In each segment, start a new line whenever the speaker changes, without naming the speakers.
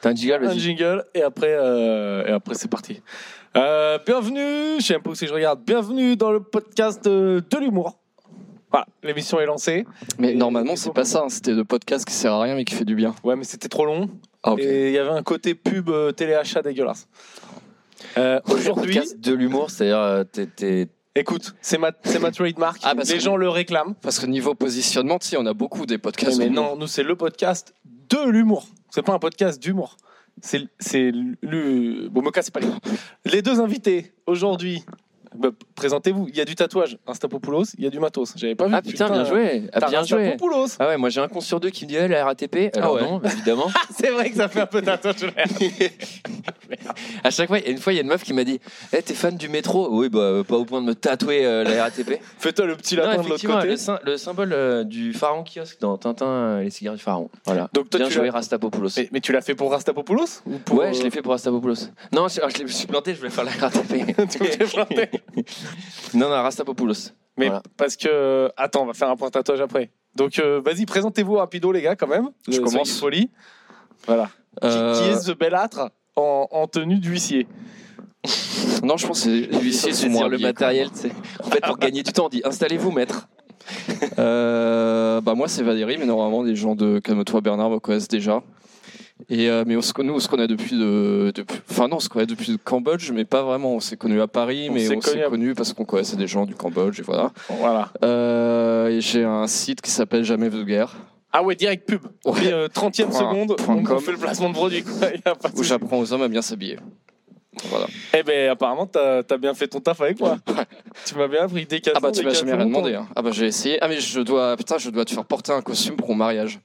T'as un jingle,
Un
vas-y.
jingle et après, euh, et après c'est parti. Euh, bienvenue, je sais même pas où c'est que je regarde. Bienvenue dans le podcast de, de l'humour. Voilà, l'émission est lancée.
Mais
Et-
normalement,
et
c'est
quoi
pas ça. hein. C'était le podcast qui sert à rien mais qui fait du bien.
Ouais, mais c'était trop long
Ah, ok.
et il y avait un côté pub euh, téléachat dégueulasse. Euh, Aujourd'hui,
podcast.
De l'humour, c'est-à-dire, euh, t'es- t'es-
écoute, c'est ma, c'est ma trademark.
Ah, parce
Les
que-
gens le réclament.
Parce que niveau positionnement, tu sais, on a beaucoup des podcasts.
mais
où-
non, nous, c'est le podcast de l'humour. C'est pas un podcast d'humour. C'est c'est l'hu- Bon, me casse pas les couilles. Les deux invités aujourd'hui, bah, présentez-vous. Il y a du tatouage, Instapopoulos, il y a du matos. J'avais pas vu.
Ah putain, bien joué. Ah,
T'as
bien joué.
Instapopoulos.
Ah ouais, moi j'ai un con sur deux qui me dit eh, la RATP. Alors
Ah ouais.
non, évidemment.
Ah, c'est vrai que ça fait un peu tatouage. de l'air.
à chaque fois, il y a une fois, il y a une meuf qui m'a dit Eh, t'es fan du métro Oui, bah euh, pas au point de me tatouer euh, la RATP.
Fais-toi le petit
non,
lapin de l'autre
effectivement,
côté.
le, syn- le symbole euh, du pharaon kiosque dans Tintin euh, et les cigares du pharaon. Voilà.
Donc toi,
bien
tu
joué,
l'as-
Rastapopoulos.
Mais, mais tu l'as fait pour Rastapopoulos ou pour,
Ouais, je l'ai fait pour euh, Rastapopoulos. Non, je, je l'ai- je suis planté, je voulais faire la RATP.
Tu me fais planter.
non, non, Rastapopoulos.
Mais
Voilà.
parce que. Attends, on va faire un point tatouage après. Donc euh, vas-y, présentez-vous rapido, les gars, quand même.
Je
Euh, soyez
commence.
polis. Voilà. Qui-
Euh,
Qui, est ce belâtre en, en tenue d'huissier
non, je pense que c'est
L'huissier,
c'est
c'est
moins
le
habillé,
matériel. tu sais. En fait, pour gagner du temps, on dit installez-vous, maître.
quoi. Euh, bah moi, c'est Valérie, mais normalement, les gens de comme toi, Bernard, me connaissent déjà. Et euh, mais on se connaît, nous, on se connaît depuis, de, depuis- enfin non, on se connaît depuis le Cambodge, mais pas vraiment. On s'est connus à Paris,
On
mais
s'est
on s'est
connus à-
connus parce qu'on connaissait des gens du Cambodge et voilà.
Voilà.
Euh, et j'ai un site qui s'appelle Jamais vulgaire
Ah ouais, direct pub.
Ouais.
Et, euh, 30e
Point-
seconde,
point
on,
com.
on fait le placement de produit. quoi. Y a pas de
où
souci.
j'apprends aux hommes à bien s'habiller. Voilà.
Eh ben apparemment, t'as as bien fait ton taf avec moi. tu m'as bien appris des
Ah bah tu
des
m'as
cassons,
jamais rien
des
demandé.
montants.
hein. Ah bah j'ai essayé. Ah mais je dois putain je dois te faire porter un costume pour mon mariage.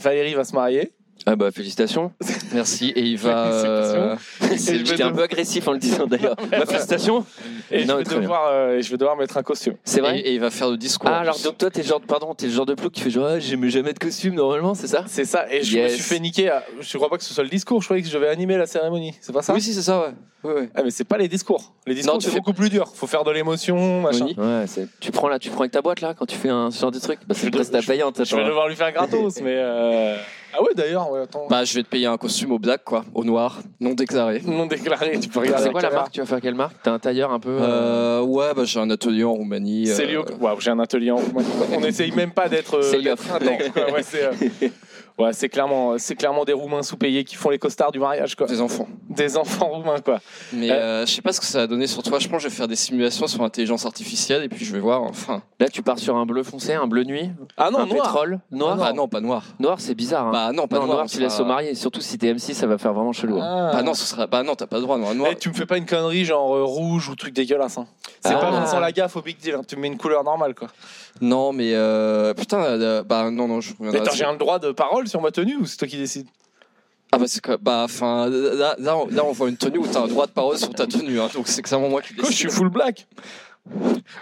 Valérie va se marier.
Ah bah félicitations.
Merci et il va. euh,
Et je vais
J'étais un
de-
peu agressif en le disant d'ailleurs. Ma félicitation.
Et
Non,
je,
mais
vais
très bien.
devoir, euh, je vais devoir mettre un costume.
C'est
et,
vrai.
et il va faire le discours.
Ah alors donc toi t'es le genre de- pardon t'es le genre de plouc qui fait genre ah, j'aime jamais de costume normalement c'est ça
C'est ça. Et je
Yes.
me suis fait niquer. à- Je crois pas que ce soit le discours. Je croyais que je vais animer la cérémonie. C'est pas ça
oui si c'est ça ouais. Ouais, ouais.
Ah mais c'est pas les discours. Les discours
Non, tu
c'est
fais-
beaucoup plus dur. Faut faire de l'émotion, machin.
Moni,
Ouais c'est tu prends là tu prends avec ta boîte là quand tu fais un ce genre de truc bah,
Je
c'est
vais-
presque la payante
Je vais
attends.
devoir lui faire gratos, mais euh, ah ouais d'ailleurs, ouais, attends.
Bah je vais te payer un costume au black quoi, au noir, non déclaré.
non déclaré, tu peux regarder.
C'est quoi la
caméra.
marque tu vas faire quelle marque t'as un tailleur un peu euh,
Euh, ouais bah j'ai un atelier en Roumanie. euh,
C'est Léo. Waouh, j'ai un atelier. en- On n'essaye même pas d'être. euh,
C'est Léo.
d'être intense, quoi. Ouais, c'est euh, ouais, c'est clairement, c'est clairement des Roumains sous-payés qui font les costards du mariage, quoi.
des enfants.
Des enfants roumains, quoi.
Mais euh, je sais pas ce que ça va donner sur toi. Je pense que je vais faire des simulations sur l'intelligence artificielle et puis je vais voir enfin.
là tu pars sur un bleu foncé un bleu nuit
Ah non,
un pétrole noir Ah,
Bah non pas noir.
noir c'est bizarre hein.
Bah non pas
non
noir.
noir
on
tu laisses
sera-
au marié surtout si t'es M6 ça va faire vraiment chelou hein.
Ah.
Bah non ce sera. Bah non t'as pas le droit noir. noir.
Eh, tu me fais pas une connerie genre euh, rouge ou truc dégueulasse. hein. C'est
Ah.
pas Vincent Lagaffe au Big Deal. hein. Tu me mets une couleur normale, quoi.
Non, mais euh, putain, euh, bah non, non, je reviendrai.
Attends, j'ai un droit de parole sur ma tenue ou c'est toi qui décides
Ah bah c'est quoi Bah enfin, là, là, on, là, on voit une tenue où t'as un droit de parole sur ta tenue, hein, donc c'est clairement moi qui
Quoi, je suis
décide.
full black.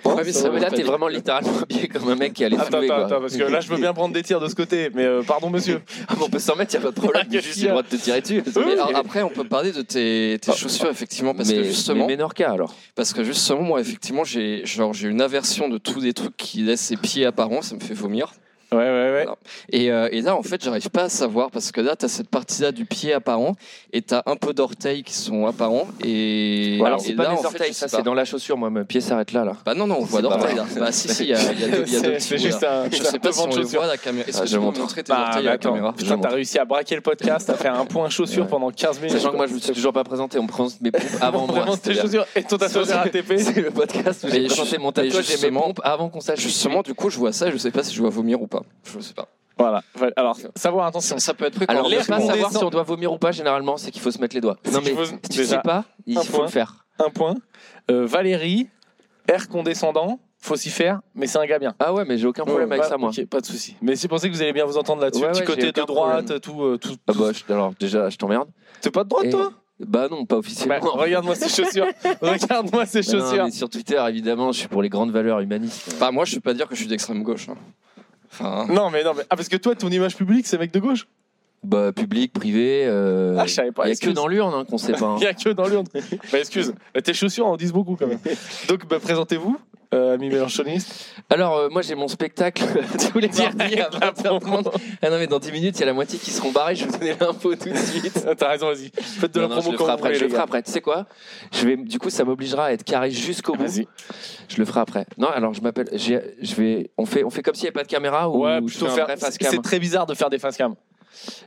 Ouais, mais ça
Ouais, mais
veut
là
pas
t'es
dire.
vraiment littéralement habillé comme un mec qui allait
Attends,
flouer
attends,
quoi
attends, parce que là, je veux bien prendre des tirs de ce côté, mais euh, pardon, monsieur.
Ah, mais on peut s'en mettre y a pas de problème
Ah,
j'ai
qu'est-ce
juste
qu'il y a
le droit de te tirer dessus
Mais alors, après, on peut parler de tes, tes
Ah,
chaussures effectivement parce que
mais,
justement,
mais Menorca alors
parce que justement, moi effectivement, j'ai genre j'ai une aversion de tous les trucs qui laissent ses pieds apparents, ça me fait vomir.
Ouais, ouais, ouais.
Et, euh, et là, en fait, j'arrive pas à savoir parce que là, t'as cette partie-là du pied apparent et t'as un peu d'orteils qui sont apparents et
alors
et
c'est pas
là, en
des
fait,
orteils
je sais
ça
pas.
c'est dans la chaussure moi mon pied s'arrête là là
Bah non, non, on voit
C'est pas vrai.
d'orteils. là. Bah si, si, il y a, il y a deux, il y a deux
C'est c'est
petits bouts, là.
juste un.
Je
juste un
sais pas
peu
si on les
ventre-chaussure.
voit à la caméra. Est-ce
Ah,
que
je
tu peux
montre.
montrer tes
Bah,
orteils
mais
à la
attends,
caméra
Putain,
Je
t'as
montre.
réussi à braquer le podcast, t'as fait un point chaussure
Ouais.
pendant 15 minutes.
Sachant que moi je me suis toujours pas présenté, on me présente mes pompes avant moi.
Vraiment, tes
c'est-à-dire-
chaussures et ton tatouage RATP.
C'est le podcast où
Mais
j'ai présenté
juste-
mon tatouage
mais
et mes
justement-
pompes avant qu'on sache.
Justement, du coup, je vois ça et je sais pas si je dois vomir ou pas. Je sais pas.
Voilà. Voilà. Alors, savoir attention.
Ça, ça peut être pris
Alors,
quand
on
l'air
peut pas
qu'on
savoir
descend-
si on doit vomir ou pas, généralement, c'est qu'il faut se mettre les doigts.
C'est
Non, mais
qu'il faut-
si tu
déjà,
sais pas, il
un
faut
point.
le faire.
Un point. Euh, Valérie, air condescendant, faut s'y faire, mais c'est un gars bien.
Ah ouais, mais j'ai aucun problème avec
Bah,
ça, moi.
ok, pas de souci. Mais si vous pensez que vous allez bien vous entendre là-dessus,
Ouais,
petit
ouais, j'ai
côté de
aucun
droite, tout, euh, tout,
Ah
tout-
bah, je- alors déjà, je t'emmerde.
T'es pas de droite,
Et-
toi
Bah non, pas
Bah,
officiellement.
Regarde-moi ces chaussures. Regarde-moi ces
Bah non,
chaussures.
mais sur Twitter, évidemment, je suis pour les grandes valeurs humanistes.
Bah, moi, je peux pas dire que je suis d'extrême gauche. hein. Enfin,
Non, mais non, mais. Ah, parce que toi, ton image publique, c'est mec de gauche.
Bah, public, privé. euh,
Ah, je savais pas.
Il y a que
excuse.
dans l'urne hein, qu'on sait pas. hein.
Il n'y a que dans l'urne. bah, excuse, bah, tes chaussures en disent beaucoup quand même. Donc, bah, présentez-vous. euh, ami Mélenchoniste.
Alors, euh, moi, j'ai mon spectacle tous les mardis à 20h30. Ah non, mais dans 10 minutes, il y a la moitié qui seront barrés. Je vais vous donner l'info tout de suite.
Ah, T'as raison, vas-y. Faites de
Non,
la
non, je
promo
le
quand
ferai
vous
après.
voulez,
Je le
les
ferai
gars.
après. Tu sais quoi je vais, Du coup, ça m'obligera à être carré jusqu'au bout.
Vas-y.
Je le ferai après. Non, alors, je m'appelle. j'ai- Je vais. On fait, on fait comme s'il n'y avait pas de caméra ou
Ouais,
je fais
plutôt
un
faire.
vrai face
c'est-
cam.
C'est très bizarre de faire des face cam.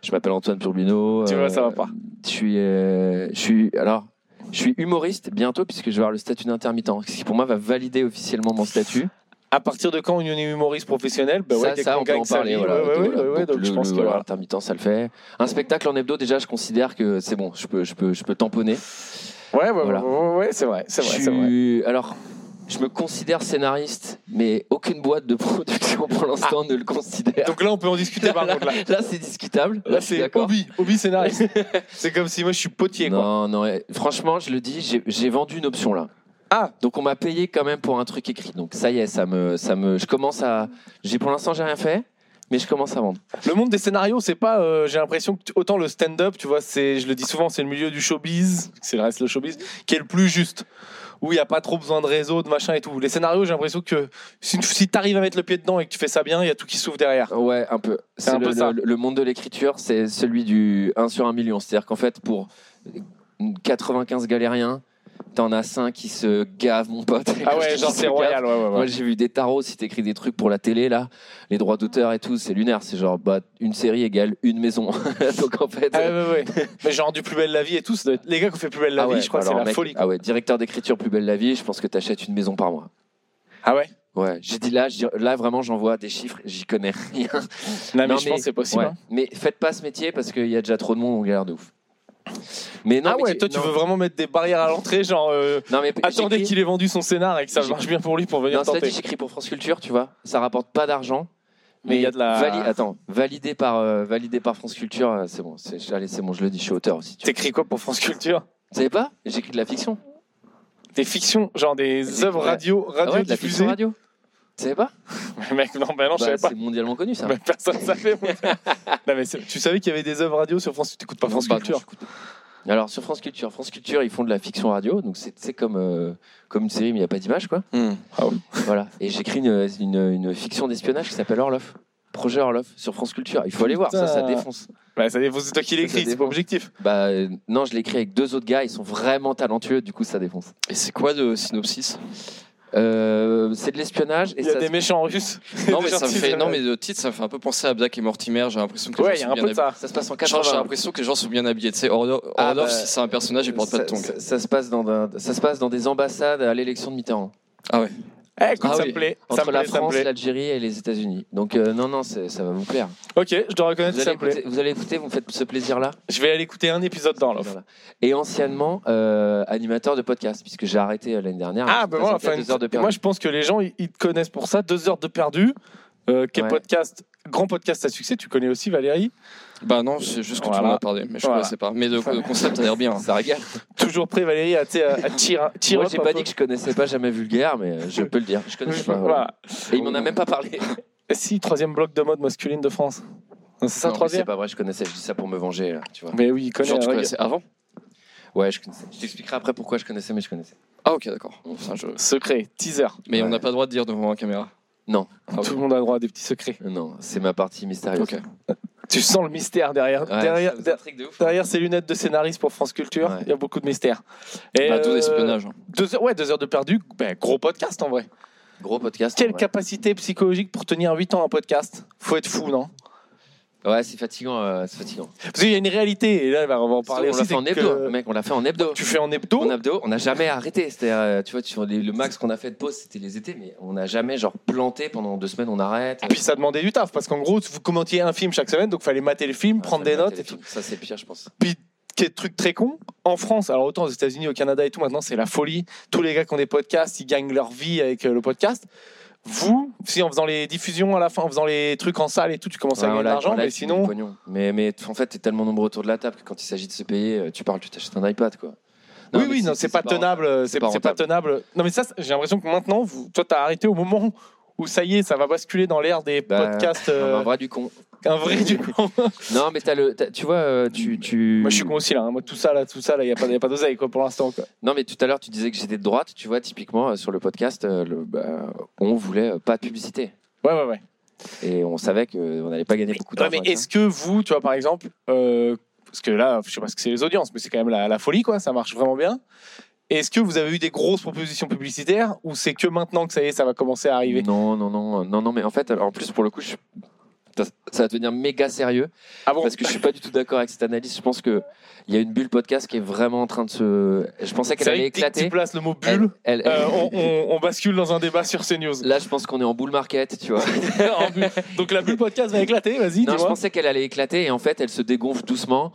Je m'appelle Antoine Turbino.
Tu
euh,
vois, ça va pas.
Je suis, euh, je suis, alors, je suis humoriste bientôt puisque je vais avoir le statut d'intermittent, ce qui pour moi va valider officiellement mon statut.
À partir de quand on est humoriste professionnel Bah ouais,
ça,
dès
ça,
qu'on
on peut
gagne
en
sa
parler.
vie,
voilà.
ouais, ouais,
Donc,
ouais,
voilà.
ouais, ouais,
Donc,
donc je
le-
pense
le-
que
voilà,
voilà.
intermittent, ça le fait. Un spectacle en hebdo, déjà, je considère que c'est bon, je peux, je peux, je peux tamponner.
Ouais, ouais,
Voilà.
ouais, ouais, ouais, c'est vrai, c'est vrai,
Je
c'est vrai.
suis- Alors, je me considère scénariste, mais aucune boîte de production pour l'instant
Ah.
ne le considère.
Donc là, on peut en discuter par
là,
contre. Là,
là, c'est discutable.
là
je suis
c'est
d'accord.
hobby, hobby scénariste. c'est comme si moi, je suis potier, quoi.
Non, non, eh, franchement, je le dis, j'ai- j'ai vendu une option là.
Ah.
Donc on m'a payé quand même pour un truc écrit. Donc ça y est, ça me, ça me, je commence à, j'ai pour l'instant j'ai rien fait, mais je commence à vendre.
Le monde des scénarios, c'est pas. euh, J'ai l'impression que tu- autant le stand-up, tu vois, c'est, je le dis souvent, c'est le milieu du showbiz, c'est le reste le showbiz, qui est le plus juste, où il n'y a pas trop besoin de réseau, de machin et tout. Les scénarios, j'ai l'impression que si, si t'arrives à mettre le pied dedans et que tu fais ça bien, il y a tout qui s'ouvre derrière.
Ouais, un peu. C'est
un
le,
peu ça.
le- le monde de l'écriture, c'est celui du 1 sur 1 million. C'est-à-dire qu'en fait, pour 95 galériens, t'en as 5 qui se gavent, mon pote.
Ah ouais,
Qui
genre
se
c'est
gavent.
royal, ouais, ouais, ouais.
Moi j'ai vu des tarots, si t'écris des trucs pour la télé là, les droits d'auteur et tout, c'est lunaire, c'est genre bah, une série égale une maison. Donc en fait,
Ah ouais, ouais, ouais. bah Mais genre du plus belle la vie et tout, ça doit être- les gars qui ont fait plus belle la
Ah
vie,
ouais,
je crois que c'est
alors,
la
mec,
folie.
Ah ouais, directeur d'écriture plus belle la vie, je pense que t'achètes une maison par mois.
Ah ouais
Ouais, j'ai dit là, j'ai- là vraiment j'envoie des chiffres, j'y connais rien.
Non, mais
Non,
je pense que c'est possible.
Ouais,
hein.
Mais faites pas ce métier parce qu'il y a déjà trop de monde, on galère de ouf. Mais non,
ah
mais
ouais, toi tu
non,
veux vraiment mettre des barrières à l'entrée, genre euh,
Non mais
attendez
j'écris-
qu'il ait vendu son scénar et que ça
J'ai-
marche bien pour lui pour venir
Non, cela dit,
tenter.
j'écris pour France Culture, tu vois, ça rapporte pas d'argent.
Mais il y a de la-
vali- Attends, validé par, euh, validé par France Culture, euh, c'est bon, c'est... allez, c'est bon, je le dis, je suis auteur aussi. Tu vois.
T'écris quoi pour France Culture
Vous savez pas J'écris de la fiction.
Des fictions, genre des
Des-
œuvres
ouais.
radio,
Ah
radio
ouais, de la
diffusées.
fiction radio. Vous savez pas
Mec, non, bah non,
Bah,
je savais pas.
C'est mondialement connu ça.
Mais personne savait. mon gars. non, mais c'est- tu savais qu'il y avait des œuvres radio sur France. Tu t'écoutes pas France
Bah,
Culture.
non, j'écoute. Alors sur France Culture, France Culture, ils font de la fiction radio, donc c'est c'est comme euh, comme une série mais il n'y a pas d'image quoi.
hein.
Hmm.
Voilà. Et j'écris une, une, une fiction d'espionnage qui s'appelle Orlov, Projet Orlov sur France Culture. Il faut aller voir, ça ça
Putain.
défonce.
Bah, ça dépend, c'est toi qui l'écris,
Ça
c'est pas
dépend.
objectif.
Bah euh, non, je l'écris avec deux autres gars, ils sont vraiment talentueux, du coup ça défonce.
Et c'est quoi le synopsis
Euh, c'est de l'espionnage et
Il y a
ça
des méchants russes.
Non
Des
mais ça me
gentils,
fait,
euh,
non mais le titre ça me fait un peu penser à Black et Mortimer. J'ai l'impression que les
Ouais, il
gens
y a
sont
un
bien
peu de ça.
ça se passe en
habillés. Genre, J'ai
80.
l'impression que les gens sont bien habillés. Tu sais, Orlov,
Ah,
Orlov,
bah,
si c'est un personnage, il porte pas de
Ça-
tongs.
Ça, ça se passe dans un- ça se passe dans des ambassades à l'élection de Mitterrand.
Eh, écoute,
Ah
ça
oui.
me plaît. ça
Entre
me
la
plaît, ça me
France,
plaît.
l'Algérie et les États-Unis. Donc euh, non, non, c'est- ça va vous plaire.
Ok, je dois reconnaître
Vous allez,
que ça me plaît.
écouter, vous allez écouter, vous me faites ce plaisir-là.
Je vais aller écouter un épisode dans l'offre.
Voilà. Et anciennement, euh, animateur de podcast, puisque j'ai arrêté euh, l'année dernière. Je
Ah, ben
passe
voilà,
encore
enfin,
deux heures de perdu.
moi je pense que les gens ils ils te connaissent pour ça. Deux heures de perdu, euh, qui est
Ouais.
podcast, grand podcast à succès. Tu connais aussi Valérie
Bah non, c'est juste que tout le
Voilà.
monde a parlé, mais je
Voilà.
connaissais pas. Mais le, le concept a l'air bien. hein.
ça régale.
Toujours prêt, Valérie, à, tu sais, à, à tirer
Moi, j'ai pas dit que je connaissais pas jamais vulgaire, mais euh, je peux le dire. Je connaissais pas. voilà.
bah, Voilà.
Et il m'en a même pas parlé.
Si, troisième bloc de mode masculine de France.
Non,
C'est ça,
mais C'est
troisième
pas vrai, je connaissais. Je dis ça pour me venger, là, tu vois.
Mais oui, il connaît.
Genre tu
regarde.
connaissais avant
Ouais, je connaissais. Je t'expliquerai après pourquoi je connaissais, mais je connaissais.
Ah ok d'accord. Enfin, je-
Secret, teaser.
Mais on
Ouais.
n'a pas le droit de dire devant la caméra. Ah
Tout le monde a droit à des petits secrets.
Euh, Non, c'est ma partie
Ah,
mystérieuse.
Ok.
Tu sens le mystère derrière.
Ouais,
derrière,
ça vous
der-
intrigue de ouf. hein.
derrière ces lunettes de scénariste pour France Culture,
Ouais.
il y a beaucoup de mystères. Et
Bah,
euh,
tout espionnage. hein.
deux heures, ouais, deux heures de perdu. ben, gros podcast en vrai.
Gros podcast.
Quelle
ouais.
capacité psychologique pour tenir 8 ans un podcast Faut être fou, non
Ouais, c'est fatigant. euh, c'est fatigant.
Parce qu'il y a une réalité, et là bah, on va en parler
on
aussi.
l'a fait en
c'est
hebdo,
que
mec, on l'a fait en hebdo.
Tu fais en hebdo
En hebdo, on n'a jamais arrêté. C'est-à-dire, euh, tu vois, tu- les- le max qu'on a fait de pause, c'était les étés, mais on n'a jamais genre planté pendant deux semaines, on arrête.
Puis ça demandait du taf, parce qu'en gros, vous commentiez un film chaque semaine, donc fallait mater le film,
Ah,
prendre
ça
des
m'a
notes et tout.
téléphone. Ça, c'est pire, je pense.
Quel truc très con. En France, alors autant aux États-Unis, au Canada et tout, maintenant c'est la folie. Tous les gars qui ont des podcasts, ils gagnent leur vie avec euh, le podcast. Vous, si en faisant les diffusions à la fin, en faisant les trucs en salle et tout, tu commences à
Ouais,
gagner de
voilà,
l'argent,
voilà,
mais
tu mets du
sinon,
pognon. Mais, mais en fait, t'es tellement nombreux autour de la table que quand il s'agit de se payer, euh, tu parles, tu t'achètes un iPad, quoi. Non,
oui,
mais
oui, non, c'est pas tenable. euh, C'est
pas
c'est pas tenable. Non, mais ça, c'est- j'ai l'impression que maintenant, vous, toi, t'as arrêté au moment où ça y est, ça va basculer dans l'ère des
Bah,
podcasts.
Un
euh,
vrai du con.
un vrai du con.
Non, mais t'as le, t'as- tu vois, euh, tu, tu.
Moi, je suis con aussi là. hein. Moi, tout ça là, tout ça là, il y a pas, y a pas d'oseille quoi pour l'instant. quoi.
Non, mais tout à l'heure, tu disais que j'étais de droite. Tu vois, typiquement, euh, sur le podcast, euh, le- bah, on voulait euh, pas de publicité.
Ouais, ouais, ouais.
Et on savait qu'on n'allait pas gagner beaucoup
Ouais,
d'argent.
mais
avec ça.
est-ce que vous, tu vois, par exemple, euh, parce que là, je sais pas ce que c'est les audiences, mais c'est quand même la, la folie, quoi, ça marche vraiment bien. Est-ce que vous avez eu des grosses propositions publicitaires ou c'est que maintenant que ça y est, ça va commencer à arriver
Non, non, non, euh, non, non, mais en fait, alors, en plus, pour le coup, je suis- ça ça va devenir méga sérieux
Ah bon
parce que je suis pas du tout d'accord avec cette analyse. Je pense que il y a une bulle podcast qui est vraiment en train de se. Je pensais
C'est
qu'elle
vrai
allait
que dès que tu
éclater.
places le mot
Elle-
bulle,
elle- elle-
euh, on, on- on bascule dans un débat sur CNews.
Là, je pense qu'on est en bull market, tu vois.
En bulle. Donc la bulle podcast va éclater, vas-y,
Non, je
dis-moi.
pensais qu'elle allait éclater et en fait, elle se dégonfle doucement.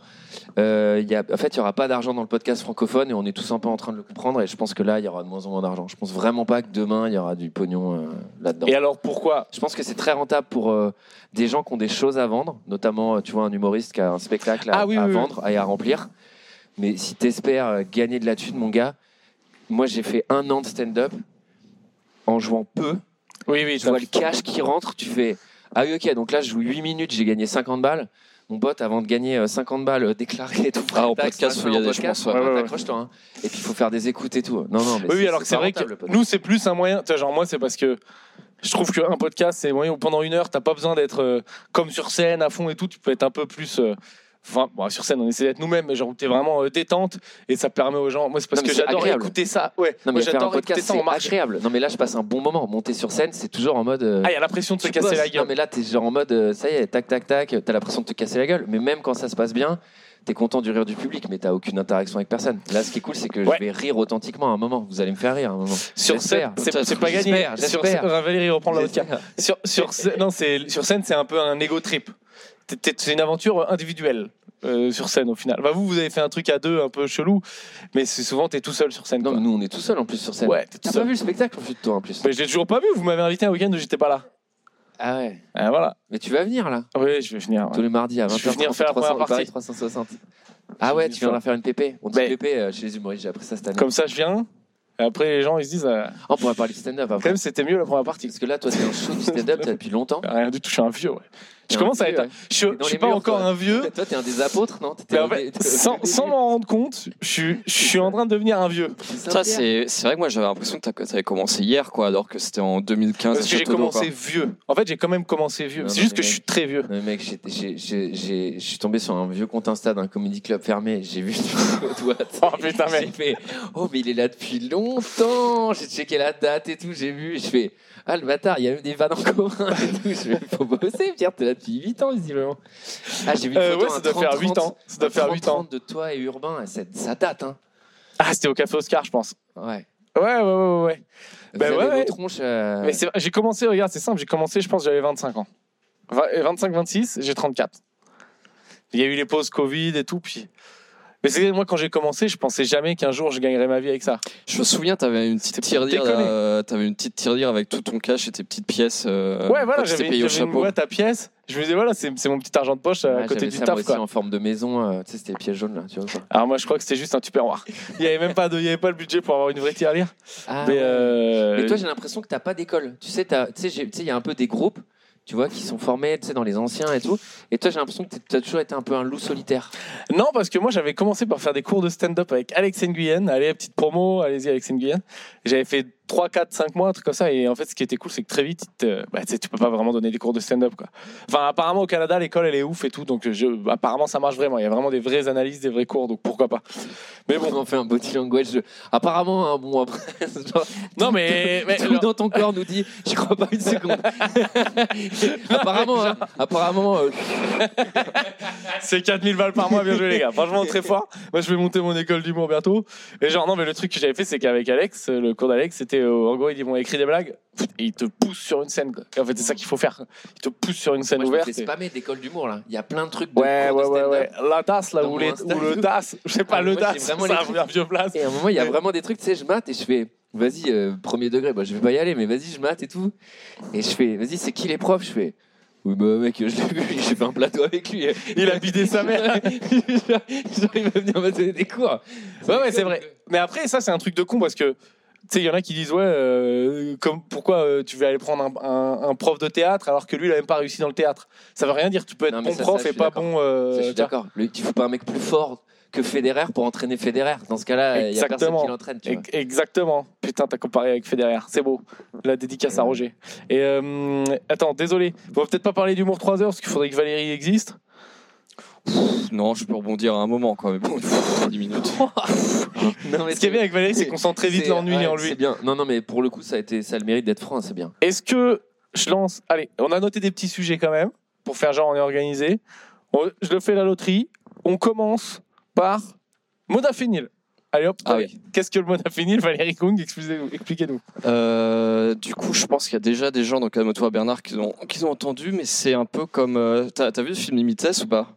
Euh, il y a, en fait, il n'y aura pas d'argent dans le podcast francophone et on est tous un peu en train de le comprendre. Et je pense que là, il y aura de moins en moins d'argent. Je pense vraiment pas que demain, il y aura du pognon euh, là-dedans.
Et alors pourquoi
Je pense que c'est très rentable pour euh, des gens qui ont des choses à vendre, notamment, euh, tu vois, un humoriste qui a un spectacle à,
Ah oui,
à
oui, oui.
vendre et à remplir. Mais si t'espères euh, gagner de la thune, mon gars, moi, j'ai fait un an de stand-up en jouant peu.
Oui, oui,
Tu vois le cash qui rentre, tu fais Ah oui, ok, donc là, je joue 8 minutes, j'ai gagné 50 balles. Mon pote, avant de gagner euh, 50 balles euh, déclarées et tout,
Ah, en
taxe,
podcast,
machin,
faut y
en
aller, je
podcast,
pense,
ouais,
ouais.
Ouais, ouais, ouais.
t'accroches-toi, hein. Et puis, il faut faire des écoutes et tout. Non, non, mais
Oui, oui, alors que c'est vrai
pas rentable,
que
le
nous, c'est plus un moyen. Tu vois, genre, moi, c'est parce que je trouve qu'un podcast, c'est moyen où pendant une heure, t'as pas besoin d'être euh, comme sur scène à fond et tout. Tu peux être un peu plus. euh, Enfin, bon, sur scène, on essaie d'être nous-mêmes, mais genre où t'es vraiment euh, détente et ça permet aux gens. Moi, c'est parce
Non, mais
que
c'est
j'adore
agréable.
écouter ça. Ouais,
Non,
moi,
mais faire un
j'adore écouter
podcast,
ça
c'est
en marche.
agréable. Non, mais là, je passe un bon moment. Monter sur scène, c'est toujours en mode. euh,
Ah, il y a la pression de se
tu
casser
bosses.
la gueule.
Non, mais là, t'es genre en mode, euh, ça y est, tac, tac, tac, t'as l'impression de te casser la gueule. Mais même quand ça se passe bien, t'es content du rire du public, mais t'as aucune interaction avec personne. Là, ce qui est cool, c'est que
Ouais.
je vais rire authentiquement à un moment. Vous allez me faire rire à un moment.
Sur
j'espère,
scène, c'est
peut-être.
c'est pas gagné.
J'espère,
Sur scène,
j'espère.
Valérie reprend la haute carte.
J'espère.
Sur, sur, scè- non, c'est- sur scène, c'est un peu un ego trip. T'es- t'es- C'est une aventure individuelle euh, sur scène au final. Bah, vous, vous avez fait un truc à deux un peu chelou, mais c'est souvent t'es tout seul sur scène.
Non, Ah
quoi.
mais nous, on est tout seul en plus sur scène.
ouais, t'es tout
T'as pas
seul.
vu le spectacle en plus de toi en plus
Mais je l'ai toujours pas vu, vous m'avez invité un week-end où j'étais pas là.
Ah ouais.
Ah, voilà.
Mais tu vas venir là,
Oui, je vais venir. ouais.
tous les mardis à
Je
20h.
suis venir faire la première partie.
360. Ah ouais, tu
venir
viendras faire une PP. On dit
Mais-
PP euh, chez les humoristes, j'ai appris ça cette année.
Comme ça, je viens. Et après, les gens, ils se disent, euh,
Ah, on pourrait parler de stand-up
quand
après.
même, c'était mieux la première partie.
Parce que là, toi, t'es un show du stand-up t'as depuis longtemps.
Rien du tout, je suis un vieux. ouais.
T'es
Je
un
commence à
vieux,
être.
ouais.
Je, suis-
euh, T'es dans
je suis
les
pas
murs,
encore
toi.
un vieux.
Toi, t'es un des apôtres, non T'étais
Mais
au
en fait,
dé- t'étais au
sans
début.
sans m'en rendre compte, je suis, je suis en train de devenir un vieux.
Ça, c'est c'est vrai que moi j'avais l'impression que t'avais commencé hier, quoi, alors que c'était en
Parce
2015. à
que j'ai
Château d'Eau,
commencé vieux. En fait, j'ai quand même commencé vieux.
Non,
C'est
non,
juste
mais
que je suis très vieux.
Non, mais mec, j'ai- j'ai- j'ai- j'ai- je suis tombé sur un vieux compte Insta d'un comedy club fermé. J'ai vu une photo de Watt.
Oh putain, mais.
J'ai fait Oh, mais il est là depuis longtemps. J'ai checké la date et tout. J'ai vu. Je fais Ah, le bâtard, il y a même des vannes en commun et tout. Je fais Faut bosser, Pierre. T'es là depuis 8 ans, visiblement. Ah, j'ai vu une
Euh,
photo
ouais, ça
un
doit faire
30,
8 ans. Ça doit faire 8 ans.
30 de toi et Urbain. Et ça, ça date, hein.
Ah, c'était au Café Oscar, je pense.
Ouais.
Ouais, ouais, ouais, ouais. ouais. Ben
Vous
ouais,
avez
ouais.
vos tronches. euh,
Mais c'est vrai, j'ai commencé, regarde, c'est simple, j'ai commencé, je pense, j'avais 25 ans. Vingt- 25, 26, j'ai 34. Il y a eu les pauses Covid et tout, puis. Mais c'est moi, quand j'ai commencé, je pensais jamais qu'un jour je gagnerais ma vie avec ça.
Je me souviens, t'avais une petite
C'était pour
tirelire,
déconner.
là, euh, t'avais une petite tirelire avec tout ton cash et tes petites pièces. euh,
ouais,
quand
voilà,
tu t'es
j'avais
payé
une,
au
j'avais une
chapeau.
boîte à pièces. Je me disais, voilà, c'est c'est mon petit argent de poche euh, à
ouais,
côté
j'avais
du
ça, moi
taf,
aussi, hein.
quoi.
en forme de maison. euh, tu sais, c'était les pièces jaunes, là. Tu vois, quoi.
Alors, moi, je crois que c'était juste un tupperware. Il n'y avait même pas, de, il y avait pas le budget pour avoir une vraie tirelire.
Ah,
mais,
ouais.
euh,
Mais toi, j'ai l'impression que t'as pas d'école. Tu sais, t'as- tu sais, j'ai- tu sais, il y a un peu des groupes, tu vois, qui sont formés, tu sais, dans les anciens et tout. Et toi, j'ai l'impression que t'es- t'as toujours été un peu un loup solitaire.
Non, parce que moi, j'avais commencé par faire des cours de stand-up avec Alex Nguyen. Allez, petite promo, allez-y, Alex Nguyen. J'avais fait 3, 4, 5 mois, un truc comme ça. Et en fait, ce qui était cool, c'est que très vite, il te- bah, tu sais, tu peux pas vraiment donner des cours de stand-up. quoi. Enfin, apparemment, au Canada, l'école, elle est ouf et tout. Donc, je... apparemment, ça marche vraiment. Il y a vraiment des vraies analyses, des vrais cours. Donc, pourquoi pas. Mais bon,
On en fait un body language. de- Apparemment, hein, bon, après, genre,
non, mais. mais-
tout dans ton corps nous dit, j'y crois pas une seconde. apparemment, hein, apparemment, euh,
C'est 4000 balles par mois, bien joué les gars. Franchement, très fort. Moi, je vais monter mon école d'humour bientôt. Et genre, non, mais le truc que j'avais fait, c'est qu'avec Alex, euh, le cours d'Alex, c'était euh, en gros, ils vont écrire des blagues et ils te poussent sur une scène. quoi. En fait, c'est ça qu'il faut faire. Ils te poussent sur une scène
moi, je me
ouverte.
fais
et-
spammer d'école d'humour, là. Il y a plein de trucs de
Ouais, ouais,
cours de
ouais,
stand-up.
ouais. La tasse, là,
Dans
ou,
mon
les-
Insta.
ou le tasse. Je sais pas,
Ah,
le
moi, j'ai
tasse. C'est
vraiment
la
les
première vieux place.
Et à un moment, il y a
Ouais.
vraiment des trucs, tu sais, je mate et je fais, vas-y, euh, premier degré, bah, je vais pas y aller, mais vas-y, je mate et tout. Et je fais, vas-y, c'est qui les profs Je fais, oui, bah mec, je l'ai vu, j'ai fait un plateau avec lui.
Il a bidé sa mère.
Genre, il va venir me donner des cours.
Ouais, ouais, c'est vrai. Mais après, ça, c'est un truc de con parce que Tu sais, il y en a qui disent ouais, euh, comme pourquoi euh, tu veux aller prendre un, un- un prof de théâtre alors que lui, il a même pas réussi dans le théâtre. Ça veut rien dire. Tu peux être
Non, mais
bon
ça, ça,
prof
je
et
suis
pas
d'accord.
bon. euh,
Ça, je suis
tu vois.
d'accord. Le- Tu ne faut pas un mec plus fort que Federer pour entraîner Federer. Dans ce cas-là, il n'y a personne
Exactement.
qui l'entraîne. tu vois.
Ex- Exactement. Putain, t'as comparé avec Federer. C'est beau. La dédicace à Roger. Et euh, attends, désolé. On va peut-être pas parler d'humour 3 heures parce qu'il faudrait que Valérie existe.
Non, je peux rebondir à un moment, quoi. Mais bon, 10 minutes.
Non, mais
Ce qui est bien avec Valérie, c'est qu'on sent très vite
c'est-
l'ennui
ouais,
en
C'est
lui.
bien. Non, non, mais pour le coup, ça a, été, ça a le mérite d'être franc, c'est bien.
Est-ce que je lance. Allez, on a noté des petits sujets quand même pour faire genre on est organisé. On- Je le fais la loterie. On commence par Modafinil. Allez hop.
Ah oui.
Qu'est-ce que le Modafinil, Valérie Kung Excusez-nous, Expliquez-nous.
Euh, du coup, je pense qu'il y a déjà des gens, donc comme toi, Bernard, qui l'ont qui l'ont entendu, mais c'est un peu comme. euh, T'as t'as vu le film Limitless ou pas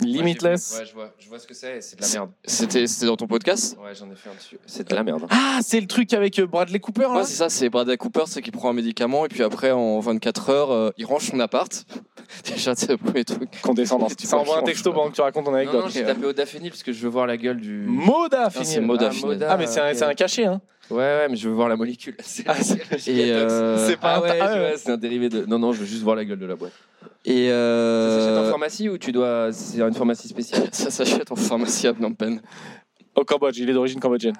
Limitless.
Ouais, je vois, je vois ce que c'est. C'est de
la
la merde.
C'était c'était dans ton podcast
Ouais, j'en ai fait un dessus. C'est de la merde.
Ah, c'est le truc avec euh, Bradley Cooper là
Ouais, c'est ça, c'est Bradley Cooper, c'est qu'il prend un médicament et puis après, en 24 heures, euh, il range son appart. Déjà, c'est le premier truc.
Condescendance. Ça envoie un texto pendant que tu racontes ton
Non,
anecdote.
non, j'ai tapé au Daphné parce que je veux voir la gueule du.
Ah,
Modafinil.
c'est Moda,
Ah,
finalement.
Moda.
Ah, mais c'est un,
ok.
c'est un cachet, hein
Ouais, ouais, mais je veux voir la molécule. C'est
Ah, c'est-
Et, euh,
C'est pas
Ah
un-
ouais,
ah,
je
ouais.
vois, c'est un dérivé de. Non, non, je veux juste voir la gueule de la boîte.
et
Ça s'achète en
euh,
pharmacie ou tu dois. C'est une pharmacie spéciale
ça s'achète en pharmacie à Phnom Penh.
Au Cambodge, il est d'origine cambodgienne.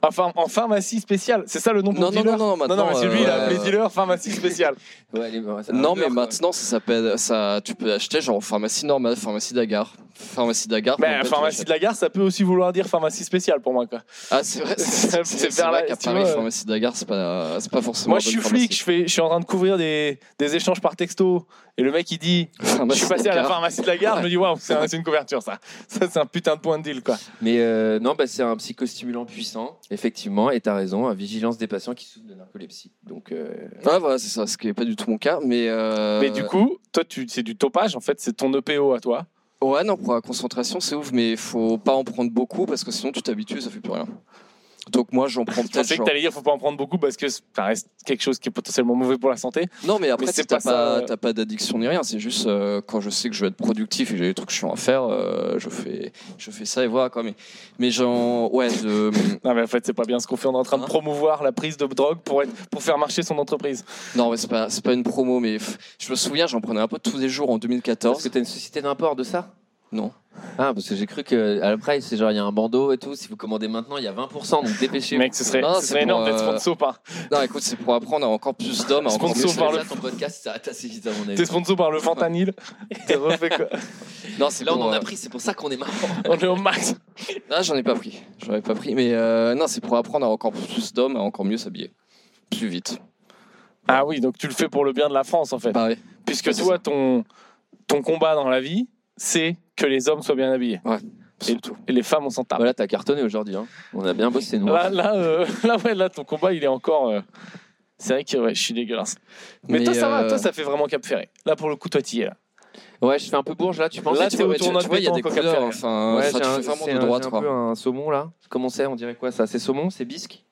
Enfin, en pharmacie spéciale, c'est ça le nom pour
Non, non,
dealer
non, non,
Non,
maintenant.
non, mais c'est lui, il a
euh,
appelé dealer pharmacie spéciale.
Ouais, les- c'est un
Non, mais
beurre, quoi.
maintenant, ça s'appelle. Ça, tu peux acheter genre en pharmacie normale, pharmacie d'Agar. Pharmacie d'Agar. Phnom
Mais
Penh, tu
Bah, pharmacie de la gare, ça peut aussi vouloir dire pharmacie spéciale pour moi. Quoi.
Ah, c'est vrai,
C'est-
c'est
c'est
c'est
vers
vrai
la-
qu'à
tu
Paris,
vois,
pharmacie de la gare, c'est pas, c'est pas forcément.
Moi,
la
je suis
bonne
flic, je, fais, je suis en train de couvrir des, des échanges par texto. Et le mec, il dit Je
pharmacie.
suis passé à la pharmacie
Pharmacie de gare.
de la gare. Je me dis Waouh, c'est un- c'est une couverture, ça. Ça, c'est un putain de point de deal, quoi.
Mais euh, non, bah, c'est un psychostimulant puissant, effectivement, et t'as raison, à vigilance des patients qui souffrent de narcolepsie. Donc, euh,
Ah, voilà, c'est ça, ce qui n'est pas du tout mon cas, mais. euh,
Mais du coup, toi, tu- c'est du topage, en fait, c'est ton EPO à toi.
Ouais, non, pour la concentration, c'est ouf, mais faut pas en prendre beaucoup parce que sinon tu t'habitues, ça fait plus rien. Donc moi, j'en prends
Je
peut-être.
sais que
genre-
t'allais dire Faut pas en prendre beaucoup parce que ça reste quelque chose qui est potentiellement mauvais pour la santé.
Non, mais après,
Mais c'est
si t'as
pas ça,
pas,
euh.
t'as pas d'addiction ni rien, c'est juste euh, quand je sais que je vais être productif et que j'ai des trucs chiants à faire, euh, je, fais, je fais ça et voilà quoi. Mais, mais genre, ouais, de-
Non, mais en fait, c'est pas bien ce qu'on fait. On est en train de
Hein
promouvoir la prise de drogue pour, être, pour faire marcher son entreprise.
non, mais c'est pas, c'est pas une promo, mais f- je me souviens, j'en prenais un peu tous les jours en
parce que
2014.
t'as une société d'import de ça
Non.
Ah, parce que j'ai cru que à la price, c'est genre, il y a un bandeau et tout, si vous commandez maintenant, il y a 20%, donc dépêchez-vous.
Mec, ce serait,
Non,
ce
c'est
serait
pour,
énorme d'être
euh,
sponsor par.
Non, écoute, c'est pour apprendre à encore plus d'hommes à encore
Mais
plus.
Sponsor par
ça, ton podcast s'arrête assez vite à mon avis.
T'es sponsor par le fentanyl. T'es refait quoi
Non, c'est
Là, on
pour,
en a
euh,
pris, c'est pour ça qu'on est marrant.
On est au max.
Ah, j'en ai pas pris. J'en ai pas pris. Mais euh, non, c'est pour apprendre à encore plus d'hommes à encore mieux s'habiller. Plus vite.
Ah oui, donc tu le fais pour le bien de la France en fait.
Pareil.
Puisque
ouais, Bah, c'est
toi, ton, ton combat dans la vie, c'est que les hommes soient bien habillés.
Surtout.
Et les femmes, on s'en tape.
Voilà, Ah bah t'as cartonné aujourd'hui. hein. On a bien bossé, nous.
Là, là, euh, là, ouais, là, ton combat, il est encore. euh, C'est vrai que ouais, je suis dégueulasse. Mais, toi, ça va,
euh,
toi, ça fait vraiment cap ferré. Là, pour le coup, toi, t'y es. Là.
Ouais, je fais un peu bourge, là, tu penses
Là,
tu
t'es au
vois, tu-
tournoi
tu
de
vois, il y a des
pétanque au Cap Ferret.
couleurs. Enfin,
Ouais,
ça,
j'ai
tu
un,
fais vraiment
c'est
de
un-
droite,
j'ai
quoi.
un peu un saumon, là. Comment c'est On dirait quoi, ça C'est saumon C'est bisque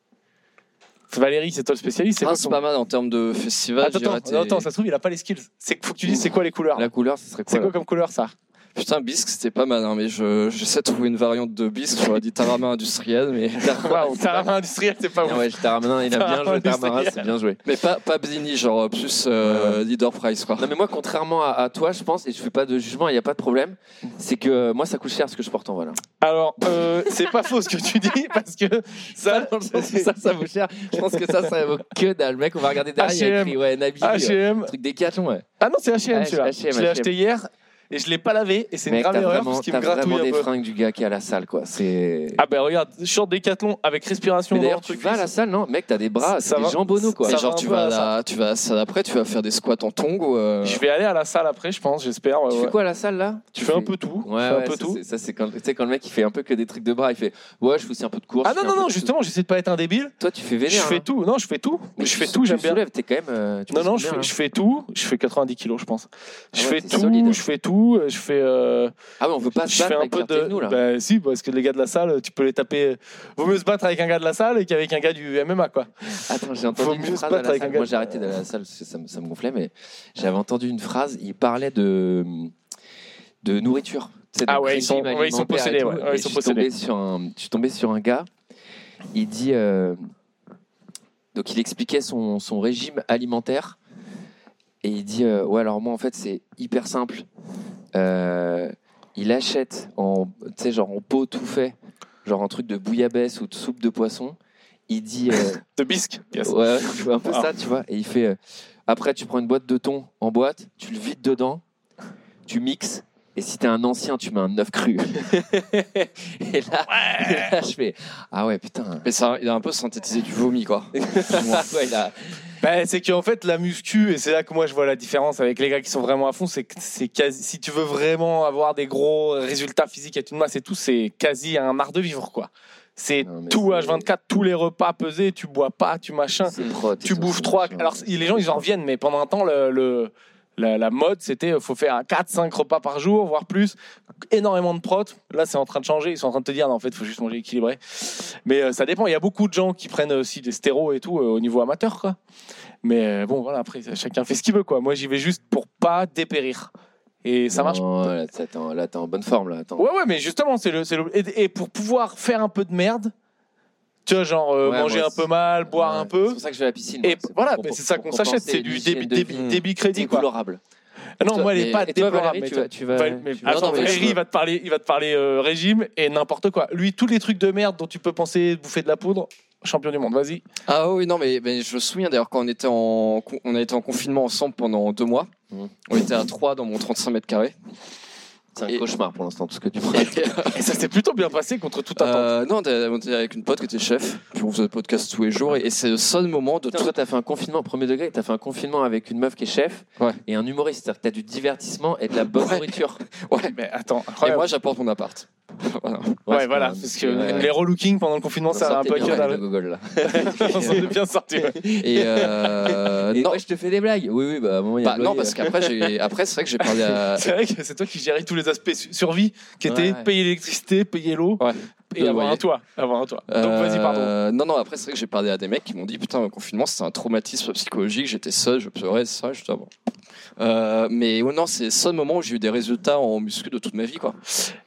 Valérie, c'est toi le spécialiste. c'est
Ah,
quoi
c'est
ton-
pas mal en termes de festival.
Attends,
je dirais,
attends, non,
t'es-
attends, ça se trouve, il a pas les skills. C'est faut que tu dises c'est quoi les couleurs.
La couleur, ce serait quoi
Ah. C'est
là
quoi comme couleur ça
Putain, bisque, c'était pas mal, hein, mais je- j'essaie de trouver une variante de bisque. J'aurais dit tarama industriel, mais,
Waouh, Tarama industriel, c'est pas
Ah
ouf.
ouais, Taramanin, il a bien joué. Taramanin, c'est bien joué.
mais pas, pas Bzini, genre plus euh, leader price, quoi.
Non mais moi contrairement à, à toi je pense et je fais pas de jugement il n'y a pas de problème c'est que euh, moi ça coûte cher ce que je porte en hein. voilà
Alors, euh, c'est pas faux ce que tu dis parce que ça,
dans le sens où ça ça vaut cher je pense que ça ça vaut que dalle le mec on va regarder derrière il y a
H&M.
écrit ouais Nabil euh,
H&M.
truc des catons ouais
Ah non, c'est H&M
Ouais,
celui-là.
H&M,
Je l'ai acheté hier et je l'ai pas lavé et c'est une
mec
grave
t'as
erreur
vraiment,
parce qu'il
t'as
me gratouille
vraiment
un
des
peu.
fringues du gars qui est à la salle quoi c'est
Ah ben regarde, short décathlon avec respiration.
mais d'ailleurs
dans
tu
le
vas à la
cuisse.
salle non mec t'as des bras c'est
Ça
des
va-
jambonneaux quoi
Mais
ça
genre,
va un
tu
peu
vas,
à
à
ça.
la, tu vas à la salle après, tu vas faire des squats en tongs ou. euh,
Je vais aller à la salle après, je pense, j'espère.
hein.
ouais,
tu
ouais.
fais quoi à la salle là
Tu fais un peu tout.
ouais,
tu fais
ouais,
un peu
ça,
tout.
c'est- ça c'est quand tu sais quand le mec il fait un peu que des trucs de bras il fait ouais je fais aussi un peu de course
Ah
je fais
non
un
non
peu
non,
de-
justement, j'essaie de pas être indébile.
toi tu fais
Je
vénère
fais
hein.
tout. Non, je fais tout.
Mais
Je
tu-
fais tout,
tu
j'aime bien.
soulèves, t'es quand même euh, tu
Non,
poses
non, je
bien,
fais,
hein. Ah
je fais tout. Je fais 90 kilos, je pense. Je
ouais,
fais
t'es
tout,
solide.
je fais tout, euh, je fais. euh,
ah ouais on veut pas se
je fais
battre
un
avec
peu
leurs
de.
technos, là
Bah, si, parce que les gars de la salle, tu peux les taper. Vaut mieux se battre avec un gars de la salle qu'avec un gars du MMA, quoi.
Attends, j'ai
Faut
entendu
mieux se
une phrase à
battre
la
avec un
salle.
gars.
Moi, j'ai arrêté d'aller à la salle parce que ça me, ça me gonflait, mais j'avais entendu une phrase. Il parlait de, de nourriture. Tu sais, de
Ah ouais, ils
régime
sont- ouais, ils sont
alimentaire et
possédés,
tout.
ouais, ouais,
Et
ils sont
je suis tombé sur un- Je suis tombé sur un gars Il dit. euh, donc, il expliquait son, son régime alimentaire. Et il dit euh, Ouais, alors moi, en fait, c'est hyper simple. Euh, il achète en, tu sais, genre en pot tout fait, genre un truc de bouillabaisse ou de soupe de poisson. Il dit. euh,
De bisque. Yes.
Ouais, ouais, tu vois, un peu ça, tu vois. Et il fait. euh, après, tu prends une boîte de thon en boîte, tu le vides dedans, tu mixes. Et si t'es un ancien, tu mets un œuf cru. et, là, et là, je fais Ah ouais, putain. Ah
Mais ça, il a un peu synthétisé du vomi, quoi.
Ouais, là,
Bah, c'est qu'en fait, la muscu, et c'est là que moi je vois la différence avec les gars qui sont vraiment à fond, c'est que c'est quasi. Si tu veux vraiment avoir des gros résultats physiques et tout, c'est tout, c'est quasi un marre de vivre, quoi. C'est
Non, mais
tout
c'est-
H24, tous les repas pesés, tu bois pas, tu machins,
c'est prod,
tu
c'est
bouffes
tout,
trois.
machin.
Alors, les gens, ils en reviennent, mais pendant un temps, le. le- la, la mode, c'était euh, faut faire 4-5 repas par jour, voire plus, énormément de prot. Là, c'est en train de changer. Ils sont en train de te dire, non, en fait, faut juste manger équilibré. Mais euh, ça dépend. Il y a beaucoup de gens qui prennent aussi des stéros et tout euh, au niveau amateur, quoi. Mais euh, bon, voilà, après, chacun fait ce qu'il veut, quoi. Moi, j'y vais juste pour pas dépérir. Et ça
Non,
marche.
Là, t'es- attends, là, t'es en bonne forme, là. Attends.
Ouais, ouais, mais justement, c'est le, c'est le- et, et pour pouvoir faire un peu de merde, tu vois, genre euh,
Ouais,
manger
moi,
un peu mal, boire
Ouais,
un peu.
C'est pour ça que je vais à la piscine.
Et
moi, pour-
voilà,
pour-
mais c'est ça
pour
qu'on s'achète,
compenser
c'est du
l'hygiène
débit,
de
débit,
vie
débit crédit quoi.
décolorable.
Ah non, moi elle est
Et-
pas
et toi,
déplorable.
Valérie,
mais
tu
toi-
vas, tu vas, Ah,
Val- mais-
tu vas-
attends,
non, mais
Valérie,
je veux-
il va te parler, il va te parler euh, régime et n'importe quoi. Lui, tous les trucs de merde dont tu peux penser bouffer de la poudre, champion du monde, vas-y.
Ah oui, non, mais, mais je me souviens d'ailleurs quand on était en, con- on a été en confinement ensemble pendant deux mois.
Mhm.
On était à trois dans mon 35 mètres carrés.
c'est un
et-
cauchemar pour l'instant tout ce que tu prends.
Et,
Et ça s'est plutôt bien passé contre toute attente.
euh, non, on était- on était avec une pote qui était chef. Puis on faisait le podcast tous les jours. Et, et c'est le seul moment de
Putain,
tout.
toi, t'as fait un confinement, premier degré, t'as fait un confinement avec une meuf qui est chef
Ouais.
et un humoriste. C'est-à-dire que t'as du divertissement et de la bonne
Ouais.
nourriture.
Mais attends,
Et
incroyable.
moi, j'apporte mon appart. Voilà.
ouais,
c'est
voilà,
quand même-
parce que
ouais, ouais.
les relooking pendant le confinement,
On
ça a un
sortait
peu
bien, ouais,
cadavre.
de Google, là.
On s'en est bien sorti. ouais.
Et, euh,
Et
non,
ouais, je te fais des blagues. Oui, oui, bah, à un moment, il y a
bah,
le
non,
loyer,
hein.
parce
là.
qu'après, j'ai- après, c'est vrai que j'ai parlé à.
C'est vrai que c'est toi qui gérais tous les aspects su- survie, qui
Ouais,
étaient
ouais.
payer l'électricité, payer l'eau
Ouais.
et
Le
avoir
loyer.
un toit. Avoir un toit. Donc vas-y, pardon.
Euh, Non, non, après, c'est vrai que j'ai parlé à des mecs qui m'ont dit Putain, le confinement, c'était un traumatisme psychologique, j'étais seul, je pleurais, c'est ça, je dis, Ah bon. Euh, mais ouais, non, c'est le seul moment où j'ai eu des résultats en muscu de toute ma vie, quoi.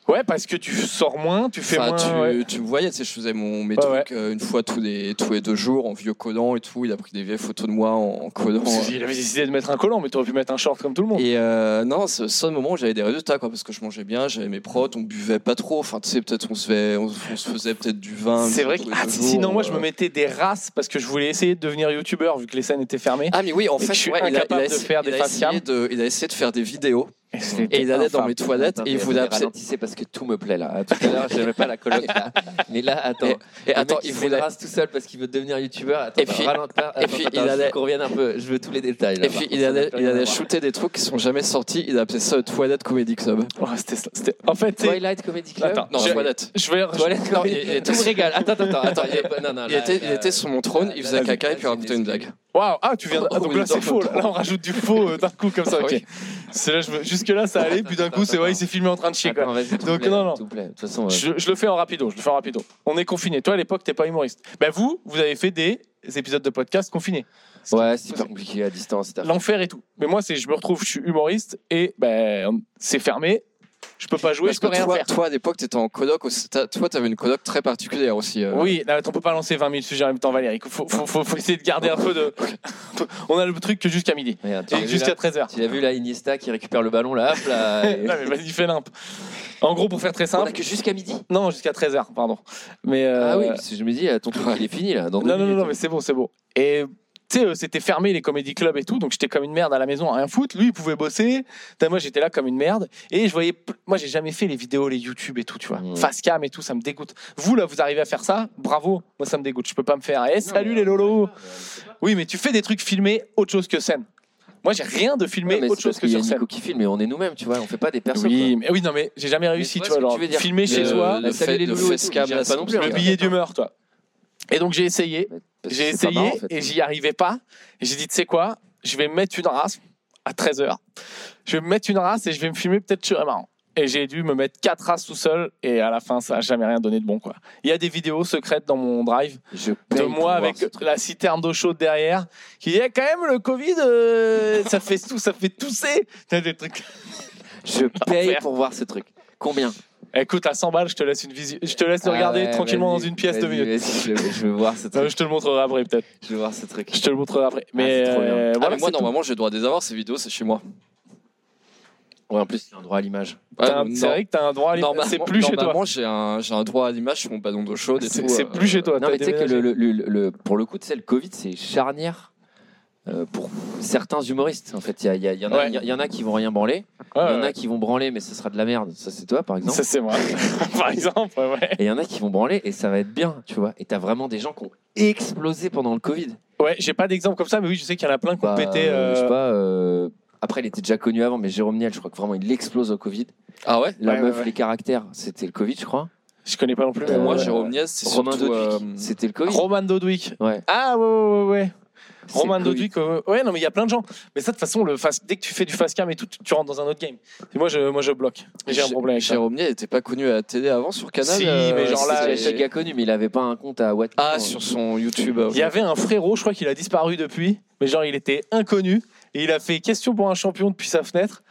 Ouais, parce que tu sors moins, tu fais
Enfin,
moins.
tu,
ouais.
tu me voyais, tu sais, je faisais mon, mes
Ouais,
trucs euh, une fois tous les, tous les deux jours en vieux collant et tout. Il a pris des vieilles photos de moi en, en collant.
Il avait décidé de mettre un collant, mais tu aurais pu mettre un short comme tout le monde.
Et euh, non, c'est le seul moment où j'avais des résultats, quoi, parce que je mangeais bien, j'avais mes protes, on buvait pas trop. Enfin, tu sais, peut-être on se fait- on, on se faisait peut-être du vin.
C'est vrai que.
tous les
Ah,
deux
si,
jours,
sinon, moi,
euh.
je me mettais des races parce que je voulais essayer de devenir youtubeur vu que les scènes étaient fermées.
Ah mais oui, en
Et que
fait,
je suis
ouais, il, a, il a
incapable de
essayé,
faire des
il a
face
essayé de, il a essayé de faire des vidéos et il allait dans mes toilettes
Attends,
et il
Hein, mais
voulait
attendez,
absolument.
ralentissez parce que tout me plaît là. À Tout à l'heure, j'aimais pas la coloc là. Mais là, attends.
Et- Et
attends,
attends,
il
il
fait la
voulait.
race tout seul parce qu'il veut devenir youtubeur. Attends,
Et puis-
ralente pas.
et
Attends,
puis,
attends,
il
je
allait-
veux qu'on revienne un peu. Je veux tous les détails. là,
Et puis
par
il
contre, ça
allait,
n'a
il
plus rien à
allait
voir.
shooter des trucs qui sont jamais sortis. Il appelait ça le Toilette Comedy Club.
Oh, c'était- c'était- En fait, tu sais,
Twilight Comedy Club.
Attends,
Non,
J'ai-
Toilette.
je vais.
Toilette
Non,
Comedy
il- il était-
Tout me régale. Attends, attends, attends. il est-
Ah,
non, non,
Il
là, là,
était, il était sur mon trône, il
là,
faisait
là,
caca et
là,
puis il racontait
c'est
une
des
blague.
Waouh, ah, tu viens. Ah, donc
Oh,
là,
oui,
c'est
dans-
faux.
dans-
Là, on rajoute du faux euh, d'un coup comme ça.
Ah,
Ok.
oui.
C'est là, je me- Jusque-là, ça allait, puis d'un coup, c'est ouais, il s'est filmé en train de chier. quoi.
Attends, vas-y, tout
Donc,
me plaît,
non, non.
tout me plaît. De toute façon, ouais.
Je, je le fais en rapido, je le fais en rapido. On est confiné. Toi, à l'époque, t'es pas humoriste. Ben vous, vous avez fait des épisodes de podcast confinés. Ce qui-
Ouais, c'est hyper compliqué à distance. etc.
L'enfer et tout. Mais moi, c'est je me retrouve, je suis humoriste et ben c'est fermé. Je peux pas jouer,
Parce
Bah, je peux
que
rien
toi,
faire.
toi, à l'époque, t'étais en coloc. aussi. T'as- Toi, t'avais une coloc très particulière aussi. euh.
Oui, là, on peut pas lancer 20 000 sujets en même temps, Valérie. Faut, faut, faut, faut essayer de garder un peu de. on a le truc que jusqu'à midi
Regarde, tu l'as
et
vu, là
jusqu'à 13 h
Tu l'as vu là, Iniesta qui récupère le ballon là, hop là. et-
Non mais vas-y, fais l'imp. En gros, pour faire très
On
simple.
a que jusqu'à midi.
Non, jusqu'à 13 h pardon. Mais euh,
Ah oui, parce que je me dis, ton truc Oh, il est fini là. Dans deux
Non, non, non,
minutes.
non, mais c'est bon, c'est bon. Et tu sais, euh, c'était fermé les comédie clubs et tout, donc j'étais comme une merde à la maison à rien foutre. Lui, il pouvait bosser. Putain, moi, j'étais là comme une merde. Et je voyais. p- Moi, j'ai jamais fait les vidéos, les YouTube et tout, tu vois.
Mmh.
Face cam et tout, ça me dégoûte. Vous, là, vous arrivez à faire ça, bravo. Moi, ça me dégoûte. Je peux pas me faire. Eh, salut les lolos Oui, mais tu fais des trucs filmés autre chose que scène. Moi, j'ai rien de filmé
Ouais, mais
autre
c'est
chose
parce
que
qu'il y a
sur scène.
Nico qui filme et on est nous-mêmes, tu vois, on fait pas des persos.
Oui, mais, oui, non, mais j'ai jamais réussi,
tu
tu
vois ce
vois.
que
Genre,
tu veux dire.
filmer chez
Le-
toi,
le
la salle
fait
des
de
loulous et
facecam,
tout, j'y
là,
arrive pas non
c'est
plus,
le
hein.
billet d'humeur, toi. Et donc, j'ai essayé.
quoi.
J'ai
Parce que c'est pas
essayé
marrant, en fait. hein.
et j'y arrivais pas. Et j'ai dit, tu sais quoi, je vais me mettre une race à 13h. Je vais me mettre une race et je vais me filmer, peut-être je serai marrant. Et j'ai dû me mettre quatre races tout seul et à la fin, ça n'a jamais rien donné de bon. quoi. Il y a des vidéos secrètes dans mon drive
Je
de
paye pour
moi
voir
avec
ce truc.
la citerne d'eau chaude derrière qui dit, Eh, quand même, le Covid, euh, ça, fait tout, ça fait tousser. T'as des trucs.
Je paye
Enfer.
pour voir ce truc. Combien
Écoute, à 100 balles, je te laisse, une visi- je te laisse le regarder
Ah ouais,
tranquillement dans
vas-y,
une pièce de
vas-y,
minutes.
vas-y, Je, vais- je veux voir ce
Euh,
truc.
je te le montrerai après, peut-être.
Je veux voir ce truc.
Je te le montrerai après. Mais,
c'est trop bien.
euh,
Ah,
voilà,
mais moi,
c'est tout.
normalement, j'ai le droit de les avoir, ces vidéos, c'est chez moi.
Ouais, en plus, c'est un droit à l'image.
T'as
Ah,
un-
non.
C'est vrai que t'as un droit à l'im-
Normalement-
C'est plus chez toi.
Normalement, j'ai un, j'ai un droit à l'image sur mon ballon d'eau chaude et
C'est
tout.
c'est
euh,
plus chez toi.
Non,
t'as
mais tu sais que
déménagé.
le, le- le- le- pour le coup, tu sais, le Covid, c'est charnière euh, pour certains humoristes. En fait, il y, a- il y a- il y en a-
Ouais.
il y a- il y en a qui vont rien branler.
Ouais,
Il y en
ouais.
a qui vont branler, mais ça sera de la merde. Ça, c'est toi, par exemple.
Ça, c'est moi. Par exemple, ouais.
Et il y en a qui vont branler et ça va être bien, tu vois. Et t'as vraiment des gens qui ont explosé pendant le Covid.
Ouais, j'ai pas d'exemple comme ça, mais oui, je sais qu'il y en a plein qui
Bah,
ont pété.
euh, Je sais
euh,
pas. euh, Après, il était déjà connu avant, mais Jérôme Niel, je crois que vraiment, il explose au Covid.
Ah ouais
La
Ouais,
meuf,
ouais, ouais.
les caractères, c'était le Covid, je crois.
Je connais pas non plus.
Pour moi,
euh,
Jérôme Niez, c'est
Romain
surtout.
Doduc,
euh,
c'était le Covid.
Roman Dodwick.
Ouais.
Ah ouais, ouais, ouais, ouais.
c'est le
Roman
Covid.
Dodwick. Ouais, ouais, non, mais il y a plein de gens. Mais ça, de toute façon, le face... dès que tu fais du face cam et tout, tu tu rentres dans un autre game. Et moi, je, moi, je bloque. J'ai un
Jé-
problème avec ça.
Jérôme Niel n'était pas connu à la télé avant sur Canal
Si,
euh,
mais genre là,
c'était-
C'était déjà le gars connu, mais il avait pas un compte à Wattpad.
Ah, sur son YouTube. euh,
Il y avait un frérot, je crois qu'il a disparu depuis, mais genre il était inconnu et il a fait question pour un champion depuis sa fenêtre.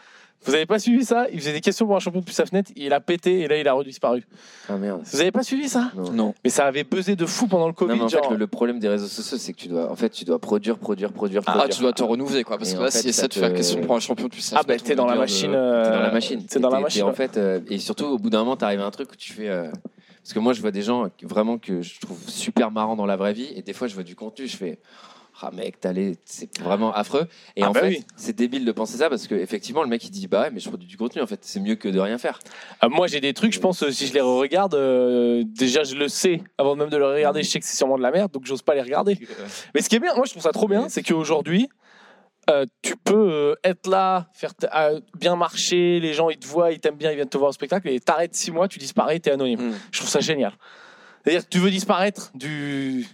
Vous avez pas suivi ça Il faisait des questions pour un champion depuis sa fenêtre, il a pété et là il a redisparu.
Ah merde.
Vous avez pas suivi ça
Non.
Non.
Mais ça avait buzzé de fou pendant le Covid.
Non, mais en
genre.
fait, le, le problème des réseaux sociaux, c'est que tu dois, en fait, tu dois produire, produire, produire,
Ah,
produire. Euh,
tu dois te renouveler quoi. Parce
Et
que
en
là,
fait,
si
ça
essaie de
te-
faire question pour un champion depuis ça.
ah bah t'es dans la machine. euh,
T'es dans la machine.
T'es dans la
Et
machine.
En fait, euh, et surtout, au bout d'un moment, t'arrives à un truc où tu fais. euh, parce que moi, je vois des gens euh, vraiment que je trouve super marrants dans la vraie vie, et des fois, je vois du contenu, je fais. Ah mec, t'as les- c'est vraiment affreux. Et
Ah
en
bah
fait,
oui.
c'est débile de penser ça parce que effectivement, le mec il dit bah ouais, mais je produis du contenu en fait, c'est mieux que de rien faire.
Ah, moi j'ai des trucs, je pense, euh, si je les regarde, euh, déjà je le sais. Avant même de les regarder, je sais que c'est sûrement de la merde, donc j'ose pas les regarder. Mais ce qui est bien, moi je trouve ça trop bien, c'est qu'aujourd'hui, euh, tu peux euh, être là, faire ta- euh, bien marcher, les gens ils te voient, ils t'aiment bien, ils viennent te voir au spectacle, et t'arrêtes six mois, tu disparais, t'es anonyme.
Mm.
Je trouve ça génial. C'est-à-dire que tu veux disparaître du,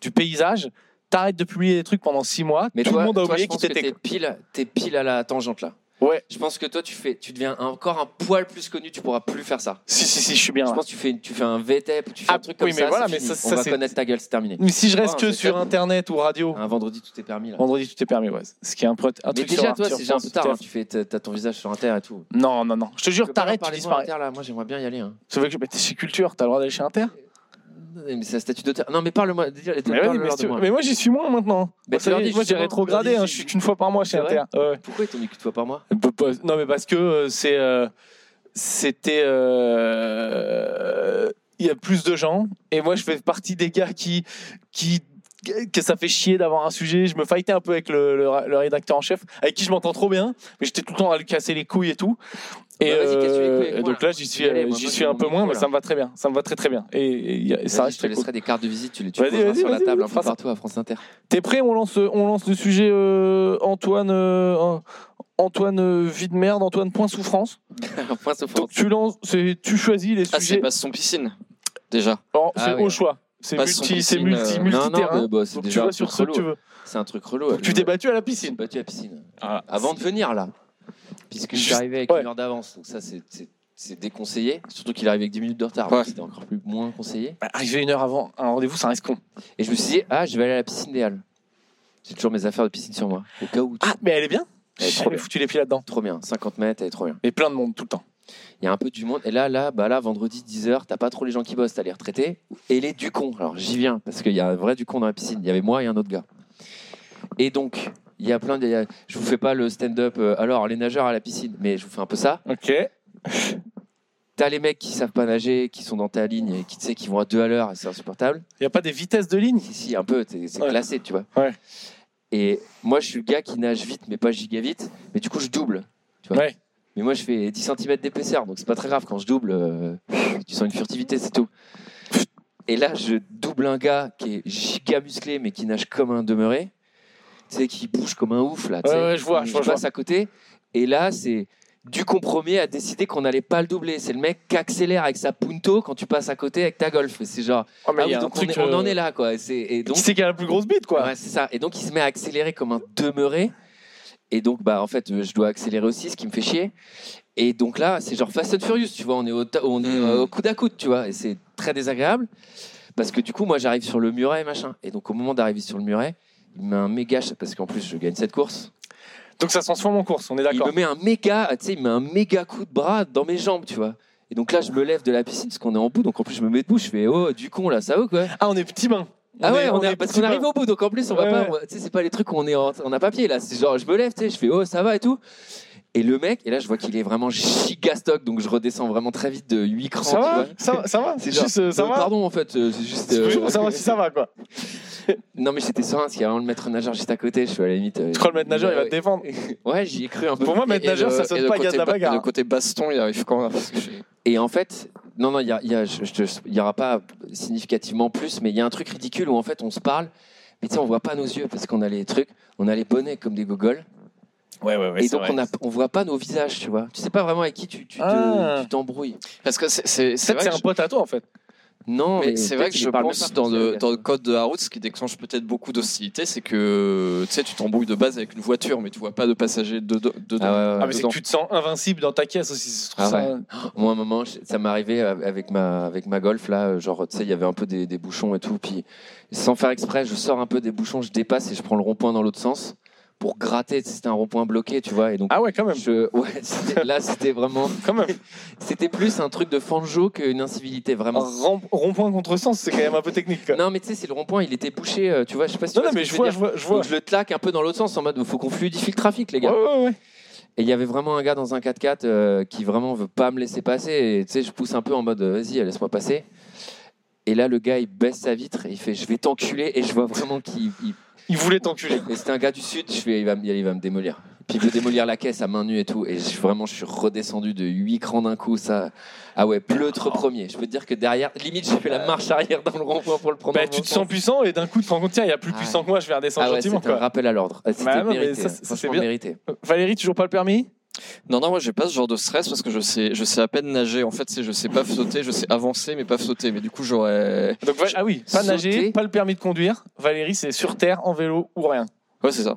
du paysage, t'arrêtes de publier des trucs pendant six mois,
Mais
tout
toi,
le monde a
toi, je
oublié qui
pense que t'es
t'étais.
pile, t'es pile à la tangente là.
Ouais.
Je pense que toi, tu fais, tu deviens encore un poil plus connu, tu pourras plus faire ça.
Si, si, si, je suis bien.
Je
là.
pense que tu fais, tu fais un VTEP, tu fais
Ah,
un truc comme
oui, mais
ça,
voilà,
c'est
mais
fini.
ça-
on
ça,
va
c'est-
connaître ta gueule, c'est terminé.
Mais si je reste
Ouais,
que
c'est
sur
clair.
internet ou radio,
Un vendredi, tout est permis là.
vendredi tout est permis, ouais. Ce qui est un, pro- Oh, un
mais
truc sur
déjà, toi,
Arthur,
c'est déjà un peu
sur
tard. hein,
TF1.
tu fais, t'as t'as ton visage sur Inter et tout.
Non, non, non. Je te
Tu
jure,
peux pas leur
t'arrêtes, tu
parler de moi,
disparais.
Inter, là, moi, j'aimerais bien y aller. hein.
Tu veux que je mais t'es chez Culture, t'as le droit d'aller chez Inter
Mais c'est la statue d'auteur. Non, mais parle-moi. dis-
Mais, ouais,
parle-leur
mais, si
de
tu-
moi.
mais moi j'y suis moins maintenant.
Mais
Moi,
tu
ça y est,
leur dis
moi j'ai
justement, tu
rétrogradé,
leur dis-
hein, je suis qu'une fois par mois chez
C'est vrai
Inter. Ouais, ouais.
Pourquoi ils t'ont mis que toi par moi
Bah, bah, Non mais parce que euh, c'est euh, c'était euh, il y a plus de gens et moi je fais partie des gars qui qui que ça fait chier d'avoir un sujet. Je me fightais un peu avec le, le- le rédacteur en chef, avec qui je m'entends trop bien, mais j'étais tout le temps à lui casser les couilles et tout. Et, euh,
Bah, vas-y, casse-lui les couilles avec
et
moi,
donc là, j'y suis,
Y aller,
euh,
moi,
j'y
moi,
suis
j'ai
un
mon
peu moins,
micro,
mais
là.
ça me va très bien. Ça me va très très bien. Et, et y a- et ça
Vas-y, Je
reste
te
très cool.
laisserai des cartes de visite, tu les tu
Vas-y,
poseras
vas-y,
sur la
vas-y,
table
vas-y,
un peu
fera ça.
partout à France Inter.
T'es prêt on lance, on lance le sujet euh, Antoine, euh, Antoine euh, Videmerde, Antoine Point Souffrance.
Alors, Point sauf
Donc tu lances, c'est- tu choisis les
Ah, c'est
sujets.
Baston Piscine. Déjà.
Alors,
Ah
c'est
oui.
au choix. C'est
Pas son
multi, c'est
piscine,
multi,
euh,
Non, non,
multi-terrain.
mais bah, c'est
Donc tu
déjà un
vas
truc
sur ce que
relou.
tu veux.
C'est un truc relou.
Tu t'es battu à la piscine.
battu Bah, à la piscine.
Ah,
Avant de venir là. Puisque je suis
Juste-
arrivé avec
ouais.
une heure d'avance. Donc ça, c'est- c'est c'est déconseillé. Surtout qu'il arrive avec 10 minutes de retard.
Ouais.
donc C'était encore plus moins conseillé.
bah, Arriver une heure avant un rendez-vous, ça reste con.
Et je me suis dit, ah, je vais aller à la piscine des Halles. J'ai toujours mes affaires de piscine sur moi. Au cas où.
Ah, mais elle est bien.
Elle est trop
J'avais
bien.
foutu les pieds là-dedans.
Trop bien. 50 mètres, elle est trop bien.
Mais plein de monde tout le temps.
Il y a un peu du monde. Et là, là, bah là, vendredi 10h, t'as pas trop les gens qui bossent, t'as les retraités et les ducons. Alors j'y viens parce qu'il y a un vrai ducon dans la piscine. Il y avait moi et un autre gars. Et donc, il y a plein de. il y a- Je vous fais pas le stand-up. euh, alors, les nageurs à la piscine, mais je vous fais un peu ça.
Ok.
T'as les mecs qui savent pas nager, qui sont dans ta ligne et qui, tu sais, qui vont à deux à l'heure et c'est insupportable.
Il n'y a pas des vitesses de ligne
Si, si, un peu, t'es- c'est
Ouais.
classé, tu vois.
Ouais.
Et moi, je suis le gars qui nage vite, mais pas giga vite. Mais du coup, je double. Tu vois.
Ouais.
Mais moi, je fais 10 cm d'épaisseur, donc c'est pas très grave. Quand je double, euh, tu sens une furtivité, c'est tout. Et là, je double un gars qui est giga musclé, mais qui nage comme un demeuré. Tu sais, qui bouge comme un ouf, là. tu sais.
Ouais, ouais, je vois, je vois, je
passe à côté. Et là, c'est du compromis à décider qu'on n'allait pas le doubler. C'est le mec qui accélère avec sa punto quand tu passes à côté avec ta golf. Et c'est genre,
Oh, mais
ah
il
oui,
y a un
donc on,
truc,
est- on en
euh,
est là, quoi. Et, c'est- et donc,
Qui c'est qui a la plus grosse bite, quoi
Ouais, c'est ça. Et donc, il se met à accélérer comme un demeuré. Et donc, bah, en fait, euh, je dois accélérer aussi, ce qui me fait chier. Et donc là, c'est genre Fast and Furious, tu vois, on est au, ta- on est,
Mhm.
euh, au coude à coude, tu vois, et c'est très désagréable. Parce que du coup, moi, j'arrive sur le muret, machin. Et donc, au moment d'arriver sur le muret, il me met un méga, parce qu'en plus, je gagne cette course.
Donc ça se transforme en course, on est
Il me
d'accord.
met un méga, tu sais, il me met un méga coup de bras dans mes jambes, tu vois. Et donc là, je me lève de la piscine parce qu'on est en bout. Donc en plus, je me mets debout. Je fais oh du con là, ça va ou quoi
Ah, on est petit bain.
Ah ouais, on est-
est
parce
petit
qu'on
bain.
arrive au bout. Donc en plus, on
Ouais,
va
ouais.
pas. on- Tu sais, c'est pas les trucs où on est en, on a papier là. C'est genre, je me lève, tu sais, je fais oh ça va et tout. Et le mec, et là, je vois qu'il est vraiment giga stock. Donc je redescends vraiment très vite de 8 crans.
Ça
tu
va
vois.
Ça va Ça va
C'est
C'est
genre,
juste, euh, ça
euh,
va
Pardon en fait, euh, c'est juste.
C'est
euh,
toujours pour savoir si ça va, quoi.
Non mais j'étais serein parce qu'il y a vraiment le maître nageur juste à côté. Je suis à la limite. euh,
Tu crois le maître nageur, il va te
ouais,
défendre
Ouais, j'y ai cru un peu.
Pour moi, maître
Et
nageur,
le-
ça
et
saute
le
pas, il y a de
côté
la
ba-
bagarre.
et Le côté baston, il arrive quand même. parce que j'ai-
Et en fait, non, non, il y a, il y a- je- je te- il y aura pas significativement plus, mais il y a un truc ridicule où en fait on se parle, mais tu sais, on voit pas nos yeux parce qu'on a les trucs, on a les bonnets comme des gogoles,
Ouais, ouais,
et donc on, a, on voit pas nos visages, tu vois. Tu sais pas vraiment avec qui tu tu te-
Ah.
tu t'embrouilles.
Parce que c'est- c'est c'est
Peut-être
vrai
c'est
que
un pote à toi, en fait.
non,
Mais c'est vrai
peut-être
que
qu'il
je
parle même
pense
pas
dans
français, le
le,
gars,
dans
tu
le code de Harout, ce qui déclenche peut-être beaucoup d'hostilité, c'est que tu sais, tu t'embrouilles de base avec une voiture, mais tu vois pas de passagers dedans.
vois. Ah ouais, ouais,
Ah,
ouais.
mais c'est que
dedans.
tu te sens invincible dans ta caisse aussi, c'est
Ah
ça.
ouais. Moi, à un moment, je- ça m'est arrivé euh, avec ma, avec ma golf, là, euh, genre, tu sais, il y avait un peu des, des bouchons et tout, puis sans faire exprès, je sors un peu des bouchons, je dépasse et je prends le rond-point dans l'autre sens pour gratter, tu sais, c'était un rond-point bloqué, tu vois, et donc.
Ah ouais, quand même.
je- ouais, c'était- là, c'était vraiment.
Quand même.
C'était plus un truc de fanjo qu'une incivilité,
Un
vraiment.
rond- rond-point contre sens, c'est quand même un peu technique, quoi.
Non, mais tu sais, c'est le rond-point, il était bouché, euh, tu vois, je sais pas si tu
Non,
vois
non,
ce
mais
que
je
veux
vois,
dire.
je vois, je vois.
Donc, je le claque un peu dans l'autre sens en mode faut qu'on fluidifie le trafic, les
Ouais,
gars.
ouais, ouais.
Et il y avait vraiment un gars dans un 4x4 euh, qui vraiment veut pas me laisser passer. Et tu sais, je pousse un peu en mode euh, vas-y, euh, laisse-moi passer. Et là, le gars, il baisse sa vitre, et il fait je vais t'enculer. Et je vois vraiment qu'il. il-
Il voulait t'enculer.
Et c'était un gars du sud, je fais il va, me- il va me démolir. Puis il veut démolir la caisse à main nue et tout. Et je- vraiment, je suis redescendu de 8 crans d'un coup. Ça. Ah ouais,
Oh.
pleutre premier. Je peux te dire que derrière, limite, j'ai fait la marche arrière dans le rond-point pour le prendre.
Bah,
en
tu te
bon sens.
sens puissant et d'un coup, tu te rends compte, tiens, il y a plus
Ah
puissant que moi, je vais redescendre
Ah ouais,
gentiment,
c'était un
quoi.
rappel à l'ordre. Ah, C'était
Bah non, mais
mérité.
ça,
hein.
c'est
Franchement,
bien.
mérité.
Valérie, toujours pas le permis
Non, non, moi j'ai pas ce genre de stress parce que je sais, je sais à peine nager. En fait, c'est je sais pas sauter, je sais avancer, mais pas sauter. Mais du coup, j'aurais.
Donc, va- Ah oui, pas
Sauter.
nager, pas le permis de conduire. Valérie, c'est sur terre, en vélo ou rien.
Ouais, c'est ça.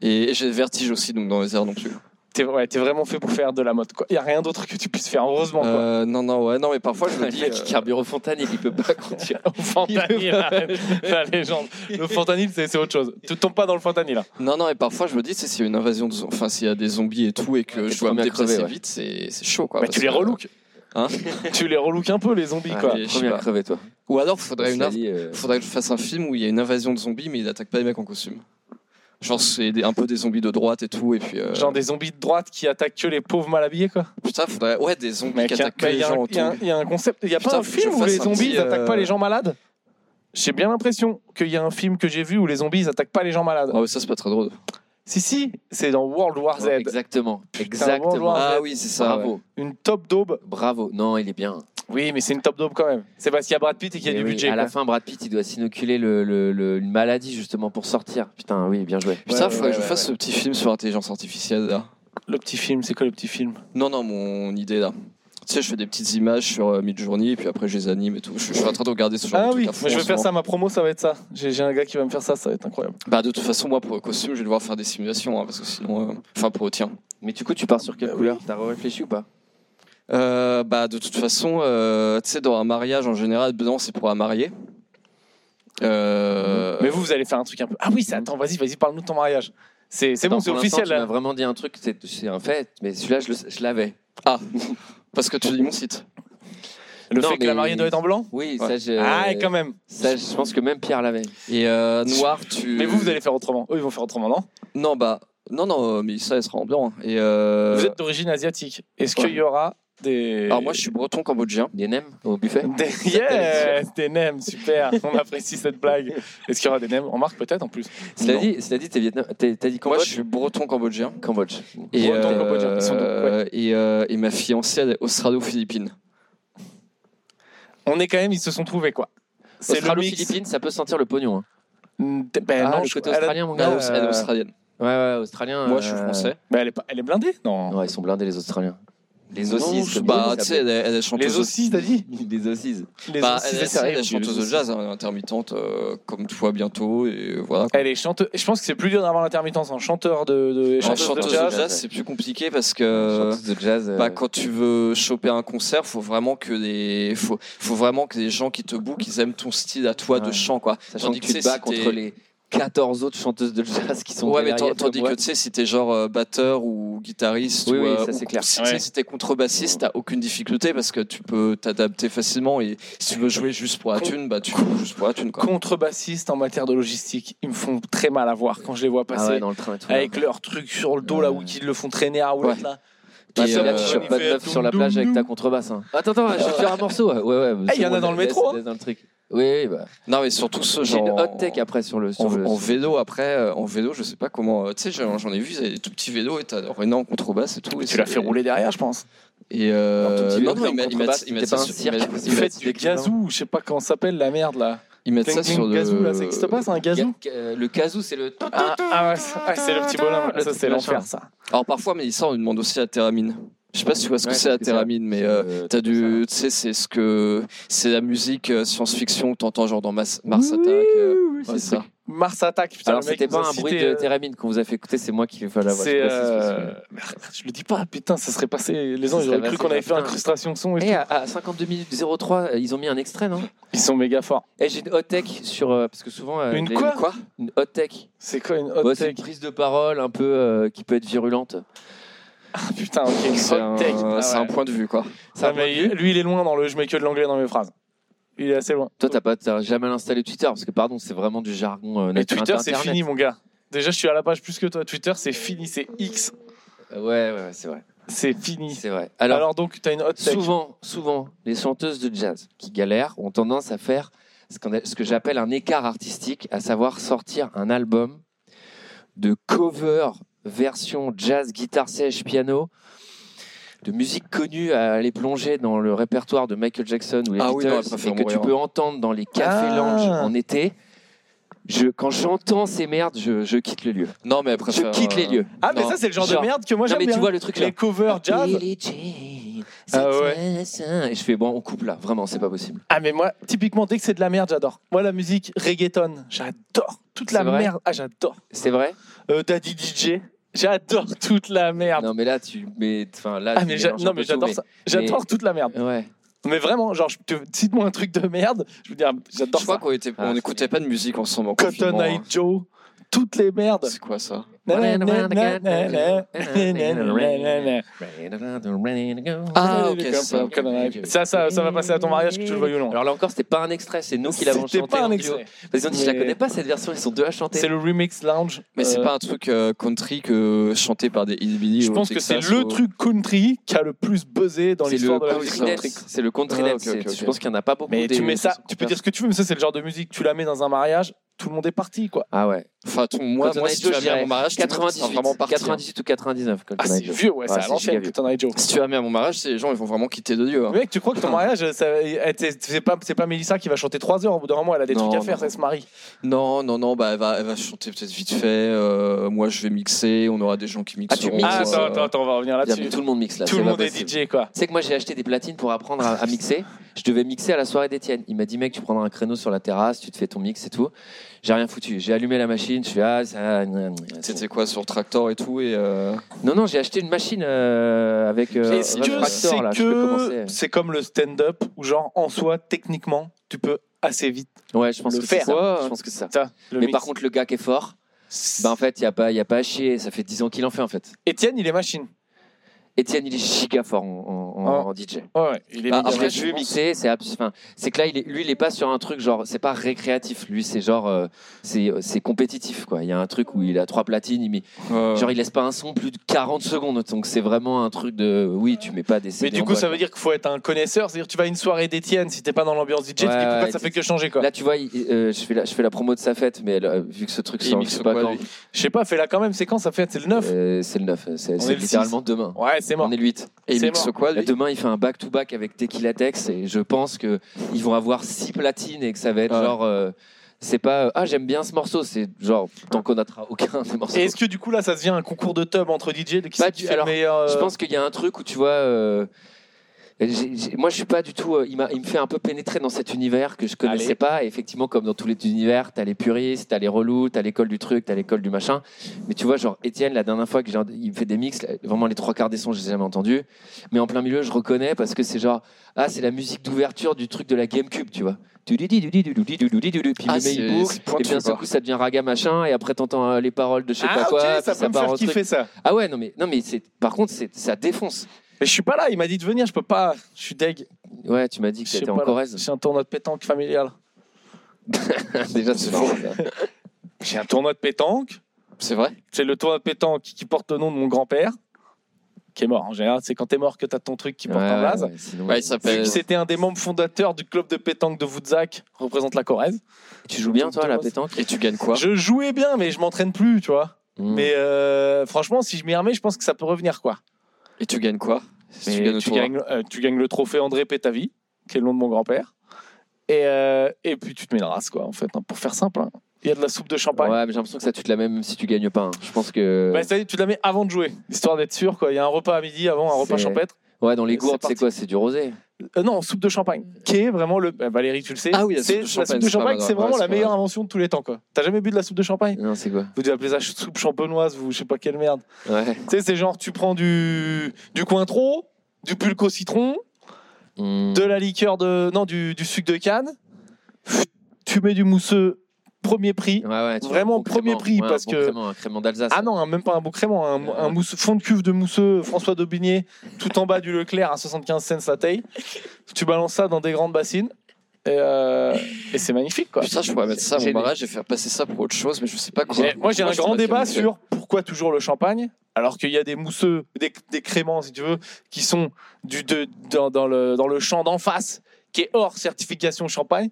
Et, et j'ai le vertige aussi, donc dans les airs non plus.
T'es ouais, t'es vraiment fait pour faire de la mode, quoi. Il y a rien d'autre que tu puisses faire, heureusement, quoi.
Euh, non, non, ouais, non, mais parfois je me
Le
dis. euh,
mec
euh,
qui carbure au fontanil, il peut pas conduire.
Au fentanyl, arrête. la légende. Le fentanyl, c'est c'est autre chose. Tu tombes pas dans le fentanyl. hein.
Non, non, et parfois je me dis, c'est s'il y a une invasion, de... zo- enfin s'il y a des zombies et tout, et que
Ouais,
je
t'es
dois me
premier à crever,
déplacer
ouais.
vite, c'est c'est chaud quoi.
Bah,
parce
tu les
que-
relooks.
Hein
tu les relooks un peu, les zombies,
Ah,
quoi.
mais- je sais
Premier à
pas.
crever, toi.
Ou alors, faudrait une
Cela
inv-
dit, euh,
faudrait que je fasse un film où il y a une invasion de zombies, mais il attaque pas les mecs en costume. Genre, c'est des- un peu des zombies de droite et tout, et puis. euh,
Genre des zombies de droite qui attaquent que les pauvres mal habillés, quoi.
Putain, faudrait. Ouais, des zombies
Mais
qui
il y a-
attaquent que
mais il
les
y a un-
gens
il y a
autour.
un- il y a un concept. Il n'y a pas
Putain,
un
faut que
film
je
où les
fasse un
zombies
petit,
ils attaquent pas
euh,
les gens malades J'ai bien l'impression qu'il y a un film que j'ai vu où les zombies ils attaquent pas les gens malades.
Ah, ouais, ça c'est pas très drôle.
Si, si, c'est dans World War Z.
Exactement.
bonjour,
Exactement.
Arnaud.
Ah
fait,
oui, c'est ça.
Bravo.
Une top daube.
Bravo. Non, il est bien.
Oui, mais c'est une top daube quand même. C'est parce qu'il y a Brad Pitt et qu'il y a
Mais
du
oui,
budget.
À la
quoi.
fin, Brad Pitt, il doit s'inoculer le, le- le- une maladie justement pour sortir. Putain, oui, bien joué.
Putain,
Ouais,
faudrait
ouais,
que je
ouais,
fasse ce petit film sur l'intelligence artificielle là.
Le petit film, c'est quoi le petit film
Non, non, mon idée là. Tu sais, je fais des petites images sur euh, Midjourney et puis après je les anime et tout. Je, je suis en train de regarder ce genre
Ah
de
oui,
truc à fond
mais je
en
vais
ce
faire
moment.
ça, ma promo, ça va être ça. J'ai j'ai un gars qui va me faire ça, ça va être incroyable.
Bah de toute façon moi pour le costume je vais devoir faire des simulations hein, parce que sinon euh, enfin pour le tien.
Mais du coup, tu pars sur quelle
Bah oui.
couleur T'as réfléchi ou pas
Euh, bah de toute façon euh, tu sais dans un mariage en général blanc c'est pour la mariée. Euh,
Mais vous, vous allez faire un truc un peu. Ah oui, ça, attends, vas-y, vas-y, parle-nous de ton mariage. C'est c'est
Attends,
bon, c'est
pour l'instant,
officiel
Tu m'as
là.
vraiment dit un truc, c'est c'est un fait. Mais celui-là, je, le- je l'avais.
parce que tu lis mon site.
Le
Non,
fait que la
mais- Euh,
mariée doit être en blanc
Oui,
Ouais.
ça, je,
Ah, quand même.
ça, je pense que même Pierre l'avait.
Et euh, noir tu.
Mais vous, vous allez faire autrement. Eux, ils vont faire autrement, non
Non bah non non mais ça elle sera en blanc. hein. Et euh,
Vous êtes d'origine asiatique. Est-ce
ouais.
qu'il y aura des.
alors moi je suis breton cambodgien.
Des nems au buffet
Des... Yes, des nems, super. On apprécie cette blague. Est-ce qu'il y aura des nems On marque peut-être en plus.
Cela
Non.
dit, cela dit, t'es Vietnam. t'es- T'as dit
Moi je
Cambodge
suis breton cambodgien.
Cambodge.
Et, euh,
Breton cambodgien, ils sont deux, ouais.
et, euh, et ma fiancée elle est australo-philippine.
On est quand même, ils se sont trouvés quoi. C'est le mix.
Australo-Philippines, ça peut sentir le pognon. hein.
Mm, t- Ben
Ah,
non,
le
je-
côté
elle, a-
australien, mon
Non,
gars.
Euh,
elle est australienne.
Ouais, ouais, australien.
Moi je suis
euh,
français.
ben, elle, est pas- elle est blindée Non.
Ouais, ils sont blindés, les Australiens. Les
Non,
saucisses,
je-
comme
bah
ils
tu sais elle est, elle est chanteuse.
Les aussi, t'as dit
Des saucisses.
Les
Bah,
aussies,
elle,
c'est
est,
sérieux.
elle est chanteuse de jazz, hein, intermittente, euh, comme toi bientôt, et voilà.
Elle est chanteuse. Je pense que c'est plus dur d'avoir l'intermittence en chanteur de, de,
En
chanteuse de
chanteuse de
jazz.
jazz,
jazz,
c'est plus compliqué parce que
Chanteuse de jazz. euh,
bah, quand tu veux choper un concert, faut vraiment que les faut, faut vraiment que les gens qui te bookent, ils aiment ton style à toi de
Ouais.
chant quoi.
Sachant
Tandis
que tu
tu
te
sais,
bats
si t'es-
contre les 14 autres chanteuses de jazz qui sont
ouais, mais
galériennes
tant- tandis
comme
que
moi.
tu sais, si t'es genre euh, batteur ou guitariste,
Oui,
ou,
oui,
euh,
ça, c'est
ou-
clair.
Si, tu sais,
Ouais.
si t'es contrebassiste, t'as aucune difficulté parce que tu peux t'adapter facilement et si tu veux jouer juste pour la
Con-
thune, bah tu joues juste pour la thune quoi.
Contrebassistes en matière de logistique, ils me font très mal à voir quand je les vois
Ah
passer.
ouais, dans le train et tout. là.
avec leur truc sur le dos là où
Ouais.
ils le font traîner à roulette là.
Bah,
Et,
c'est la
euh,
t-shirt, pas de meuf sur la
doum,
plage
doum,
avec ta
doum.
contrebasse. hein. Attends, attends, je vais te faire un morceau. Ouais, ouais, ouais.
Eh, il y
c'est
en a
bon,
dans le
laisse-
métro, hein.
laisse dans le truc. Oui, oui, bah.
Non mais surtout ce
J'ai
genre.
une hot tech après sur le. Sur
En,
le
en
sur-
vélo après, euh, en vélo, je sais pas comment. euh, tu sais, j'en j'en ai vu, ils avaient des tout petits vélos et t'as leur énorme contrebasse et tout. et
Tu l'as
c'est-
fait rouler derrière, je pense.
Et
Un tout
euh,
petit
non,
vélo
non,
en
ils mettent- ils
contrebasse,
mettent ils mettent ça
c'était
sur-
pas un
ils
cirque.
mettent-
Vous
ils
faites
mettent-
du gazou, je sais pas comment ça s'appelle la merde là.
Ils mettent
Cling,
ça
cling,
sur le.
gazou là, ça existe pas, c'est un
Ga-
gazou
ga- euh, Le kazoo, c'est le.
Ah, ah ouais, c'est- ah, c'est le petit bonhomme,
Le
ça c'est
petit machin.
l'enfer ça.
Alors parfois, mais ça, on nous demande aussi la théramine. Je sais pas si tu vois ce que
Ouais,
c'est la
qu'est-ce que c'est
théramine, mais. euh,
Euh,
T'as du, tu sais, c'est ce que c'est la musique euh, science-fiction que t'entends genre dans Mars, Mars Attack. euh,
oui,
ouais,
c'est
ça.
Mars attaque, putain,
Alors,
le mec
c'était
nous a
pas un
cité,
bruit
euh,
de théramine qu'on vous a fait écouter, c'est moi qui l'ai fait la voix.
C'est. euh, merde, Je le dis pas, putain, ça serait passé. Les gens,
Ça
ils auraient
serait
cru
passé,
qu'on avait fait
putain.
incrustation son
Et
et tout.
Eh, à, à 52 minutes 03, euh, ils ont mis un extrait, non
Ils sont méga forts.
Et j'ai une hot tech sur. euh, parce que souvent. euh,
Une
les-
quoi
Une hot tech.
C'est quoi une hot
Ouais, c'est
tech
une prise de parole un peu euh, qui peut être virulente.
Putain, ok, une
C'est
hot
un,
tech. Ah
c'est un
ouais.
point de vue quoi.
Ça
Ah, mais lui, il est loin dans le. Je mets que de l'anglais dans mes phrases. Il est assez loin.
Toi, t'as pas t'as jamais installé Twitter parce que pardon, c'est vraiment du jargon. Euh,
Mais
nat-
Twitter, c'est
internet.
fini, mon gars. Déjà, je suis à la page plus que toi. Twitter, c'est fini, c'est X.
Euh, Ouais, ouais, ouais, c'est vrai.
C'est fini.
C'est vrai.
Alors,
Alors,
donc, t'as une hot tech.
souvent, souvent, les chanteuses de jazz qui galèrent ont tendance à faire ce, qu'on a- ce que j'appelle un écart artistique, à savoir sortir un album de cover version jazz, guitare sèche, piano, de musique connue à aller plonger dans le répertoire de Michael Jackson ou les
Ah oui,
Beatles
non, elle préfère
et que tu
mourir.
peux entendre dans les cafés
Ah.
lounge en été. Je, quand j'entends ces merdes, je, je quitte le lieu.
Non mais après. euh,
Je quitte les lieux.
Ah, mais
Non.
ça, c'est le genre,
Genre.
de merde que moi,
non,
j'aime
mais
bien.
tu vois le truc là.
les covers jazz.
Billie Jean,
Ah
c'est
ouais.
un saint. Et je fais, bon, on coupe là, vraiment, c'est pas possible.
Ah, mais moi, typiquement, dès que c'est de la merde, j'adore. Moi, la musique reggaeton, j'adore. Toute la
C'est vrai
merde. Ah, j'adore.
C'est vrai
Euh, Daddy DJ, j'adore toute la merde.
Non, mais là, tu. Mais, enfin, là,
ah,
tu
mais j'a-
mélanges un
non,
peu
mais
tout,
j'adore ça. J'adore toute la merde.
Ouais.
Mais vraiment, genre, je te- cite-moi un truc de merde. Je veux dire,
Je
j'adore
crois
ça.
qu'on était,
Ah,
on
c'est
n'écoutait pas de musique ensemble. En
Cotton
confinement,
Eye
hein.
Joe, toutes les merdes.
C'est quoi ça Ah, ok, c'est ça, ok.
Ça, ça, ça va passer à ton mariage que tu le veuilles ou non.
Alors là encore, c'était pas un extrait, c'est nous qui l'avons
C'était
chanté.
pas
en
un
duo.
extrait.
Parce qu'ils ont dit, je la
Mais-
connais pas cette version, ils sont deux à chanter.
C'est le remix lounge.
Mais c'est
Euh,
pas un truc euh, country que chanté par des hillbilly.
Je
au
pense que c'est
Texas
le
ou-
truc country qui a le plus buzzé dans
C'est le
l'histoire de la
country
musique
dance.
country.
dance. C'est le country
Ah,
dance.
ok, ok,
C'est- Je
ok.
pense qu'il n'y en a pas beaucoup.
Mais
des-
tu mets ça, tu peux
super-
dire ce que tu veux, mais ça c'est le genre de musique, tu la mets dans un mariage, tout le monde est parti quoi.
Ah ouais.
Enfin, ton- moi,
Cotton
moi,
Eye
si
Joe,
tu as mis à
j'irais
mon mariage, tu- c'est
98,
vraiment parti. hein.
98 ou 99. Cotton
Ah
Eye
c'est
Joe.
vieux, ouais, c'est
Ouais,
à
c'est
l'ancienne,
giga
Cotton Eye Joe.
Si tu as mis à mon mariage, c'est- les gens ils vont vraiment quitter de Dieu. hein.
Mec, tu crois que ton mariage, ça- elle- c'est c'est pas, c'est pas Mélissa qui va chanter 3 heures au bout d'un moment, elle a des
Non,
trucs à faire,
non.
elle se marie.
Non, non, non, bah, elle, va, elle va chanter peut-être vite fait. euh, moi, je vais mixer. On aura des gens qui mixeront.
tu mixes,
Ah,
euh,
attends, attends, attends, on va revenir
Dire,
là-dessus.
mais Tout le monde mixe là.
Ah, Tout
c'est
le
pas
monde
possible.
est DJ quoi.
Tu sais que moi j'ai acheté des platines pour apprendre à, à mixer. Je devais mixer à la soirée d'Étienne. Il m'a dit mec tu prendras un créneau sur la terrasse, tu te fais ton mix et tout. J'ai rien foutu. J'ai allumé la machine. Je suis ah ça. gna, gna, gna.
C'était quoi sur Tractor et tout et euh, Non,
Non non j'ai acheté une machine euh, avec. euh,
Est-ce
Rough
que
Tractor, là.
c'est
Je peux commencer.
que c'est comme le stand-up où genre en soi techniquement tu peux assez vite
Ouais je pense
le
que c'est
faire.
ça.
Ouais.
Je pense que c'est ça.
ça. le
Mais
mix.
par contre le gars qui est fort,
C'est-
bah en fait il y a pas il y a pas à chier. Ça fait 10 ans qu'il en fait en fait.
Étienne il est machine.
Étienne il est giga fort en, en- en-
Ah.
en DJ.
Ouais, ouais, il est
Bah,
mignon.
après,
Après,
je
je vais
pense-
mixer, c'est abs- enfin, c'est que là, il est, lui, il est pas sur un truc genre, c'est pas récréatif. Lui, c'est genre, euh, c'est euh, c'est compétitif quoi. Il y a un truc où il a trois platines, il met-
euh,
genre il laisse pas un son plus de 40 secondes. Donc c'est vraiment un truc de, oui, tu mets pas des.
mais
CD
du
en
coup,
boîte.
ça veut dire qu'il faut être un connaisseur. C'est-à-dire, tu vas à une soirée d'Étienne, si t'es pas dans l'ambiance DJ, tu
Ouais,
dis, pourquoi
ouais,
ça
t'es-
fait que changer quoi.
Là, tu vois, il- euh, je fais la, je fais la promo de sa fête, mais là, vu que ce truc
Il
sort, je
mixe
sais pas
quoi,
quand.
lui
Je sais pas, fais-la quand même. C'est quand ça fait C'est le 9
Euh, c'est le 9, c'est
est
c'est
le
littéralement demain.
Ouais, c'est mort.
On est le 8.
Et il
C'est
mixe
mort.
quoi
Là,
lui
demain, il fait un back-to-back avec Tequila Tex et je pense que ils vont avoir six platines et que ça va être
Ah Ouais.
genre. euh, c'est pas. euh, ah, j'aime bien ce morceau. C'est genre. Tant qu'on n'attra aucun des morceaux.
Et est-ce que du coup, là, ça devient un concours de tub entre DJ de qui
Bah,
c'est qui
du-
fait
alors,
le meilleur. euh,
Je pense qu'il y a un truc où tu vois. euh, j'ai- j'ai- moi, je suis pas du tout. euh, il, m'a- il me fait un peu pénétrer dans cet univers que je connaissais
Allez.
pas. Et effectivement, comme dans tous les univers, t'as les puristes, t'as les relous, t'as l'école du truc, t'as l'école du machin. Mais tu vois, genre Étienne, la dernière fois que j'ai- il me fait des mix, là, vraiment les trois quarts des sons, je les ai jamais entendus. Mais en plein milieu, je reconnais parce que c'est genre ah, c'est la musique d'ouverture du truc de la GameCube, tu vois. Puis
Ah,
le mec,
c'est-
il boucle,
c'est pointu,
et puis d'un seul
quoi.
coup ça devient raga machin, et après t'entends euh, les paroles de je sais pas
Ah,
quoi,
ok,
puis
ça peut me
part
faire
en truc.
kiffer ça.
Ah ouais, non mais, non, mais c'est, par contre, c'est, ça défonce.
Mais je suis pas là, il m'a dit de venir, je peux pas. Je suis deg.
Ouais, tu m'as dit que
Je sais
t'étais en
pas, là.
Corrèze.
J'ai un tournoi de pétanque familial.
Déjà, c'est faux. ça.
J'ai un tournoi de pétanque.
C'est vrai
C'est le tournoi de pétanque qui porte le nom de mon grand-père, qui est mort. En général, c'est quand t'es mort que t'as ton truc qui porte
Ouais,
un
ouais,
blaze.
ouais, sinon,
Ouais,
euh,
il s'appelle-
Vu que C'était un des membres fondateurs du club de pétanque de Woodzac, représente la Corrèze.
Tu joues bien, toi, à la pétanque
Et tu gagnes quoi
Je jouais bien, mais je m'entraîne plus, tu vois.
Mm.
Mais euh, franchement, si je m'y remets, je pense que ça peut revenir, quoi.
Et tu gagnes quoi Si
Mais
tu gagnes au
tu,
tournoi.
gagnes, euh, tu gagnes le trophée André Pétavie, qui est le nom de mon grand-père. Et, euh, et puis tu te mets une race, quoi, en fait, hein, pour faire simple. hein. Il y a de la soupe de champagne.
Ouais, mais j'ai l'impression que ça, tu te la mets même si tu gagnes pas. hein. Je pense que.
Bah, ça y est, tu la mets avant de jouer, histoire d'être sûr, quoi. Il y a un repas à midi avant, un repas
C'est-
champêtre.
Ouais, dans les
C'est
gourdes, c'est
parti.
quoi C'est du rosé.
Euh, non, soupe de champagne, qui est vraiment le. bah, Valérie, tu le sais.
Ah oui, la soupe
c'est
de
la
champagne,
soupe de
c'est pas
champagne,
mal,
c'est
ouais,
vraiment la
c'est pas mal.
meilleure invention de tous les temps, quoi. T'as jamais bu de la soupe de champagne
Non, c'est quoi
Vous devez appeler ça ch- soupe champenoise, vous, je sais pas quelle merde.
Ouais.
Tu sais, c'est genre, tu prends du, du cointreau, du pulco citron,
Mm.
de la liqueur de. Non, du, du sucre de canne. Tu mets du mousseux, premier prix.
Ouais, ouais, tu vois, un
Vraiment
bon
premier
crément.
prix,
Ouais, un
parce
bon
que-
crément, un crément d'Alsace.
Ah non, hein, même pas un bon crément, un,
Euh.
un mousse- fond de cuve de mousseux François Daubigné, tout en bas du Leclerc à 75 cents la taille. Tu balances ça dans des grandes bassines. Et, euh, et c'est magnifique, quoi.
Putain, je pourrais mettre ça à mon
Génial.
mariage et faire passer ça pour autre chose, mais je sais pas quoi.
J'ai- Moi, j'ai un
je
grand
mettrais
débat
le café.
sur pourquoi toujours le champagne, alors qu'il y a des mousseux, des, des créments, si tu veux, qui sont du, de- dans, dans le, dans le champ d'en face, qui est hors certification champagne.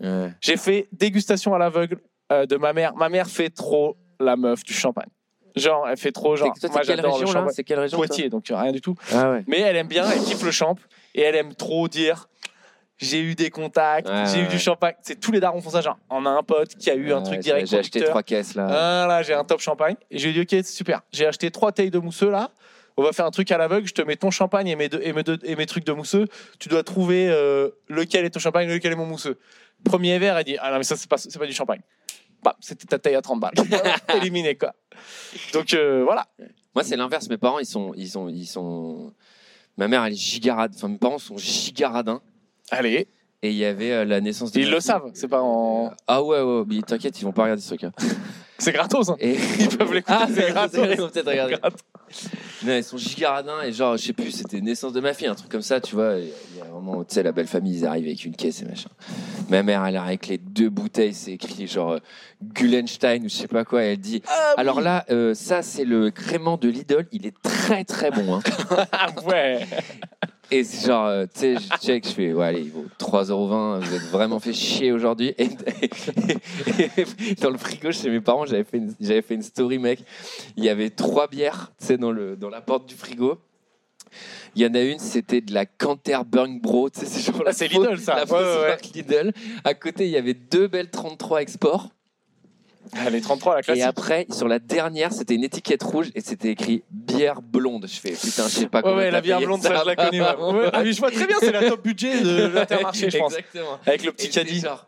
Ouais.
J'ai fait dégustation à l'aveugle euh, de ma mère. Ma mère fait trop la meuf du champagne. Genre, elle fait trop, genre,
T'es- toi,
moi
t'es quelle
j'adore le
région là
champagne.
C'est quelle région toi
Poitiers, donc euh, rien du tout.
Ah ouais.
Mais elle aime bien, elle kiffe le champ, et elle aime trop dire. J'ai eu des contacts,
Ouais,
j'ai eu
ouais,
du
ouais.
champagne. C'est tous les darons font ça. Genre, on a un pote qui a eu un
Ouais,
truc
j'ai-
direct.
J'ai acheté
conducteur.
trois caisses là.
Ah là, j'ai un top champagne. Et j'ai dit, ok, c'est super. J'ai acheté trois tailles de mousseux là. On va faire un truc à l'aveugle. Je te mets ton champagne et mes, deux- et mes, deux- et mes trucs de mousseux. Tu dois trouver euh, lequel est ton champagne et lequel est mon mousseux. Premier verre, elle dit, ah non, mais ça, c'est pas, c'est pas du champagne. Bah, c'était ta taille à 30 balles. Éliminé, quoi. Donc euh, voilà.
Moi, c'est l'inverse. Mes parents, ils sont, ils sont, ils sont. Ma mère, elle est gigarade. Enfin, mes parents sont gigaradins.
Allez.
Et il y avait euh, la naissance. de
Ils
ma
le
fille.
savent. C'est pas en.
Ah ouais, ouais. Mais t'inquiète, ils vont pas regarder ce truc. hein.
C'est gratos. hein.
Et...
Ils peuvent l'écouter.
Ah,
c'est
c'est grave,
gratos.
ils vont peut-être regarder.
Gratos.
Non, ils sont gigaradins et genre, je sais plus, c'était naissance de ma fille, un truc comme ça, tu vois. Il y a- il y a vraiment, tu sais, la belle famille, ils arrivent avec une caisse et machin. Ma mère, elle arrive avec les deux bouteilles, c'est écrit genre euh, Gulenstein ou je sais pas quoi, et elle
Ah
dit Alors là, euh, ça, c'est le crément de Lidl, il est très très bon. hein.
Ah ouais.
Et c'est genre, euh, tu sais, je check, je fais Ouais, allez, il vaut 3,20€, vous êtes vraiment fait chier aujourd'hui. Et, et dans le frigo chez mes parents, j'avais fait, une- j'avais fait une story, mec. Il y avait trois bières, tu sais, dans, le- dans la porte du frigo. Il y en a une, c'était de la Canterburn Bro, tu sais, c'est genre
Ah,
la
c'est
fausse-
Lidl, ça.
La
Ouais,
fausse
ouais, ouais.
marque Lidl. À côté, il y avait deux belles 33 Export.
Ah, les 33, la
Et
classique.
après, sur la dernière, c'était une étiquette rouge et c'était écrit bière blonde. Je fais putain, je sais pas
Ouais,
comment.
ouais, la bière blonde, ça, je la connais. ouais. Ouais. Ah, mais je vois très bien, c'est la top budget de l'intermarché, je pense.
Exactement.
Avec le
Et
petit
j'étais
caddie.
genre,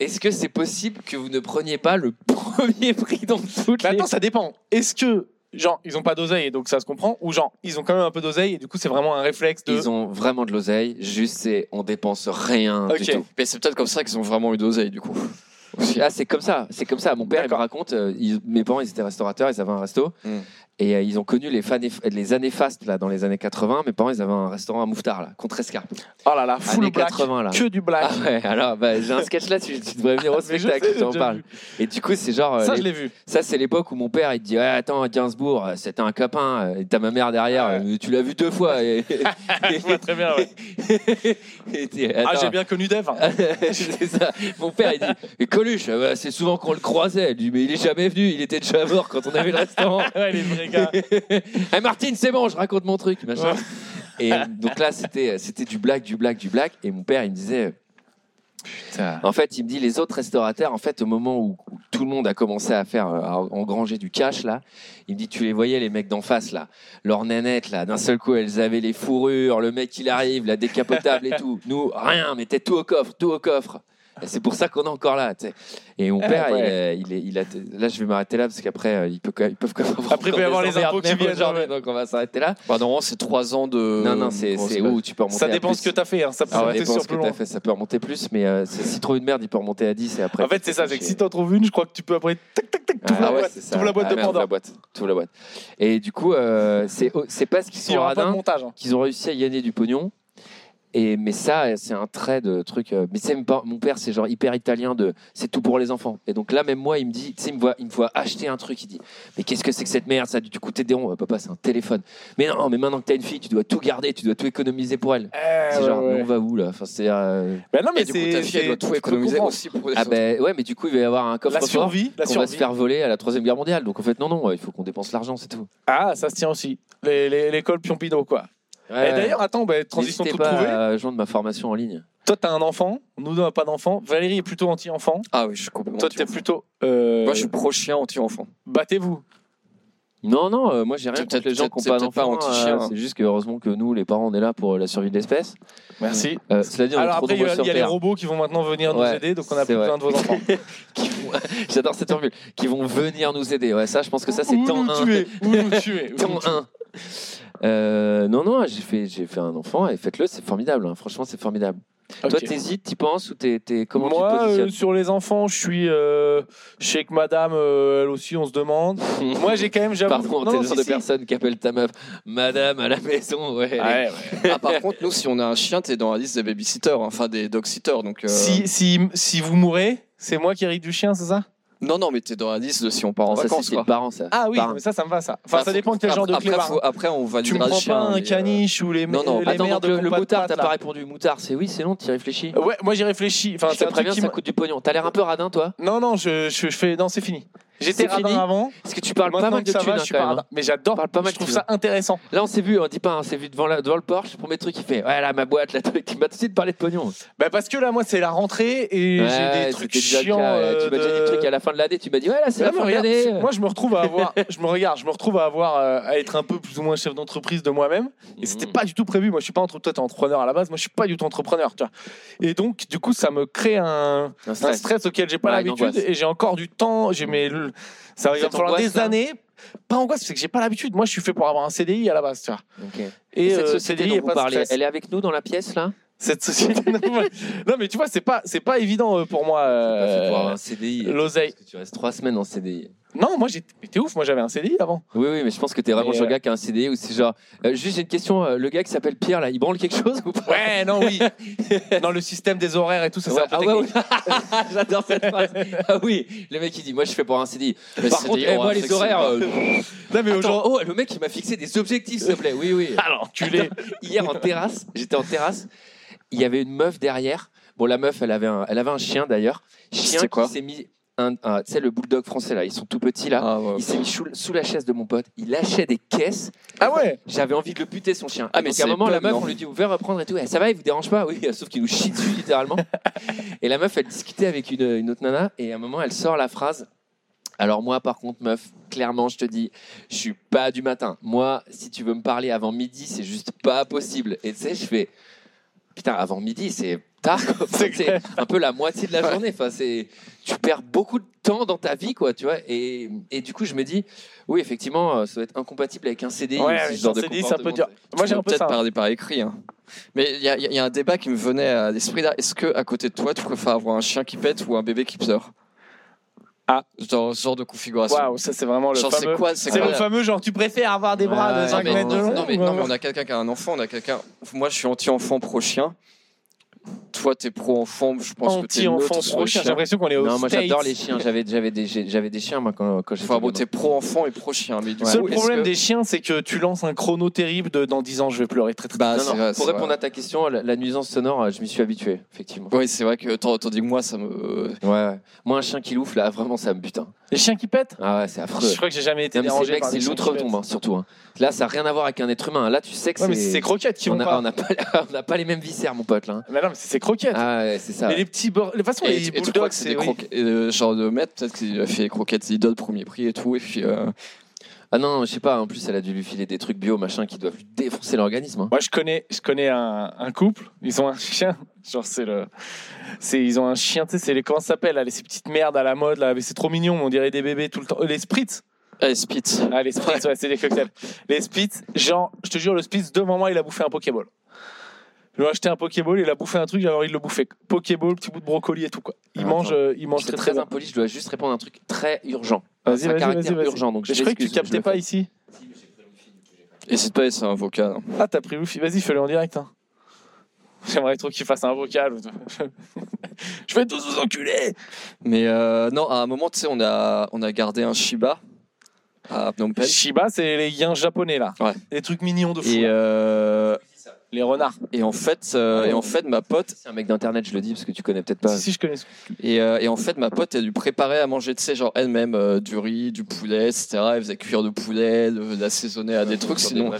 Est-ce que c'est possible que vous ne preniez pas le premier prix dans toutes
Mais
les.
attends, ça dépend. Est-ce que, genre, ils ont pas d'oseille et donc ça se comprend Ou genre, ils ont quand même un peu d'oseille et du coup, c'est vraiment un réflexe de.
Ils ont vraiment de l'oseille, juste c'est on dépense rien
Ok.
du tout.
Mais c'est peut-être comme ça qu'ils ont vraiment eu d'oseille du coup.
Ah, c'est comme ça, c'est comme ça. Mon père, il me
D'accord. Hmm.
raconte, euh, ils- mes parents, ils étaient restaurateurs, ils avaient un resto.
Mm.
Et euh, ils ont connu les, fanées- les années fastes, là, dans les années 80. Mes parents, ils avaient un restaurant à Mouffetard, là, contre Escarpe.
Oh là là, full
Années
black.
80, là.
Que du black.
Ah ouais, alors bah, j'ai un sketch là, tu, tu devrais venir au
Mais je
spectacle,
sais,
je
j'ai
t'en
déjà
parle.
vu.
Et du coup, c'est genre. euh,
Ça,
les-
je l'ai vu.
ça, c'est l'époque où mon père, il te dit Ah, Attends, Gainsbourg, euh, c'était un copain, euh, et t'as ma mère derrière,
Ouais.
euh, tu l'as vu deux fois. Et,
Je vois très bien, ouais.
et t'es,
Ah,
Attends.
j'ai bien connu Dev.
c'est ça. Mon père, il dit Et Coluche, euh, bah, c'est souvent qu'on le croisait. Il dit Mais il est jamais venu, il était déjà mort quand on avait le restaurant.
Ouais, les vrais gars.
Eh, Martine, c'est bon, je raconte mon truc, machin. Et euh, donc là, c'était, c'était du black, du black, du black. Et mon père, il me disait euh,
Putain.
En fait, il me dit les autres restaurateurs, en fait, au moment où, où tout le monde a commencé à faire euh, à engranger du cash là, il me dit tu les voyais les mecs d'en face là, leurs nanettes là, d'un seul coup elles avaient les fourrures, le mec il arrive, la décapotable et tout. Nous rien, mettait tout au coffre, tout au coffre. Et c'est pour ça qu'on est encore là. tu sais. Et mon
Eh,
père,
ouais.
il, euh, il, est- il a, là, je vais m'arrêter là parce qu'après, euh, ils peuvent quand même- ils peuvent quand même avoir,
Après, il peut y
encore
avoir
des
les impôts
emmerdes,
qui
même
viennent,
aujourd'hui,
ouais.
Donc, on va s'arrêter là.
Bah, normalement, c'est 3 ans de.
non, Euh, non, c'est
Comment
c'est
ça
où tu peux remonter.
Ça
à
dépend
plus.
ce que t'as fait. hein. Ça peut
Ça
monter
Ah dépend
sur
ce
plus
que
loin.
t'as fait, ça peut remonter plus, mais euh, c'est- si trop une merde, il peut remonter à 10 et après.
En fait, c'est ça. C'est que si t'en trouves une, je crois que tu peux après. Tac, tac, tac, t'ouvres
Ah
la
ouais,
boîte.
c'est ça.
T'ouvres la boîte
Ah
de
merde,
Pandore.
la boîte, t'ouvres la boîte. Et du coup, euh, c'est c'est parce qu'ils
Il y
sont
aura pas de
radins
montage. hein.
qu'ils ont réussi à gagner du pognon. Et, mais ça, c'est un trait de truc. euh, Mais c'est même pas- mon père, c'est genre hyper italien de c'est tout pour les enfants. Et donc là, même moi, il me dit, tu sais, il me voit, il me voit acheter un truc. Il dit, mais qu'est-ce que c'est que cette merde Ça a dû te coûter des ronds. Ouais, Papa, c'est un téléphone. Mais non, mais maintenant que t'as une fille, tu dois tout garder, tu dois tout économiser pour elle. c'est genre, mais on va où là enfin, c'est, euh,
Bah non, mais
Et du coup, ta
c'est.
fille, elle
c'est-
doit tout
je peux
économiser
comprendre.
aussi pour des
Ah
sorties.
ben ouais, mais du coup, il va y avoir un coffre
La survie. La
qu'on va se
survie.
faire voler à la Troisième Guerre mondiale. Donc en fait, non, non, ouais, il faut qu'on dépense l'argent, c'est tout.
Ah, ça se tient aussi. Les- les- L'école Piompino, quoi.
Ouais,
Et d'ailleurs, attends, bah, transition
n'hésitez
toute
pas
trouvée.
à joindre ma formation en ligne.
Toi, t'as un enfant. Nous, on n'a pas d'enfant. Valérie est plutôt anti-enfant.
Ah oui, je suis complètement.
Toi, t'es
anti-enfant.
plutôt. euh,
Moi, je suis pro-chien, anti-enfant.
Battez-vous.
Non, non, euh, moi j'ai rien
C'est
contre
peut-être-
les gens qui
c'est
ont pas
peut-être
d'enfants.
pas anti-chien,
euh,
hein.
C'est juste que heureusement que nous, les parents, on est là pour la survie de l'espèce.
Merci.
Euh, cela dit, on
Alors
est trop
après, il y
nombreux
a,
sur
il y a les
Terre.
robots qui vont maintenant venir nous
Ouais,
aider, donc on a
c'est
plus
vrai.
besoin de vos enfants.
Qui vont- J'adore cette formule. Qui vont venir nous aider. Ouais, ça, je pense que ça, c'est
Ou
temps
nous
1.
tuer, ou nous tuer. ou
Temps
nous tuer.
1. Euh, non, non, j'ai fait, j'ai fait un enfant et faites-le, c'est formidable. hein. Franchement, c'est formidable.
Ok.
Toi, t'hésites, t'y penses ou t'es, t'es- comment tu te
Moi, euh,
positionnes
sur les enfants, je suis. euh, je sais que madame, euh, elle aussi, on se demande. Moi, j'ai quand même, j'avoue.
Pardon,
non,
t'es
non,
le genre
si,
de
si.
personne qui appelle ta meuf Madame à la maison. Ouais, elle est-
Ouais, ouais.
Ah, par contre, nous, si on a un chien, t'es dans la liste des babysitters, hein, enfin des dog-sitters. Donc, euh,
Si, si, si vous mourrez, c'est moi qui hérite du chien, c'est ça
Non, non, mais t'es dans la liste de si on part en
Oh, Ça, c'est
vacances,
chez les
quoi.
parents, ça.
Ah oui,
Parents.
mais ça, ça me va, ça. Enfin,
Bah,
ça
faut-
dépend de quel genre de
après,
clébard.
faut- Après, on validera
Tu me
le
prends
chien,
pas
mais,
un
euh,
caniche ou les,
non, non,
les
Attends,
mères
donc
de
le, le
compas de
moutard,
pâtes,
t'as
là.
pas répondu. Moutard, c'est oui, c'est non, t'y réfléchis.
Ouais, moi j'y réfléchis. Enfin,
je
c'est
te
un truc
préviens,
qui
ça
m'a-
coûte du pognon. T'as l'air un peu radin, toi
Non, non, je, je, je fais. Non, c'est fini. J'étais
C'est
radin
fini
avant.
Parce que tu parles pas
Maintenant
mal
que
de
ça
thunes,
va,
hein,
je suis
quand
pas
même,
radin. Mais j'adore.
Parle pas mal
je
de
trouve
thunes.
ça intéressant.
hein. Là, on s'est vu, on dit pas, hein, on s'est vu devant, la- devant le Porsche, le premier truc, il fait Ouais, là, ma boîte, la truc, tu m'as tout de suite parlé de pognon.
Bah parce que là, moi, c'est la rentrée et j'ai
Ouais,
des trucs
c'était déjà le
chiants.
cas,
euh,
Tu m'as déjà dit
de-
des trucs à la fin de l'année, tu m'as dit Ouais, là, c'est
Ouais,
la
mais
fin de
regarde,
l'année.
Moi, je me retrouve à avoir, je me regarde, je me retrouve à avoir, euh, à être un peu plus ou moins chef d'entreprise de moi-même. Et c'était
Mhm.
pas du tout prévu. Moi, je suis pas entre toi, t'es entrepreneur à la base. Moi, je suis pas du tout entrepreneur, tu vois. Et donc, du coup, ça me crée un,
Un
un
stress.
stress auquel j'ai pas
Ouais, une
l'habitude.
angoisse.
Et j'ai encore du temps. J'ai mes, le- ça va
Cette
falloir
angoisse,
des
là.
années. Pas angoisse, c'est que j'ai pas l'habitude. Moi, je suis fait pour avoir un CDI à la base, tu vois.
Ok.
Et,
cette
euh,
société
CDI est
dont vous
pas
parlez,
stress.
elle est avec nous dans la pièce, là
Cette société. non, mais tu vois, c'est pas, c'est pas évident euh, pour moi.
Pas fait pour
euh,
avoir un CDI.
L'oseille.
Parce que tu restes trois semaines en CDI.
Non, moi, j'étais, mais t'es ouf. Moi, j'avais un CDI avant.
Oui, oui, mais je pense que t'es vraiment
Mais,
le
euh,
gars qui a un CDI ou c'est genre. euh, juste, j'ai une question. euh, le gars qui s'appelle Pierre, là, il branle quelque chose ou pas
Ouais, non, oui. non, le système des horaires et tout, ça, c'est
Ouais,
un peu
ah ouais,
technique.
ouais. J'adore cette phrase. Ah oui, le mec il dit Moi je fais pour un CDI.
mais
Par
c'est
contre,
des-
eh,
on
moi
va
les
fixer-
horaires. euh,
Non, mais
Attends,
aujourd'hui.
oh, le mec il m'a fixé des objectifs s'il te plaît. Oui, oui.
Ah, l'enculé.
Hier en terrasse, j'étais en terrasse, il y avait une meuf derrière. Bon, la meuf elle avait un, elle avait un chien d'ailleurs. Chien
C'était quoi
qui s'est mis. Un, un- tu sais, le bulldog français là, ils sont tout petits là.
Ah, ouais.
Il s'est mis chou- sous la chaise de mon pote. Il lâchait des caisses.
Ah ouais
J'avais envie de le buter son chien.
Ah,
Et
mais
donc, à un
c'est
moment, la
Bob,
meuf,
non
on lui dit, vous pouvez reprendre et tout. Eh, ça va, il vous dérange pas Oui, sauf qu'il nous chie dessus littéralement. et la meuf, elle discutait avec une, une autre nana et à un moment, elle sort la phrase. Alors moi, par contre, meuf, clairement, je te dis, je suis pas du matin. Moi, si tu veux me parler avant midi, c'est juste pas possible. Et tu sais, je fais, putain, avant midi, c'est tard. quoi. Enfin,
C'est
c'est un peu la moitié de la journée. Enfin, c'est, tu perds beaucoup de temps dans ta vie, quoi, tu vois. Et, et du coup, je me dis, oui, effectivement, euh, ça doit être incompatible avec un CDI.
Ouais,
ou
ouais,
ce genre de
un CDI, c'est un peu
comportement.
Moi, j'ai
Tu
un peu
peux peut-être
ça.
parler par écrit. hein. Mais il y, a- il y a- il y a un débat qui me venait à l'esprit là. Est-ce que à côté de toi, tu préfères avoir un chien qui pète ou un bébé qui pleure
Ah.
Dans ce genre de configuration.
Waouh, ça, c'est vraiment le
Genre, c'est
fameux.
quoi C'est
C'est
quoi
le
la-
fameux genre, tu préfères avoir des bras de
Ouais,
5
non, mais,
mètres de long
non, mais, non, mais
ou-
on a quelqu'un qui a un enfant, on a quelqu'un. Moi, je suis anti-enfant pro-chien. Toi, t'es pro-enfant, je pense que t'es neutre
Anti-enfance
sur le
prochain,
chien.
j'ai l'impression qu'on est au
Non, moi
States.
j'adore les chiens. J'avais j'avais des j'avais des chiens moi quand quand j'étais.
Enfin bon,
gamin.
t'es pro-enfant et pro-chien. Mais du
Le seul
coup, est-ce
problème
que-
des chiens, c'est que tu lances un chrono terrible de dans 10 ans, je vais pleurer très très
Bah,
Non,
c'est
non,
vrai,
pour
c'est
répondre à ta question, la, la nuisance sonore, euh, je m'y suis habitué effectivement.
vrai. Oui, c'est vrai que tant- tandis que moi, ça me.
Ouais, ouais. Moi un chien qui louffe là, vraiment ça me putain.
Les chiens qui pètent
Ah ouais, c'est affreux.
Je crois que j'ai jamais été
Non, mais ces
dérangé
mecs,
par
c'est
les chiens qui
l'outre-tombe
pètent.
hein, surtout. hein. Là, ça n'a rien à voir avec un être humain. Là, tu sais que
Ouais, mais c'est
c'est.
ces croquettes qui
on
vont
n'a
pas.
on n'a pas, on n'a pas les mêmes viscères, mon pote là. hein.
Mais non, mais c'est ces croquettes.
Ah ouais, c'est ça.
Mais
ouais.
les petits bords. De toute façon,
Et,
les
tu- et tu crois
bulldogs,
que c'est des
oui.
croquettes. Genre de maître, peut-être qu'il a fait les croquettes idoles premier prix et tout. Et puis. euh,
Ah non, je sais pas, en plus elle a dû lui filer des trucs bio, machin, qui doivent lui défoncer l'organisme. hein.
Moi, je connais, je connais un, un couple. Ils ont un chien. Genre, c'est le. c'est- Ils ont un chien, tu sais, c'est les. Comment ça s'appelle, là, les- ces petites merdes à la mode, là. Mais c'est trop mignon, on dirait des bébés tout le temps. Euh, Les spritz.
Allez, Spitz.
Ah, les spritz, ouais, c'est des cocktails. Les spritz, genre, je te jure, le spritz, devant moi, il a bouffé un Pokéball. Je lui ai acheté un Pokéball, il a bouffé un truc, j'avais envie de le bouffer. Pokéball, petit bout de brocoli et tout, quoi. Il
Ah,
mange,
attends.
euh, il mange
C'est
très,
très
très bien.
impoli, je dois juste répondre à un truc très urgent. un
Vas-y, vas-y, vas-y,
caractère
vas-y.
urgent, donc je,
Je croyais que tu
m'excuse, je
captais
le
pas
fais.
ici.
Hésite pas, c'est un vocal. hein.
Ah, t'as pris Luffy. Vas-y, fais-le en direct. hein. J'aimerais trop qu'il fasse un vocal. ou- je vais tous vous enculer.
Mais euh, non, à un moment, tu sais, on a, on a gardé un Shiba à Phnom Penh.
Shiba, c'est les yens japonais là.
Ouais.
Les trucs mignons de fou.
Et,
là.
euh,
les renards.
et en fait, euh, et en fait, ma pote,
C'est un mec d'internet, je le dis, parce que tu connais peut-être pas.
Si, si, je connais. ce-
et, euh, et en fait, ma pote, elle lui préparait à manger, tu sais, genre elle-même euh, du riz, du poulet, etc. Elle faisait cuire de poulet, de l'assaisonner à des trucs, sinon,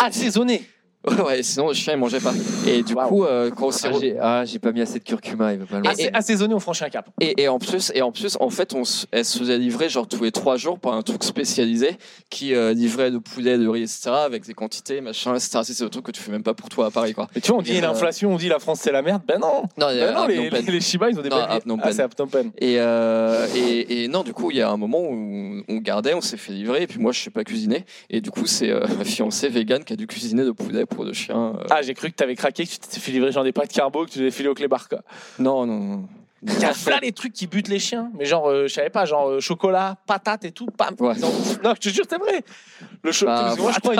Assaisonné.
ouais, sinon le chien il mangeait pas. Et du
Waouh.
coup, euh, quand on s'est
Ah,
re-
j'ai- Ah, j'ai pas mis assez de curcuma, il veut pas le
Ah,
manger.
c'est assaisonné, on franchit un cap.
Et, et en plus, et en plus, en fait, on se- elle se faisait livrer genre tous les trois jours par un truc spécialisé qui euh, livrait de poulet, de riz, etc. avec des quantités, machin, etc. C'est le truc que tu fais même pas pour toi à Paris, quoi.
Mais tu vois, on dit
Et, euh,
l'inflation, on dit la France c'est la merde. Ben non.
Non,
Ben non,
à
les,
Phnom Penh.
les, les Shiba, ils ont des
Non,
belles-
à Phnom
Ah,
Penh.
c'est à Phnom Penh.
Et, euh, et, et non, du coup, il y a un moment où on gardait, on s'est fait livrer, et puis moi, je sais pas cuisiner. Et du coup, c'est euh, ma fiancée végane qui a dû cuisiner de poulet pour le chien. euh.
Ah, j'ai cru que t'avais craqué, que tu t'étais fait livrer genre des pâtes carbo, que tu les filé au clébar. quoi.
Non, non, non.
Il y a plein les trucs qui butent les chiens, mais genre, euh, je savais pas, genre euh, chocolat, patate et tout, pam.
Ouais.
Non, non, je te jure, c'est vrai. Le cho-
Bah,
parce que moi, je crois,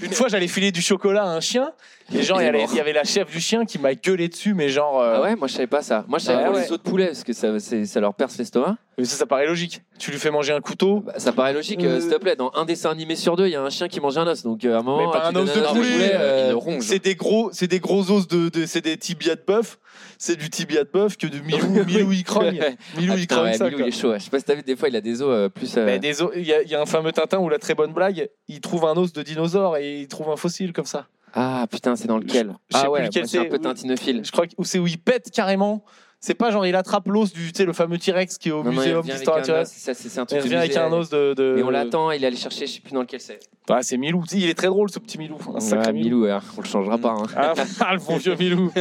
une, une fois, j'allais filer du chocolat à un chien, et genre, il
Il est
y, avait-
mort.
il y avait la chef du chien qui m'a gueulé dessus, mais genre. euh,
Ah ouais, moi je savais pas ça. Moi je savais
Ah
pour
ouais.
les os de poulet, parce que ça, c'est- ça leur perce l'estomac.
mais ça, ça paraît logique. Tu lui fais manger un couteau,
Bah, ça paraît logique, euh,
Euh.
s'il te plaît. Dans un dessin animé sur deux, il y a un chien qui mange un os. Donc euh, à un moment,
Mais pas
tu
un
donnes
os de
Non, mais
poulet,
euh,
il le ronge.
c'est des gros, c'est des gros os de, de- c'est des tibias de bœuf, c'est du tibia de bœuf que de Milou, Milou il crogne, Milou
Ah,
il
putain,
crogne
ouais,
ça.
Milou,
quoi.
il est chaud. ouais. Je sais pas si t'as vu, des fois, il a des os euh, plus. euh,
Ben, des os- Il y, a- il y a un fameux Tintin où la très bonne blague, il trouve un os de dinosaure et il trouve un fossile comme ça.
Ah putain, c'est dans lequel
je
Ah
sais plus
ouais,
lequel
moi, c'est
c'est.
un peu tintinophile.
Je crois que ou c'est où il pète carrément. C'est pas genre il attrape l'os du, tu sais, le fameux T-Rex qui est au
Non, non, il
muséum
revient
d'histoire
avec un
naturelle.
os. Ça, c'est c'est un
Il
truc
revient
de
avec
musée.
un os de. de-
Mais on l'attend, il est allé chercher, je sais plus dans lequel c'est.
Ah, c'est Milou. Tu sais, Il est très drôle ce petit Milou. Un sacré
Ouais,
Milou.
Milou, ouais, on le changera pas. hein.
Ah, ah, le bon vieux Milou.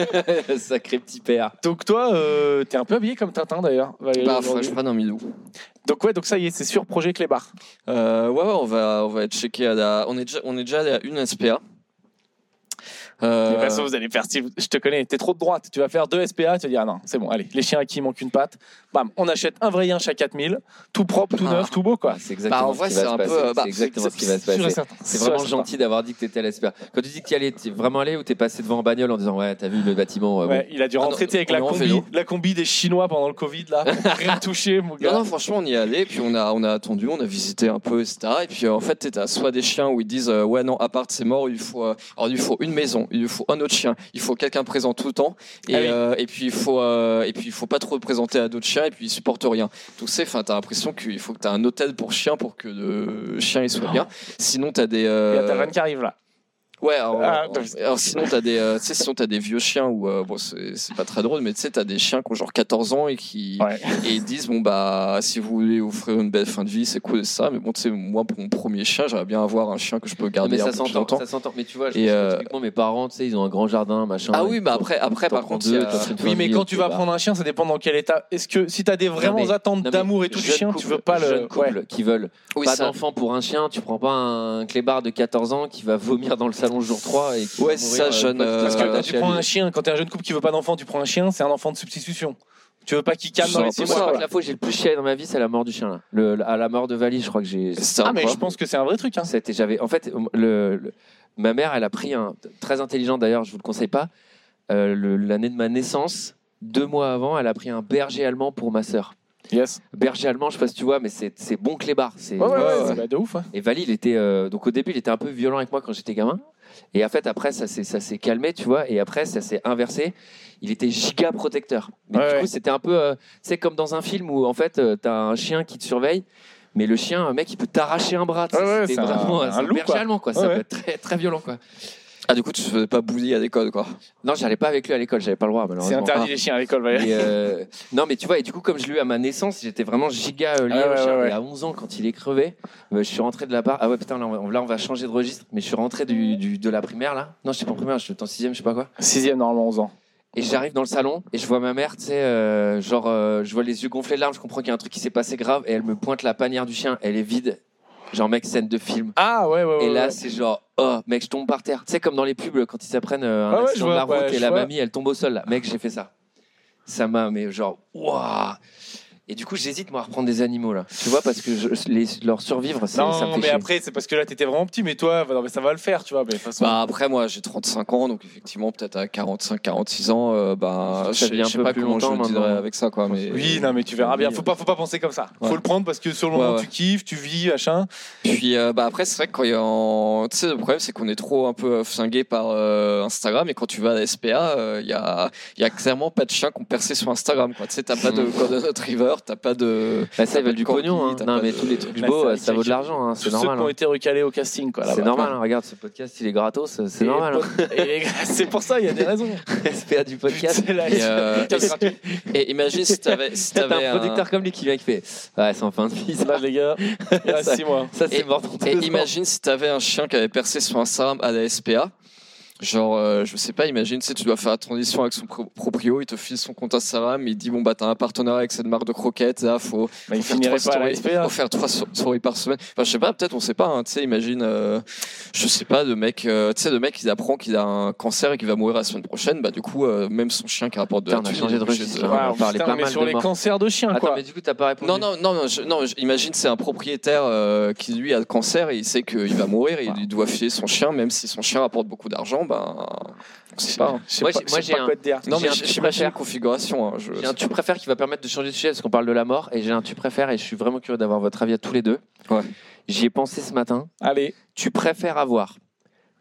Sacré petit père.
Donc toi, euh, t'es un peu habillé comme Tintin d'ailleurs. Valérie,
Bah,
aujourd'hui.
franchement, non, Milou.
donc ouais, donc ça y est, c'est sur Projet Clébar.
Euh, ouais, ouais, on va, on va être checké à la. On est déjà, on est déjà allé à une SPA.
De
Euh,
toute façon, vous allez faire. si vous- Je te connais, t'es trop de droite. Tu vas faire deux SPA, tu vas dire ah non, c'est bon. Allez, les chiens à qui il manque une patte. Bam, on achète un vrai lien chaque 4000, tout propre, tout
Ah.
neuf, tout beau quoi.
Ah, c'est exactement
en
ce
vrai,
qui va
c'est
se
un
passer.
peu, euh, bah,
C'est exactement ce qui va se passer. C'est vraiment gentil d'avoir dit que t'étais à la SPA. Quand tu dis que t'y allais, t'es vraiment allé ou t'es passé devant en bagnole en disant ouais, t'as vu le bâtiment euh,
Ouais, il a dû
Ah
rentrer
non,
tu sais, avec
on
la
est en
combi,
vélo.
la combi des Chinois pendant le Covid, là. pour Rien touché, mon
Non,
gars.
non, franchement, on y est allé, puis on a, on a attendu, on a visité un peu, etc. Et puis euh, en fait, t'étais à soit des chiens où ils disent euh, Ouais, non, à part c'est mort, il faut, euh, alors, il faut une maison, il faut un autre chien, il faut quelqu'un présent tout le temps, et,
Ah oui.
euh, et puis il faut, euh, et puis il faut pas trop le présenter à d'autres chiens, et puis ils supportent rien. Donc c'est, enfin, t'as l'impression qu'il faut que t'as un hôtel pour chien pour que le chien il soit bien. Sinon, t'as des.
Il y a
euh,
ta vanne qui arrive, là.
Ouais, alors,
Ah,
alors, alors, sinon t'as des, euh, tu sais, sinon t'as des vieux chiens où euh, bon c'est c'est pas très drôle, mais tu sais t'as des chiens qui ont genre 14 ans et qui
Ouais.
et ils disent bon bah si vous voulez offrir une belle fin de vie c'est cool ça, mais bon tu sais moi pour mon premier chien j'aimerais bien avoir un chien que je peux
Non,
garder
mais
un
ça
peu plus
s'entend,
longtemps.
ça s'entend. Mais tu vois, je
Et,
pense que
euh,
typiquement, mes parents, tu sais, ils ont un grand jardin, machin.
Ah oui,
Ils
bah
t'en-
après après
t'en
par
prends
contre il y
deux,
a-
t'en fais une
Oui,
fin
mais
de
quand
vie,
tu
au
vas
départ.
prendre un chien, ça dépend dans quel état. Est-ce que si t'as des vraiment
mais-
attentes
non, mais
d'amour et tout du
Jeunes
chien, tu
couples-
veux pas le.
jeunes couples
Ouais.
qui veulent
oui,
pas
ça-
d'enfant pour un chien, tu prends pas un clébard de 14 ans qui va vomir dans le salon le jour 3 et qui
Ouais,
va
c'est
mourir,
ça,
euh,
jeune,
une fois qu'il
Parce
sera
euh,
que quand
attaché
tu
à
prends
lui.
un chien, quand t'es un jeune couple qui veut pas d'enfant, tu prends un chien, c'est un enfant de substitution. Tu veux pas qu'il calme
C'est
dans
un
les
peu
six
Moi, je
mois.
crois que
quoi.
la fois où j'ai le plus chialé dans ma vie, c'est à la mort du chien. Là. Le- le- à la mort de Vali, je crois que j'ai.
c'est un
Ah, mais
quoi.
je pense que c'est un vrai truc. hein.
C'était, j'avais, en fait, euh, le, le- ma mère, elle a pris un très intelligent d'ailleurs. Je vous le conseille pas. euh, le- l'année de ma naissance, deux mois avant, elle a pris un berger allemand pour ma sœur.
Yes.
Berger allemand, je sais pas si tu vois, mais c'est, c'est bon clébard. C'est,
Ouais, ouais, ouais,
ouais.
c'est- bah, de ouf. ouais.
Et Vali, il était euh, donc au début, il était un peu violent avec moi quand j'étais gamin. Et en fait, après, ça s'est, ça s'est calmé, tu vois. Et après, ça s'est inversé. Il était giga protecteur. Mais
Ouais,
du
ouais.
coup, c'était un peu, euh, c'est comme dans un film où en fait, euh, t'as un chien qui te surveille. Mais le chien, un mec, il peut t'arracher un bras. tu sais,
Ouais, ouais,
c'était
c'est un-
vraiment
un
c'est
loup,
berger
quoi.
allemand, quoi.
Ouais,
ça
ouais.
peut être très, très violent, quoi.
Ah, du coup, tu te faisais pas bully à l'école, quoi.
Non, j'allais pas avec lui à l'école, j'avais pas le droit, malheureusement.
C'est interdit les chiens à l'école,
Ah.
Valérie.
Mais, euh, non, mais tu vois, et du coup, comme je l'ai eu à ma naissance, j'étais vraiment giga euh, lié
Ah,
au
ouais,
chien.
ouais, ouais.
Et à 11 ans, quand il est crevé, euh, je suis rentré de la part. Ah ouais, putain, là, on va, là, on va changer de registre. Mais je suis rentré du, du- de la primaire, là. Non, je sais pas en primaire, je suis en sixième, je sais pas quoi.
Sixième, normalement 11 ans.
Et j'arrive dans le salon et je vois ma mère, tu sais, euh, genre, euh, je vois les yeux gonflés de larmes, je comprends qu'il y a un truc qui s'est passé grave et elle me pointe la panière du chien, elle est vide. Genre, mec, scène de film.
Ah ouais, ouais, ouais.
Et là,
ouais.
c'est genre, oh, mec, je tombe par terre. Tu sais, comme dans les pubs, quand ils s'apprennent euh, un
Ah ouais, je
accident
vois,
de la route
ouais,
et
je
la
vois.
mamie, elle tombe au sol. Là. Mec, j'ai fait ça. Ça m'a, mais genre, waouh. Et du coup, j'hésite, moi, à reprendre des animaux, là. Tu vois, parce que je- les- leur survivre, c'est- ça me
Non,
fait
mais
chier.
après, c'est parce que là, t'étais vraiment petit, mais toi, non, mais ça va le faire, tu vois. Mais de toute façon,
Bah après moi j'ai 35 ans donc effectivement peut-être à 45 46 ans euh, bah
Ça
je sais-
devient
je sais
un peu
pas
plus
comment je
longtemps,
le dirais
maintenant.
avec ça quoi mais
oui, non, mais tu verras bien. Faut pas, faut pas penser comme ça. Faut
Ouais.
le prendre parce que sur le moment,
Ouais, ouais.
tu kiffes, tu vis, machin.
puis euh, bah après c'est vrai que quand il y a en- tu sais le problème c'est qu'on est trop un peu euh, flingué par euh, Instagram et quand tu vas à la SPA il y a il y a clairement pas de chiens qui ont percé sur Instagram quoi tu sais t'as pas de Golden Retriever t'as pas de
Bah, ça, ils veulent
pas
du
de
pognon.
corgi,
hein.
t'as
Non,
pas
mais
de-
tous les trucs
Bah,
beaux,
c'est
euh, ça vaut de l'argent. hein.
Tous
C'est
ceux
normal.
qui ont
hein.
été recalés au casting, quoi.
C'est
là-bas.
normal, hein. regarde ce podcast, il est gratos, euh, c'est
Et
normal.
pot- et- C'est pour ça, il y a des raisons.
hein. SPA du podcast.
Putain, là,
et, euh,
putain, c'est gratuit.
et imagine si t'avais si
T'as
t'avais
un producteur comme lui qui vient qui fait Ouais, c'est en fin de vie. ça.
Là, les gars, Ah, il reste
Ça-
six mois.
Ça, c'est
Et-
mort dans
Et
deux ans.
imagine si t'avais un chien qui avait percé sur Instagram à la SPA. Genre, euh, je sais pas, imagine si tu dois faire la transition avec son pro- proprio, il te file son compte Instagram, il dit bon bah t'as un partenariat avec cette marque de croquettes, là faut,
Bah, il
faut
finirait
trois
pas à la
stories-
SPA.
faut faire trois so- stories par semaine. Enfin je sais pas, peut-être on sait pas, hein, tu sais, imagine, euh, je sais pas, de mec, euh, tu sais, de mec il apprend qu'il a un cancer et qu'il va mourir la semaine prochaine, bah du coup euh, même son chien qui rapporte de
Putain, on a
thune,
changé
il est
de
obligé
registre,
de-
on va
Waouh,
parler
putain,
pas
mais
mal
sur
de
les
morts.
cancers de chiens,
Attends,
quoi.
mais du coup, t'as pas répondu.
Non, non, non, non, je- non, je- imagine c'est un propriétaire euh, qui lui a le cancer et il sait qu'il va mourir et il lui doit filer son chien, même si son chien apporte beaucoup d'argent, ben. On sait pas. hein.
Je sais
Moi,
pas-
j'ai-
je
moi,
sais
j'ai
pas
un-
quoi te dire.
Non,
J'ai
mais
un
je
tu
je sais pas, j'ai
préfères.
une configuration. hein, je-
J'ai un tu préfères qui va permettre de changer de sujet parce qu'on parle de la mort et j'ai un tu préfères et je suis vraiment curieux d'avoir votre avis à tous les deux.
Ouais.
J'y ai pensé ce matin.
Allez,
Tu préfères avoir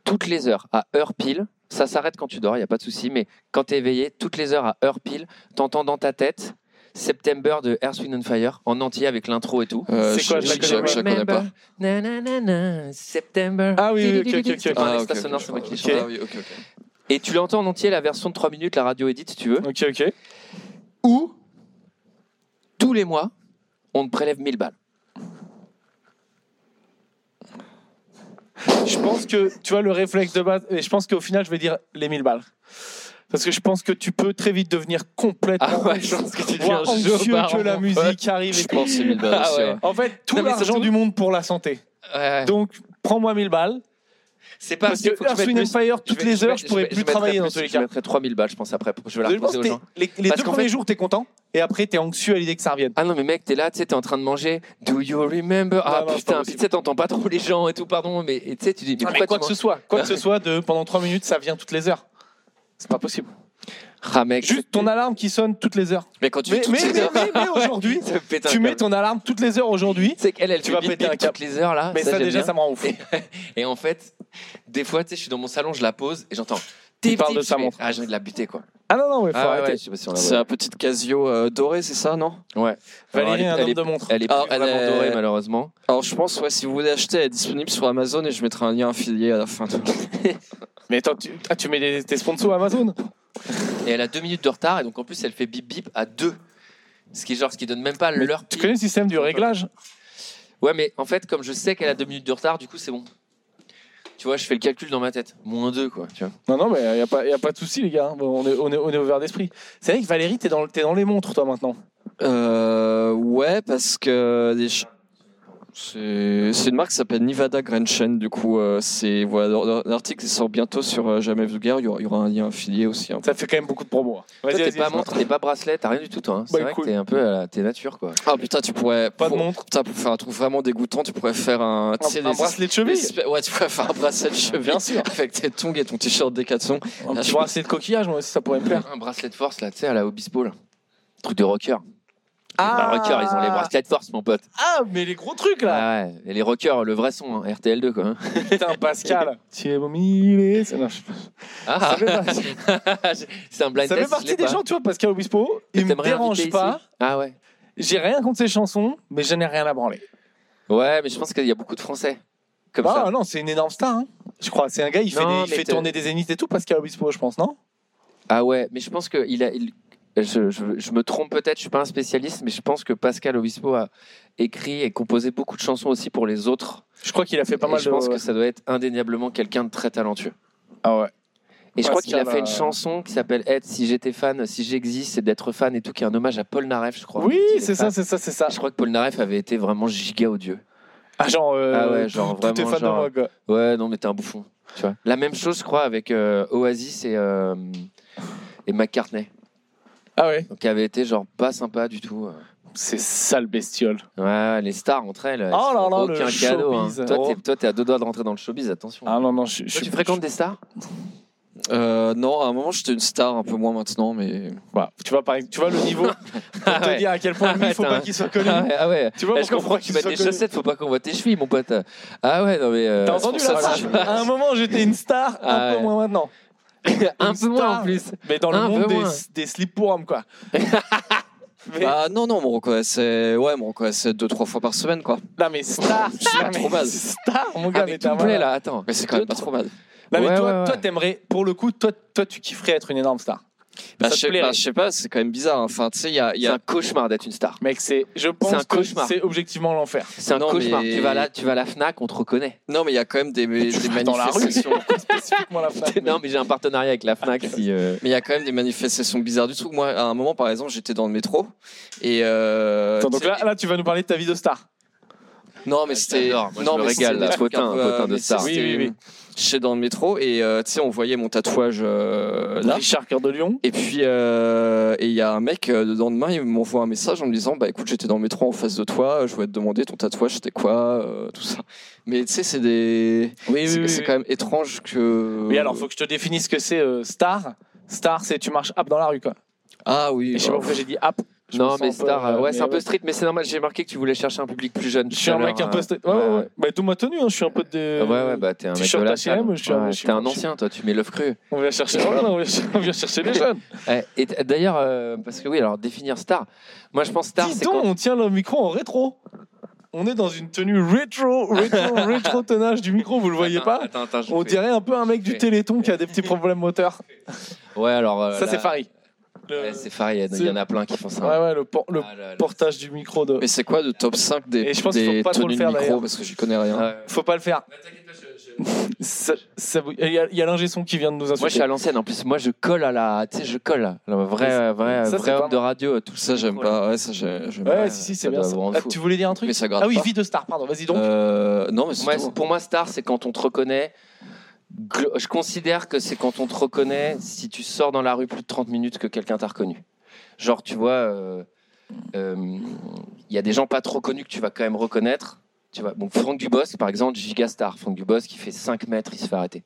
toutes les heures à heure pile, ça s'arrête quand tu dors, il n'y a pas de souci, mais quand tu es éveillé, toutes les heures à heure pile, t'entends dans ta tête September de Earth, Wind and Fire en entier avec l'intro et tout.
Euh,
C'est
je-
quoi,
je-
je la
je- je- je la connais pas.
Na, na, na, na, September.
Ah oui, oui, ok, ok, ok.
C'est pas un
Ah, ok,
extrait
ok,
sonore,
je-
c'est moi qui l'ai
ok.
chanté.
Ah oui, ok, ok.
Et tu l'entends en entier, la version de 3 minutes, la radio édite, si tu veux.
ok, ok.
Ou, tous les mois, on te prélève 1000 balles.
Je pense que, tu vois, le réflexe de base, et je pense qu'au final, je vais dire les 1000 balles. Parce que je pense que tu peux très vite devenir complètement
Ah pense que tu
voire anxieux que la musique arrive. et
Je pense que c'est 1000 balles
Ah
aussi,
ouais.
ouais.
En fait, tout
Non, mais
l'argent
surtout-
du monde pour la santé. Donc, prends-moi 1000 balles.
C'est pas
Parce que Earth, Wind and Fire, toutes les heures, je pourrais plus travailler dans tous les
Je
cas.
mettrais 3000 balles, je pense, après. pour- Je vais la
Je pense
reposer aux
que
gens.
t'es- les les
Parce
deux
qu'en
premiers
fait-
jours, t'es content. Et après, t'es anxieux à l'idée que ça revienne.
Ah non, mais mec, t'es là, tu sais, t'es en train de manger. Do you remember Ah
Non, non, c'est pas
putain, puis
possible.
tu sais, t'entends pas trop les gens et tout, pardon, mais et tu sais, tu dis, mais
Ah, mais
pourquoi
quoi
tu
que ce
manges
soit, quoi que ce soit, de, pendant 3 minutes, ça vient toutes les heures. C'est pas possible.
Ah mec,
Juste ton alarme qui sonne toutes les heures.
Mais quand tu
Mais,
toutes
mais,
ces
mais-
heures-
mais- mais aujourd'hui,
ça me pète un
tu mets
câble.
ton alarme toutes les heures aujourd'hui.
Tu sais qu'elle, elle
Tu
fait
vas
bip,
péter
bip
un câble.
toutes les heures là.
Mais ça,
j'aime
déjà,
bien.
ça me rend ouf.
Et en fait, des fois, tu sais, je suis dans mon salon, je la pose et j'entends.
Il
Tip,
parle
tip,
de sa
je fais,
montre.
Ah, j'ai envie de la buter quoi.
Ah non, non, ouais, faut
Ah ouais,
arrêter.
ouais, je sais pas si on la
C'est
voit.
la petite Casio euh, dorée, c'est ça, non
Alors,
Valérie,
elle est-
un
elle
homme
est-
de montre.
Elle est
Ah,
plus
elle
vraiment
est-
dorée malheureusement.
Alors je pense, ouais, si vous voulez acheter, elle est disponible sur Amazon et je mettrai un lien affilié à la fin.
Mais attends, tu, ah, tu mets des- tes sponsors Amazon
Et elle a deux minutes de retard et donc en plus elle fait bip bip à deux. Ce qui, est genre, ce qui donne même pas l'heure.
Tu
pile.
connais le système du réglage
Ouais, mais en fait, comme je sais qu'elle a deux minutes de retard, du coup, c'est bon. Tu vois, je fais le calcul dans ma tête. Moins deux, quoi. Tu vois.
Non, non, mais il n'y a, pas- y a pas de souci, les gars. hein. Bon, on, est, on, est, on est ouvert d'esprit. C'est vrai que Valérie, t'es dans, le- t'es dans les montres, toi, maintenant.
Euh, ouais, parce que les ch- c'est c'est une marque qui s'appelle Nivada Grenchen. Du coup, euh, c'est voilà, l'ar- l'ar- l'article il sort bientôt sur euh, Jamais Vulgaire. Il y aura- il y aura un lien affilié aussi. hein.
Ça fait quand même beaucoup de promos. hein.
Toi,
Vas-y,
t'es
vas-y.
pas montre, t'es pas bracelet, t'as rien du tout, toi. hein. C'est
Bah,
vrai
cool.
que t'es un peu à la- t'es nature, quoi.
Ah putain, tu pourrais
Pas de
pour,
montre. Ah,
putain, pour faire un truc vraiment dégoûtant, tu pourrais faire un, tu sais,
Un, un
des-
bracelet de
des
cheville
espè- ouais, tu pourrais faire un bracelet de cheville
Bien sûr.
avec tes tongs et ton t-shirt Décathlon.
Un
Là,
petit
je-
bracelet de coquillage, moi aussi, ça pourrait me plaire.
Un bracelet de force, là, tu sais, à la Obispo, là. Truc de rocker.
Ah.
Les rockers, bah, ils ont les bracelets de force, mon pote.
Ah, mais les gros trucs, là
Ah ouais. Et les rockers, le vrai son, hein, RTL2, quoi. hein.
Putain, Pascal Tu es mon milieu. Ça marche pas.
Ah,
Ça fait
c'est un blind
Ça fait
test, je l'ai
partie des
pas.
gens, tu vois, Pascal Obispo,
Que
il me
t'aimerais inviter
dérange
ici.
pas.
Ah ouais.
J'ai rien contre ses chansons, mais je n'ai rien à branler.
Ouais, mais je pense qu'il y a beaucoup de Français. Comme
ah
ça.
non, c'est une énorme star. hein. Je crois, c'est un gars, il fait,
Non,
des- il
mais
fait
t'es-
tourner des zéniths et tout, Pascal Obispo, je pense, non
Ah ouais, mais je pense que il a. il- Je, je- je me trompe peut-être, je suis pas un spécialiste, mais je pense que Pascal Obispo a écrit et composé beaucoup de chansons aussi pour les autres.
Je crois qu'il a fait pas
Et
mal
je
de.
pense que ça doit être indéniablement quelqu'un de très talentueux.
Ah ouais.
Et je crois qu'il a
Pascal,
fait
euh,
une chanson qui s'appelle Être si j'étais fan, si j'existe, c'est d'être fan et tout, qui est un hommage à Paul Naref, je crois.
Oui,
Il est
c'est
fan.
ça, c'est ça, c'est ça.
Je crois que Paul Naref avait été vraiment giga odieux.
Ah, genre. euh,
Ah ouais, genre
tout- Tout est
vraiment,
fan de
genre-
moi, quoi.
Ouais, non, mais t'es un bouffon. Tu vois. La même chose, je crois, avec euh, Oasis et, euh, et McCartney,
Ah ouais.
donc qui avait été genre pas sympa du tout.
C'est sale bestiole.
Ouais, les stars entre elles, elles
Oh là
se font
là,
aucun
le
cadeau. hein.
showbiz.
Toi,
Oh.
t'es- Toi, t'es à deux doigts de rentrer dans le showbiz, attention.
Ah non, non, je, je
Toi,
suis-
tu fréquentes des stars
Euh, non, à un moment j'étais une star, un peu moins maintenant, mais.
Bah, tu vois, par... tu vois le niveau. Pour
Ah
te
ouais.
dire à quel point lui, il faut
Attends.
pas qu'il soit connu.
Ah ouais, ah ouais.
Tu vois,
Eh, je
pour
comprends
qu'on
que tu mets
soit
des
connu.
chaussettes, faut pas qu'on voit tes chevilles, mon pote. Ah ouais, non mais. euh,
T'as entendu
c'est pour
là
ça
ça,
que je-
À un moment, j'étais une star,
Ah
un peu
ouais.
moins maintenant.
Un
Une
peu moins
star.
en plus.
Mais dans le
Un
monde
peu
des,
moins.
des slips pour hommes, quoi. Mais-
Ah non, non, on me reconnaissait. Ouais, on me reconnaissait deux, trois fois par semaine, quoi.
Non, mais star, non, mais
trop mal.
star, mon gars,
Ah, mais
mais
tout
t'as
me plaît
mal.
là, attends.
Mais c'est quand même pas trop mal.
Non, Bah, mais
Ouais,
toi,
ouais, ouais.
toi, t'aimerais, pour le coup, toi, toi, tu kifferais être une énorme star.
Bah,
Ça te
je sais
plairait.
bah, je sais pas, c'est quand même bizarre. hein. Enfin, tu sais, il y a. il y
C'est
a-
un cauchemar d'être une star.
Mec, c'est, je
un
pense que
cauchemar.
c'est objectivement l'enfer.
C'est un
Non,
cauchemar.
mais-
Tu, vas à la, tu vas à la Fnac, on te reconnaît.
Non, mais il y a quand même des, des
vas dans la rue.
manifestations.
Spécifiquement la femme.
non, mais j'ai un partenariat avec la Fnac. si, euh,
mais il y a quand même des manifestations bizarres du truc. Moi, à un moment, par exemple, j'étais dans le métro. Et. euh,
Attends, donc
tu sais-
là, là, tu vas nous parler de ta vie de star.
Non, mais c'était.
j'adore. Moi, je
non,
me
mais
régale,
c'était
là.
des trucs
Potin,
un peu,
potin de
euh, mais
star.
c'était-
Oui, oui, oui.
J'étais dans le métro et euh, tu sais, on voyait mon tatouage euh, là.
Richard Cœur de Lyon.
Et puis, euh, et il y a un mec, euh, le lendemain, il m'envoie un message en me disant Bah écoute, j'étais dans le métro en face de toi, euh, je voulais te demander ton tatouage, c'était quoi, euh, tout ça. Mais tu sais, c'est des.
Oui,
c'est c'est quand même étrange que.
Oui, alors, faut que je te définisse ce que c'est euh, star. Star, c'est tu marches up dans la rue, quoi.
Ah oui,
Et je sais pas
voilà.
pourquoi j'ai dit up. Je me
Non,
sens un
mais
peu,
star,
euh,
euh, ouais,
mais
c'est un peu street, mais c'est normal. J'ai remarqué que tu voulais chercher un public plus jeune.
Je
tout
suis
à
un
l'heure,
mec un
hein.
peu. st- Ouais, ouais, ouais. Bah, tout moi tenu, hein, je suis un peu de.
Ouais, ouais, bah t'es un mec de
T-shirt
la
H&M,
salle.
je suis un-
Ouais,
je suis-
T'es un
je suis-
ancien, toi, tu mets l'œuf cru.
On vient chercher, oh là là, on vient cher- on vient chercher les jeunes.
Eh, Et t- d'ailleurs, euh, parce que oui, alors définir star. Moi, je pense star,
Dis
c'est
donc,
quand
on tient le micro en rétro. On est dans une tenue rétro, rétro, rétro tenage du micro, vous le voyez
Attends,
pas
attends, attends, je
On
fais-
dirait un peu un mec du
fais-
Téléthon qui a des petits problèmes moteurs.
Ouais, alors. euh,
Ça,
là-
c'est Farid. Le-
Ouais, c'est Farid, il y en a- il y en a plein qui font
Ouais,
ça.
ouais, le, por- le
Ah là là.
portage du micro. De...
Mais c'est quoi le top 5 des,
Et je pense qu'il faut
des
pas trop le
tenues de
faire,
micro
d'ailleurs.
Parce que j'y connais rien.
Ah ouais.
Faut pas le faire. Ça- ça vous- Il y a, il y a l'ingé son qui vient de nous
Moi, je
insulter.
suis à l'ancienne. En plus, moi, je colle à la. Tu sais, je colle. là. Le vrai,
Ça,
euh, vrai,
c'est
vrai
pas
homme de radio, tout
Ça, j'aime pas. Ouais, ça, j'ai- j'aime
ouais,
pas.
si, si,
ça
c'est bien
doit
ça.
vous rendre
Ah,
fou.
tu voulais dire un truc
Mais ça gratte
Ah oui,
pas.
vie de star, pardon, vas-y donc.
Euh, non, mais c'est
Moi,
tout.
c'est- pour moi, star, c'est quand on te reconnaît. glo- Je considère que c'est quand on te reconnaît si tu sors dans la rue plus de 30 minutes que quelqu'un t'a reconnu. Genre, tu vois, euh, euh, il y a des gens pas trop connus que tu vas quand même reconnaître. Tu vois, donc Franck Dubosc, par exemple, gigastar. Franck Dubosc, qui fait 5 mètres, il se fait arrêter.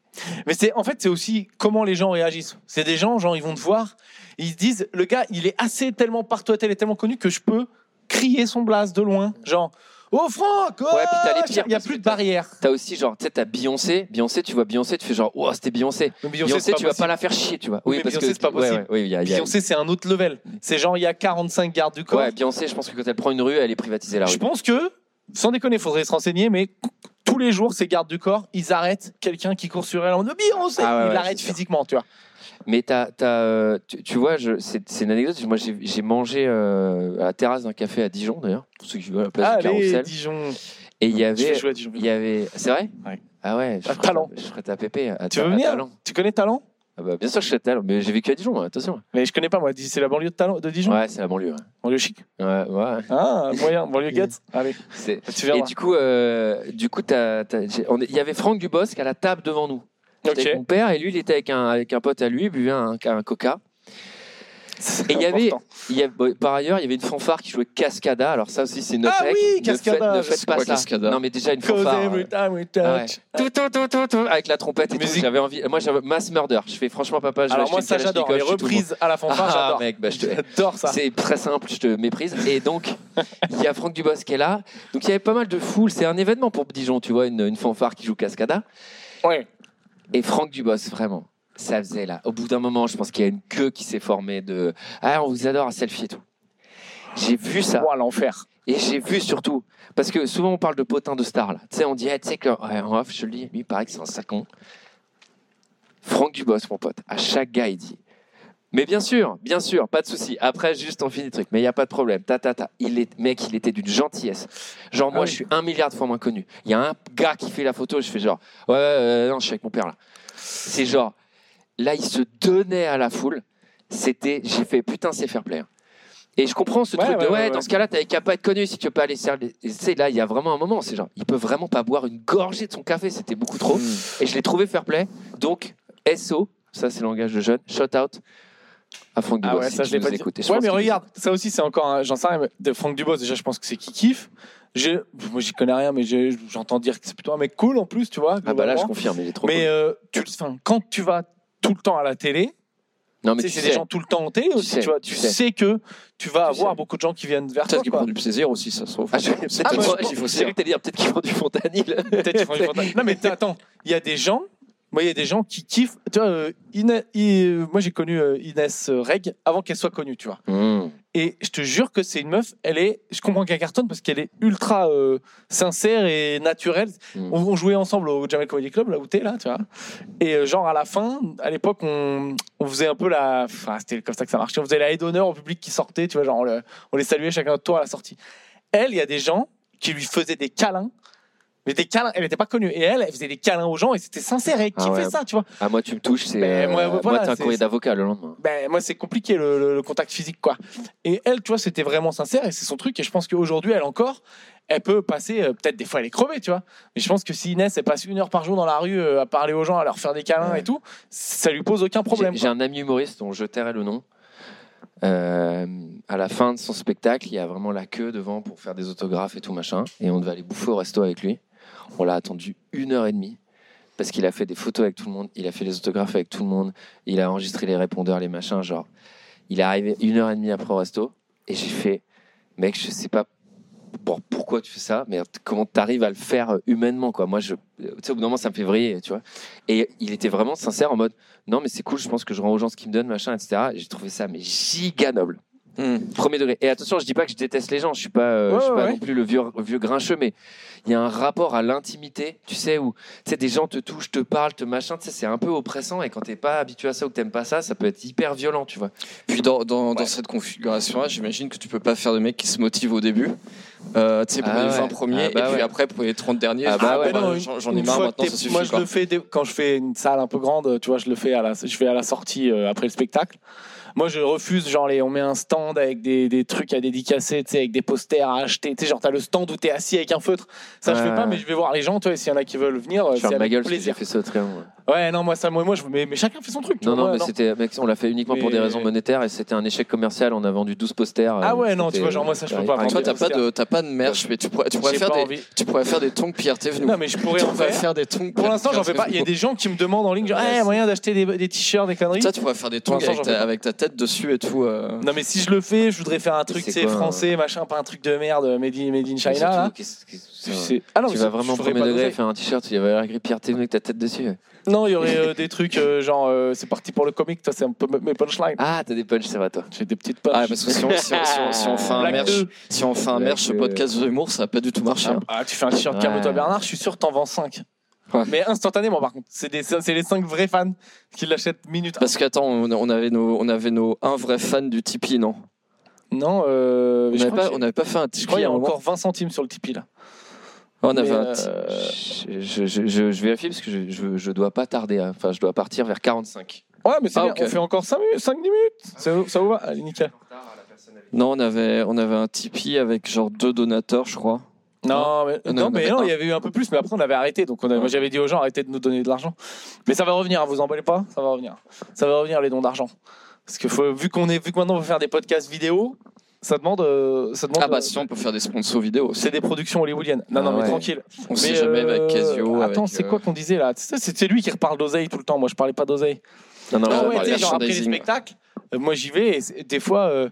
Mais c'est en fait c'est aussi comment les gens réagissent. C'est des gens genre ils vont te voir, ils se disent le gars il est assez tellement partout, tel est tellement connu que je peux crier son blase de loin, genre oh Franck, oh
Ouais, puis t'as les pires,
il y a
parce
plus
que
de
t'as-
barrière.
T'as aussi, genre, tu sais, t'as Beyoncé. Beyoncé, tu vois Beyoncé, tu fais genre, wow, c'était Beyoncé. Beyoncé, tu vas pas la faire chier, tu vois.
Oui, mais Beyoncé, c'est pas
ouais,
possible.
ouais, oui, il y a- il y a-
Beyoncé c'est un autre level. C'est genre il y a 45 gardes du corps.
Ouais, bah Beyoncé, je pense que quand elle prend une rue, elle est privatisée la rue.
je pense que sans déconner, faudrait se renseigner mais tous les jours, ces gardes du corps, ils arrêtent quelqu'un qui court sur elle en mode Beyoncé.
Ah ouais,
ils
ouais,
l'arrêtent
c'est sûr.
physiquement, tu vois.
Mais t'as- t'as, euh, tu, tu vois, je- c'est c'est une anecdote. Moi, j'ai j'ai mangé euh, à la terrasse d'un café à Dijon, d'ailleurs, pour ceux qui veulent, à la place du
Allez,
carrousel.
Dijon.
Et il y
Je vais
avait.
jouer à Dijon.
il y avait... C'est vrai
Ouais.
Ah ouais, je
À
ferais-
Talent.
Je ferais ta pépé. à
Tu
ta- à
veux venir
Talent.
Tu connais Talent
Ah bah, Bien sûr que je suis à Talent, mais j'ai vécu à Dijon, moi, attention.
Mais je connais pas moi, c'est la banlieue de, Talent, de Dijon.
Ouais, c'est la banlieue. ouais.
Banlieue chic.
Ouais, ouais.
Ah, moyen, banlieue guette. Allez,
C'est-
tu
Et
verras.
du coup, euh, du coup, t'as- t'as- j'ai- on est- il y avait Franck Dubosc à la table devant nous. J'étais
Ok.
Avec mon père et lui, il était avec un, avec un pote à lui, il buvait un, un coca.
C'est
Et il y avait,
important.
il y a- bon, par ailleurs, il y avait une fanfare qui jouait Cascada. Alors ça aussi, c'est une autre
Ah
règle.
oui,
Ne
Cascada,
faites- Ne
je
faites,
sais
pas
quoi,
ça.
Cascada.
Non, mais déjà une
Cause
fanfare.
every
euh,
time we
ah ouais.
touch.
Tout, tout, tout, tout, tout, avec la trompette et tout.
Musique.
J'avais envie. Moi, j'avais Mass Murder. Je fais franchement, papa, je vais
Alors
acheter
moi
une
ça j'adore,
Kalachnikov,
les
je suis tout le monde.
reprises à la fanfare
Ah
j'adore.
mec, bah, je te-
J'adore ça.
c'est très simple, je te méprise. Et donc, il y a Franck Dubosc qui est là. Donc, il y avait pas mal de foule. C'est un événement pour Dijon, tu vois, une, une fanfare qui joue Cascada.
Ouais.
Et Franck Dubosc, vraiment, ça faisait là. Au bout d'un moment, je pense qu'il y a une queue qui s'est formée de Ah, on vous adore à selfie et tout. J'ai vu ça.
Ouah, l'enfer.
Et j'ai vu surtout, parce que souvent on parle de potin de star, là. Tu sais, on dit, ah, tu sais que, ouais, en off, je te le dis, lui, il paraît que c'est un sacon. Franck Dubos, mon pote, à chaque gars, il dit, mais bien sûr, bien sûr, pas de souci. Après, juste on finit le truc, mais il n'y a pas de problème. Ta, ta, ta. Il est, mec, il était d'une gentillesse. Genre, moi,
Ah oui.
je suis un milliard de fois moins connu. Il y a un gars qui fait la photo, je fais genre, ouais, ouais, ouais, non, je suis avec mon père, là. C'est genre, là, il se donnait à la foule. C'était, j'ai fait, putain, c'est fair play. hein. Et je comprends ce
Ouais,
truc de,
ouais,
ouais,
ouais,
dans
ouais.
ce cas-là, t'avais qu'à pas être connu si tu veux pas aller serrer. les- Et Tu sais, là, il y a vraiment un moment, c'est genre, il peut vraiment pas boire une gorgée de son café, c'était beaucoup trop.
Mm.
Hmm.
Et je l'ai trouvé fair play. Donc, SO, ça c'est le langage de jeune, shot out à Franck Dubos.
Ah ouais,
si
ça
tu
je l'ai
nous
pas dit.
écoutes. Et je
Ouais,
pense
mais
que-
regarde, ça aussi c'est encore, un- j'en sais rien, mais de Franck Dubos, déjà je pense que c'est qui kiffe. Je, moi j'y connais rien, mais j'ai- j'entends dire que c'est plutôt un mec cool en plus, tu vois.
Ah bah là, je
globalement.
confirme, il est trop
mais euh, tu, le- enfin, quand tu vas tout le temps à la télé,
cool. Non,
tu
mais
sais,
tu
c'est
sais,
des gens tout le temps en télé aussi,
sais,
tu, vois.
tu
Tu
sais.
sais, que tu vas
Tu
avoir
sais.
beaucoup de gens qui viennent vers toi.
Peut-être qu'ils
quoi.
prennent du plaisir aussi, ça se trouve.
Ah, je-
C'est
Ah,
peut-être
bah,
ça
je-
qu'il faut se
c'est vrai
dire.
que t'as dit ah, peut-être qu'ils font du fontanil.
Peut-être qu'ils font du fantasme. Non mais t'as- attends, il y a des gens. Moi, il y a des gens qui kiffent. Tu vois, euh, Ina- I- euh, moi, j'ai connu euh, Inès euh, Reg avant qu'elle soit connue, tu vois. Et je te jure que c'est une meuf, elle est, je comprends qu'elle cartonne parce qu'elle est ultra euh, sincère et naturelle.
Mm.
On, on jouait ensemble au Jamel Comedy Club, là où t'es, là, tu vois. Et euh, genre à la fin, à l'époque, on, on faisait un peu la. Enfin, c'était comme ça que ça marchait. On faisait la aide d'honneur au public qui sortait, tu vois. Genre, on, le- on les saluait chacun notre tour à la sortie. Elle, il y a des gens qui lui faisaient des câlins. Mais des câlins, elle n'était pas connue. Et elle, elle faisait des câlins aux gens et c'était sincère. Et qui
Ah ouais.
fait ça, tu vois
Ah, moi, tu me touches, c'est.
Mais
euh,
moi,
Moi,
voilà,
t'as un
c'est-
courrier d'avocat le lendemain.
ben, moi, c'est compliqué le, le- le contact physique, quoi. Et elle, tu vois, c'était vraiment sincère et c'est son truc. Et je pense qu'aujourd'hui, elle encore, elle peut passer, euh, peut-être des fois, elle est crevée, tu vois. Mais je pense que si Inès, elle passe une heure par jour dans la rue euh, à parler aux gens, à leur faire des câlins
Ouais.
et tout, ça lui pose aucun problème.
J'ai j'ai un ami humoriste dont je tairai le nom. Euh, à la fin de son spectacle, il y a vraiment la queue devant pour faire des autographes et tout machin. Et on devait aller bouffer au resto avec lui. On l'a attendu une heure et demie parce qu'il a fait des photos avec tout le monde, il a fait les autographes avec tout le monde, il a enregistré les répondeurs, les machins. Genre, il est arrivé une heure et demie après au resto et j'ai fait, mec, je sais pas pour- pourquoi tu fais ça, mais comment t'arrives à le faire euh, humainement quoi. Moi, je, tu sais, au bout d'un moment, ça me fait vriller, tu vois. Et il était vraiment sincère en mode. Non, mais c'est cool, je pense que je rends aux gens ce qu'ils me donnent, machin, etc. Et J'ai trouvé ça, mais giga noble.
Hmm.
Premier degré. Et attention, je dis pas que je déteste les gens, je suis pas, euh,
Ouais,
je suis
ouais,
pas
ouais.
non plus le vieux, vieux grincheux, mais il y a un rapport à l'intimité, tu sais, où tu sais, des gens te touchent, te parlent, te machin, tu sais, c'est un peu oppressant. Et quand t'es pas habitué à ça ou que t'aimes pas ça, ça peut être hyper violent, tu vois.
Puis dans, dans,
Ouais.
dans cette configuration-là, j'imagine que tu peux pas faire de mecs qui se motivent au début. Euh, tu sais, pour
Ah
les
ouais.
20 premiers,
Ah bah
et puis
ouais.
après pour les 30 derniers.
Ah
je-
bah ouais,
bah,
non,
j'en
une-
j'en ai
une
marre
fois
maintenant,
que
ça
t'es-
suffit.
Moi, je
quoi.
le fais dès- quand je fais une salle un peu grande, tu vois, je le fais à la, je fais à la sortie euh, après le spectacle. Moi, je refuse, genre, les, on met un stand avec des, des trucs à dédicacer, tu sais, avec des posters à acheter. Tu sais, genre, t'as le stand où t'es assis avec un feutre. Ça, je
Ouais,
fais pas,
ouais.
mais je vais voir les gens, tu vois, et s'il y en a qui veulent venir, euh,
Je
c'est
ferme ma
avec
gueule parce que j'ai
plaisir.
fait ça au triangle.
Ouais, non, moi, ça, moi, moi je, mais, mais chacun fait son truc, tu
Non,
vois.
non,
moi,
mais c'était, mec, on l'a fait uniquement pour des
Mais-
raisons monétaires et c'était un échec commercial. On a vendu 12 posters.
Ah
euh,
ouais, non, tu
c'était-
vois, genre, moi, ça, je peux
Ouais,
pas
pareil.
vendre.
Toi, t'as pas, de- t'as pas de merch, mais tu pourrais, tu pourrais
J'ai
faire
pas
des,
envie.
tu pourrais faire des tongs Pierre Thévenoud.
Non, mais je pourrais
tu
en
pourrais
faire.
faire des tongs
Pour l'instant, j'en fais pas. Il y a des gens qui me demandent en ligne, genre,
Ouais,
Eh,
c'est-
moyen d'acheter des, des t-shirts, des conneries.
Toi, tu pourrais faire des
Pour
tongs
l'instant, j'en
avec,
fais
ta-
pas.
avec ta tête dessus et tout. euh.
Non mais si je le fais, je voudrais faire un truc,
C'est
tu sais,
quoi,
français, machin, pas un truc de merde, euh, made in, made in
Mais
China. hein. là.
surtout, qu'est-ce que-
Tu
ça-
sais- Ah non,
tu
mais
vas
ça,
vraiment
je ferais
premier
pas
degré
d'oseille.
faire un t-shirt, il va avoir la grippe Pierre Thévenoud avec ta tête dessus.
Non, il y aurait euh, des trucs euh, genre, euh, c'est parti pour le comic, toi, c'est un peu mes punchlines.
Ah, t'as des punchs, ça va toi.
J'ai des petites
Ah,
punches.
parce que si on, si on- si on- si on fait un
Blague
merch,
deux.
si on fait un
Blague
merch
deux.
podcast de l'humour, ça va pas du tout hein. marcher.
Ah, ah, tu fais un t-shirt
Ouais.
Calme-toi Bernard, je suis sûr que t'en vends 5.
Ouais.
Mais instantanément, par contre, c'est des- c'est les 5 vrais fans qui l'achètent minute.
Parce qu'attends, on, on avait nos, on avait nos un vrai fan du Tipeee, non
Non, euh,
On
je
n'avait
crois
pas,
que
on
j'ai-
n'avait pas fait un
je crois
Tipeee
qu'il y
à
a
un moment.
encore 20 centimes sur le Tipeee là.
On avait
Mais,
un ti-
euh,
Je, je- je- je vérifie parce que je, je, je dois pas tarder. hein. Enfin, je dois partir vers 45.
Ouais, mais c'est
Ah,
bien,
ok.
on fait encore 5 minutes, 5-10 minutes. Ça, vous- ça vous va Allez, nickel.
Non, on avait, on avait un Tipeee avec genre deux donateurs, je crois.
Non, mais non,
Non, il y en
mais
avait
non,
un.
il y avait eu un peu plus, mais après on avait arrêté. Donc on a- moi j'avais dit aux gens arrêtez de nous donner de l'argent. Mais ça va revenir, hein, vous emballez pas, ça va revenir. Ça va revenir les dons d'argent. Parce que faut- vu qu'on est vu que maintenant on va faire des podcasts vidéo, ça demande euh, ça demande.
Ah bah
euh,
si on peut faire des sponsors vidéo aussi.
c'est des productions hollywoodiennes. Non,
Ah
non, mais
ouais.
tranquille.
On
mais
sait jamais
euh,
avec Casio.
Attends,
avec,
c'est
euh,
quoi qu'on disait là C'est c'est lui qui reparle d'oseille tout le temps. Moi, je parlais pas d'oseille.
Non, non,
Ah
Ah
on va
ouais,
par
tu
parler.
sais, genre après les
merchandising.
spectacles, euh, moi j'y vais et c'est- des fois. euh,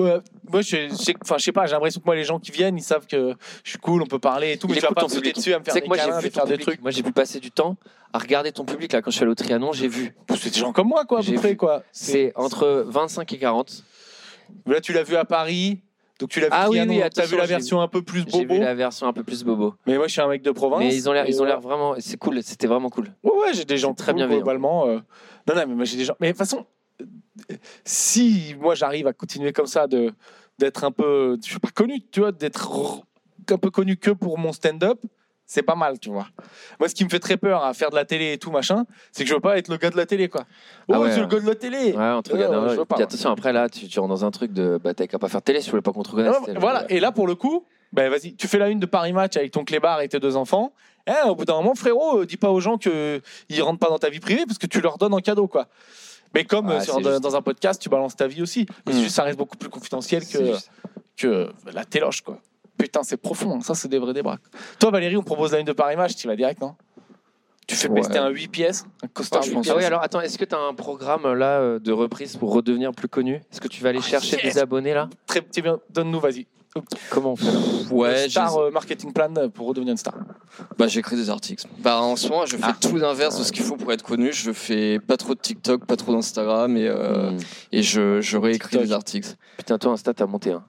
euh, moi, je, je sais, enfin, je sais pas, j'ai l'impression que moi, les gens qui viennent, ils savent que je suis cool, on peut parler et tout,
Il
mais tu
écoute
vas pas
ton
me sauter
public.
dessus à
Tu
me faire
sais
des
que moi j'ai
câlins,
vu
et
ton
faire des
public.
trucs.
Moi j'ai pu passer du temps à regarder ton public là quand je suis allé au Trianon, j'ai vu.
C'est des gens comme moi, quoi, à peu
J'ai
près,
vu.
quoi.
C'est entre 25 et 40.
Là, tu l'as vu à Paris, Donc tu l'as vu,
Ah
il y a
oui,
un
oui,
an. T'as
attention,
vu la
j'ai
version un peu plus
J'ai
bobo.
vu la version un peu plus bobo.
Mais moi, je suis un mec de province.
Mais ils ont l'air,
Et,
ils ont
euh,
l'air vraiment. C'est cool. C'était vraiment cool.
Ouais, ouais, j'ai des gens
très
très bien
bienveillants.
globalement. euh, Non, non, mais moi, j'ai des gens. Mais de toute façon, euh, si moi j'arrive à continuer comme ça, de d'être un peu, je suis pas connu, tu vois, d'être r- un peu connu que pour mon stand-up, c'est pas mal, tu vois. Moi, ce qui me fait très peur à faire de la télé et tout machin, c'est que je veux pas être le gars de la télé, quoi. Oh,
Ah ouais,
c'est le
ouais.
gars de la télé.
Ouais, entre
Euh, je veux pas, ouais.
Attention, après là, tu, tu rentres dans un truc de. Bah, t'as qu'à pas faire de télé si tu voulais pas qu'on te reconnaisse.
Non, voilà. Et là, pour le coup, ben vas-y, tu fais la une de Paris Match avec ton clébard et tes deux enfants. Eh, au bout d'un moment, frérot, euh, dis pas aux gens que ils rentrent pas dans ta vie privée parce que tu leur donnes en cadeau, quoi. Mais comme
Ouais,
euh, sur-
c'est
dans,
juste.
dans un podcast, tu balances ta vie aussi. Mais c'est
Ah, Hmm.
juste, ça reste beaucoup plus confidentiel
C'est
que,
juste.
que euh, la téloche, quoi. Putain, c'est profond. hein. Ça, c'est des vrais débats. Toi, Valérie, on propose la une de Paris Match, tu vas direct, non Tu fais
Ouais.
pester un 8 pièces, un costard
Ouais, je
8
pense
Ah
pièces.
oui, alors attends, est-ce que t'as un programme là euh, de reprise pour redevenir plus connu Est-ce que tu vas aller
Oh,
chercher
yes.
des abonnés là
Très petit, bien, donne-nous, vas-y.
Comment on fait
Ouais,
star euh, marketing plan euh, pour redevenir une star.
Bah, j'écris des articles. Bah, en ce moment, je fais tout l'inverse de ce qu'il faut pour être connu. Je fais pas trop de TikTok, pas trop d'Instagram et, euh,
Hmm.
et je, je réécris
TikTok.
des articles.
Putain, toi, Insta, t'as monté. Hein.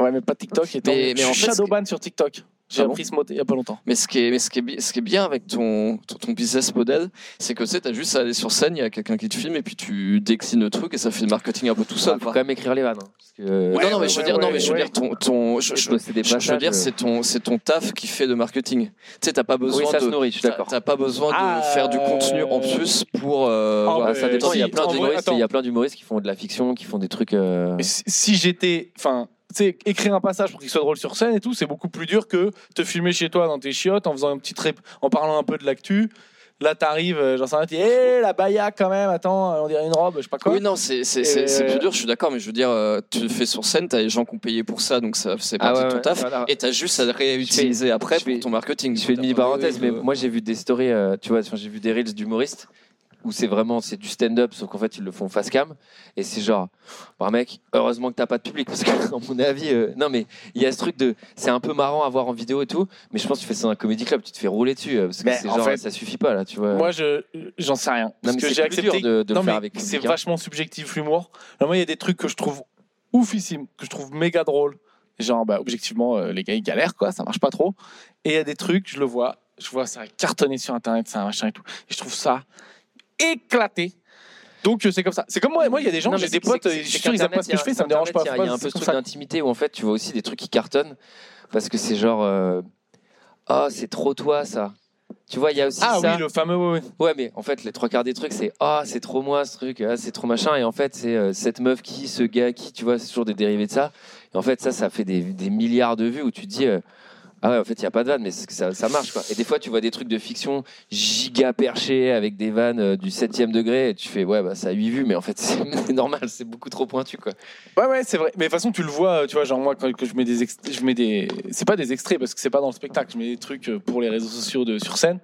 Ouais, mais pas TikTok. Et tant
Mais-
mieux.
mais
je
en
suis
fait, ce
shadowban sur TikTok. J'ai
Ah bon
appris ce mot il y a pas longtemps.
Mais ce qui est, mais ce qui est, bi- ce qui est bien avec ton, ton, ton business model, c'est que tu sais, t'as juste à aller sur scène, il y a quelqu'un qui te filme et puis tu déclines le truc et ça fait le marketing un peu tout
Ah,
seul.
faut
quoi.
quand même écrire les vannes. hein, parce que-
Ouais,
non, non, mais je veux
ouais,
dire, non,
ouais,
mais je veux
ouais.
dire, ton, ton, je, je-
Et bosser des
je- je veux
passages,
dire, c'est ton, c'est ton taf qui fait le marketing. Tu sais, t'as pas
euh, Oui,
besoin
ça se
de,
nourrit, je suis
t'as-
d'accord.
t'as pas besoin de
Ah,
faire du contenu en
euh,
plus pour. euh,
Ah,
voilà.
ouais,
ça dépend,
si,
il y a plein
en vrai,
d'humoristes,
attends.
il y a plein d'humoristes qui font de la fiction, qui font des trucs. euh,
Mais si, si j'étais. Enfin, tu sais, écrire un passage pour qu'il soit drôle sur scène et tout, c'est beaucoup plus dur que te filmer chez toi dans tes chiottes en faisant un petit trip, en parlant un peu de l'actu. Là, t'arrives, euh, j'en sais rien, t'es hé, la baya quand même, attends, euh, on dirait une robe, je sais pas quoi.
Oui, non, c'est c'est-
Et-
c'est-
Euh,
c'est plus dur, je suis d'accord, mais je veux dire, euh, tu le fais sur scène, t'as les gens qui ont payé pour ça, donc ça c'est
Ah
partie
ouais,
de ton
ouais,
taf.
voilà.
Et t'as juste à le réutiliser après
je fais-
pour ton marketing.
Je fais une mini parenthèse, mais
Euh,
moi j'ai vu des stories, euh, tu vois, enfin, j'ai vu des reels d'humoristes où c'est vraiment c'est du stand-up, sauf qu'en fait ils le font face cam et c'est genre, bah mec, heureusement que t'as pas de public parce que à mon avis, euh, non mais il y a ce truc de, c'est un peu marrant à voir en vidéo et tout, mais je pense que tu fais ça dans un comédie club, tu te fais rouler dessus euh, parce que
Mais
c'est
en
genre
fait,
ça suffit pas là, tu vois.
Moi, je, j'en sais rien. Parce
mais
que
c'est
j'ai
plus
accepté.
dur de- de le
non,
faire
mais
avec le
c'est
public, hein.
vachement subjectif l'humour. Alors, moi, il y a des trucs que je trouve oufissime, que je trouve méga drôle. Genre, bah, objectivement, euh, les gars, ils galèrent, quoi, ça marche pas trop. Et il y a des trucs, je le vois, je vois ça cartonné sur Internet, ça machin et tout. Et je trouve ça éclaté. Donc, euh, c'est comme ça. C'est comme moi, moi, il y a des gens,
Non, mais
j'ai
c'est-
des potes,
c'est-
euh, je
c'est
suis sûr, ils aiment
qu'Internet,
pas ce que je
il y a-
fais, ça me dérange pas.
Internet, Il y a- il y a un peu
C'est
ce
comme
truc
ça.
d'intimité où en fait tu vois aussi des trucs qui cartonnent parce que c'est genre, euh, ah c'est trop toi ça. Tu vois, il y a aussi
Ah
ça.
oui, le fameux, oui, oui.
Ouais, mais en fait, les trois quarts des trucs, c'est Ah, c'est trop moi ce truc, ah, c'est trop machin. Et en fait, c'est euh, cette meuf qui, ce gars qui, tu vois, c'est toujours des dérivés de ça. Et en fait, ça, ça fait des, des milliards de vues où tu te dis euh, Ah ouais, en fait, il n'y a pas de vanne, mais c'est que ça, ça marche quoi. Et des fois, tu vois des trucs de fiction giga perchés avec des vannes euh, du 7 degré et tu fais Ouais, bah ça a 8 vues, mais en fait, c'est c'est normal, c'est beaucoup trop pointu quoi.
Ouais, ouais, c'est vrai. Mais de toute façon, tu le vois, euh, tu vois, genre moi, quand que je mets des extraits, je mets des. C'est pas des extraits parce que c'est pas dans le spectacle, je mets des trucs euh, pour les réseaux sociaux de sur scène.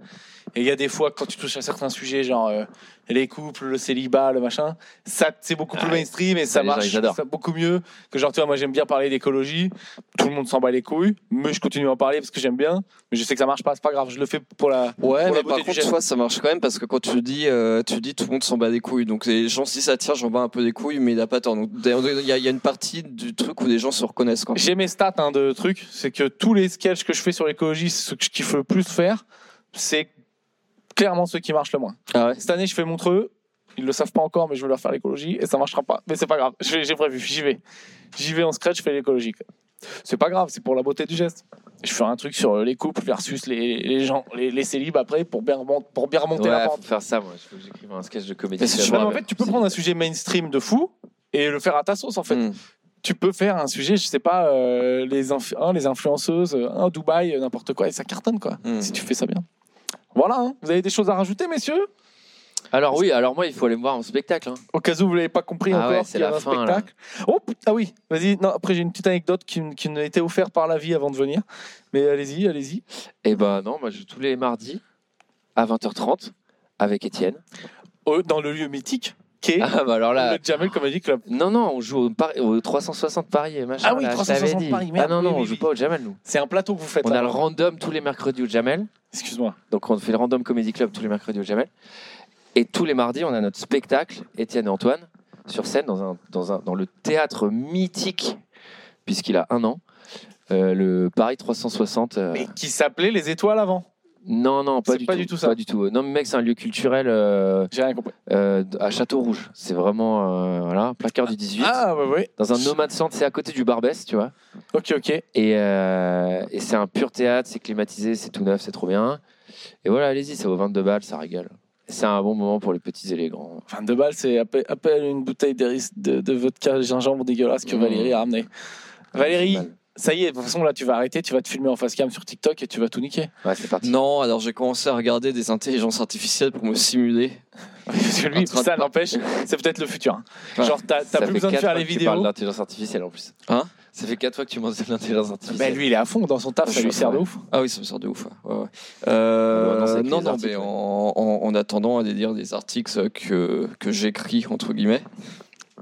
Et il y a des fois, quand tu touches à certains sujets, genre euh, les couples, le célibat, le machin, ça, c'est beaucoup plus
Ah,
mainstream et
ça,
ça
les gens,
marche
ils adorent.
ça, beaucoup mieux que genre, tu vois, moi, j'aime bien parler d'écologie, tout le monde s'en bat les couilles, mais je continue à en parler parce que j'aime bien, mais je sais que ça marche pas, c'est pas grave, je le fais pour la.
Ouais,
pour la
mais
beauté
par
du
contre,
geste.
toi, ça marche quand même parce que quand tu dis, euh, tu dis tout le monde s'en bat des couilles. Donc, les gens, si ça tire, j'en bats un peu des couilles, mais il a pas tort. Donc, d'ailleurs, il y, a- il y a une partie du truc où les gens se reconnaissent. Quoi.
J'ai mes stats hein, de trucs, c'est que tous les sketchs que je fais sur l'écologie, ce que je kiffe le plus faire, c'est clairement ceux qui marchent le moins.
Ah ouais
Cette année, je fais Montreux. Ils le savent pas encore, mais je veux leur faire l'écologie et ça marchera pas. Mais c'est pas grave, j'ai j'ai prévu, j'y vais. J'y vais en scratch, je fais l'écologie. quoi. C'est pas grave, c'est pour la beauté du geste. Je fais un truc sur euh, les couples versus les, les gens, les, les célibes après pour bien, remon- pour bien remonter la
Ouais,
pente.
faut faire ça, moi. Il faut que j'écrive un sketch de comédie.
Mais c'est
club.
chouette.
Non, mais en fait, tu peux prendre un sujet mainstream de fou et le faire à ta sauce en fait.
Hmm.
Tu peux faire un sujet, je sais pas, euh, les, inf- hein, les influenceuses, euh, hein, Dubaï, euh, n'importe quoi, et ça cartonne quoi,
Hmm.
si tu fais ça bien. Voilà, hein. vous avez des choses à rajouter, messieurs
Alors, oui, alors moi, il faut aller me voir en spectacle. hein.
Au cas où vous l'avez pas compris
Ah
encore,
ouais, c'est
c'est y a
la
un
fin, là.
spectacle. Oh, put- ah oui, vas-y. Non, après j'ai une petite anecdote qui, m- qui m'a été offerte par la vie avant de venir. Mais allez-y, allez-y.
Et ben non, moi, je tous les mardis à 20h30 avec Étienne.
Au- Euh, Dans le lieu mythique qui est
Ah bah alors là,
le Jamel Comedy Club.
non non, on joue au, Par- au 360 Paris et machin.
Ah oui,
là, je
360
t'avais dit.
Paris, merde,
ah non
oui,
non,
oui,
on joue
oui.
pas au Jamel nous.
C'est un plateau que vous faites.
On a
hein.
le random tous les mercredis au Jamel.
Excuse-moi.
Donc on fait le random comedy club tous les mercredis au Jamel. Et tous les mardis, on a notre spectacle Étienne et Antoine sur scène dans un dans un dans le théâtre mythique puisqu'il a un an. Euh, le Paris 360. euh,
Mais qui s'appelait Les Étoiles avant.
Non, non, pas,
C'est
du,
pas
tout,
du tout ça.
Pas du tout. Non, mais mec, c'est un lieu culturel euh,
J'ai rien compris.
euh, à Château Rouge. C'est vraiment, euh, voilà, placard du 18.
Ah, bah oui.
Dans un nomade centre, c'est à côté du Barbès, tu vois.
Ok, ok.
Et, euh, et c'est un pur théâtre, c'est climatisé, c'est tout neuf, c'est trop bien. Et voilà, allez-y, ça vaut 22 balles, ça régale. C'est un bon moment pour les petits et les grands.
22 balles, c'est à peu, à peine une bouteille de, ris- de, de vodka gingembre dégueulasse que
Mmh. Ah,
Valérie a ramené. Valérie,
C'est mal.
ça y est, de toute façon, là, tu vas arrêter, tu vas te filmer en face cam sur TikTok et tu vas tout niquer.
Ouais, c'est parti.
Hmm. Non, alors j'ai commencé à regarder des intelligences artificielles pour me simuler.
Parce que
En
lui,
Ah,
train de-
ça n'empêche, c'est peut-être le futur. hein.
Ouais.
Genre, t'as
Ça
t'as plus
fait
besoin de
quatre
faire
fois
les
que Tu parles
vidéos.
d'intelligence artificielle en plus.
Hein
Ça fait 4 fois que tu mentionnes l'intelligence
Bah,
artificielle.
lui, il est à fond dans son taf,
Je
ça
suis
lui sert de
fan.
ouf.
Ah oui, ça me sort de ouf. ouais, ouais, ouais. Euh,
On va annoncer
non,
les
non,
articles,
mais
ouais.
en, en- en attendant à lire des articles que, que j'écris, entre guillemets.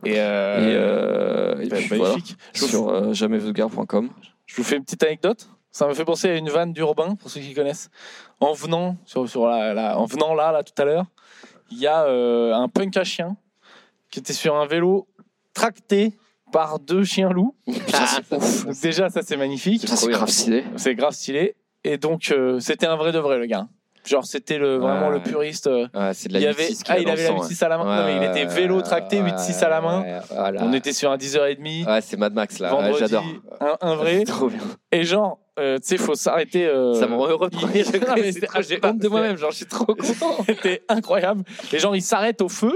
Et, euh,
et euh, et
bah,
puis voilà.
magnifique. Je vous-
Sur euh, jamaisvulgaire.com.
Je vous fais une petite anecdote. Ça me fait penser à une vanne d'Urbain, pour ceux qui connaissent. En venant, sur, sur la, la- en venant là, là, tout à l'heure, il y a euh, un punk à chien qui était sur un vélo tracté par deux chiens loups.
Putain, c'est ouf.
Donc déjà, ça, c'est magnifique.
Putain, c'est
bien.
grave stylé.
C'est grave stylé. Et donc, euh, c'était un vrai de vrai, le gars. Genre, c'était le, vraiment
Ouais.
le puriste. euh,
Ouais, c'est de la
il y avait,
8-6 qu'il
ah,
a
il
dans le
avait la
sang,
8-6 à la main.
ouais.
Non, mais il était
Ouais,
vélo tracté,
ouais,
8-6 à la main.
ouais, voilà.
On était sur un 10h30.
Ouais, c'est Mad Max là. Ouais,
vendredi,
J'adore.
un, un vrai.
C'est Trop bien.
Et genre, euh, tu sais, faut s'arrêter. euh,
Ça me heureux.
il- Non, mais c'est- ah,
J'ai
bah,
honte de moi-même, genre je suis trop content.
C'était incroyable. Les gens, ils s'arrêtent au feu,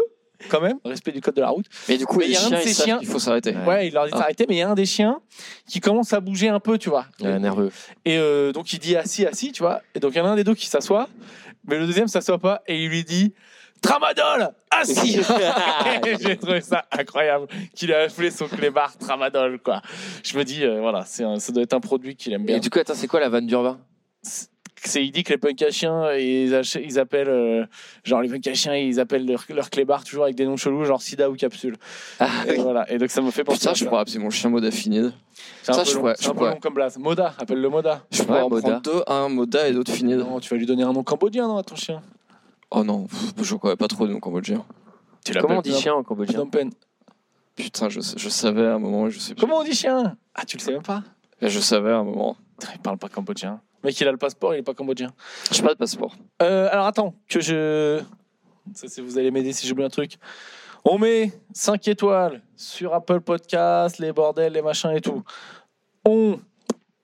quand même, respect du code de la route.
Mais du coup,
Mais
les
il y a un
chiens,
de
ils
ces
savent
chiens-
qu'il faut s'arrêter.
Ouais,
Ouais.
il leur dit de
Ah.
s'arrêter, mais il y a un des chiens qui commence à bouger un peu, tu vois.
Ouais, nerveux.
Et euh, donc, il dit assis, assis, tu vois. Et donc, il y en a un des deux qui s'assoit, mais le deuxième s'assoit pas et il lui dit Tramadol, assis Et J'ai trouvé ça incroyable qu'il a appelé son clébard Tramadol, quoi. Je me dis, euh, voilà, c'est un- ça doit être un produit qu'il aime bien.
Et du coup, attends, c'est quoi la vanne d'Urbain
c'est il dit que les punks à chiens euh, ils, ach- ils appellent euh, genre les punks à chiens ils appellent leurs leur clébards toujours avec des noms chelous genre sida ou capsule et voilà et donc ça me fait penser
Putain,
à
je pourrais appeler mon chien mot d'affinide.
c'est un
ça,
peu,
je
long,
pourrais-
c'est
je
un peu
pourrais.
long comme blase moda appelle le moda
Je pourrais
Ouais,
en
Moda.
prendre deux, un Moda et l'autre finide.
non tu vas lui donner un nom cambodgien non à ton chien
Oh non, pff, je connais pas trop de noms cambodgiens.
tu
Comment on dit chien en cambodgien
Putain, je, je savais à un moment, je sais plus. Eh,
comment on dit chien ah tu le sais même pas
Je savais à un moment.
Putain, il parle pas cambodgien Le mec il a le passeport il est pas cambodgien
J'ai pas de passeport.
Euh, alors attends que je ça c'est vous allez m'aider si j'oublie un truc on met 5 étoiles sur Apple Podcast, les bordels, les machins et tout. On.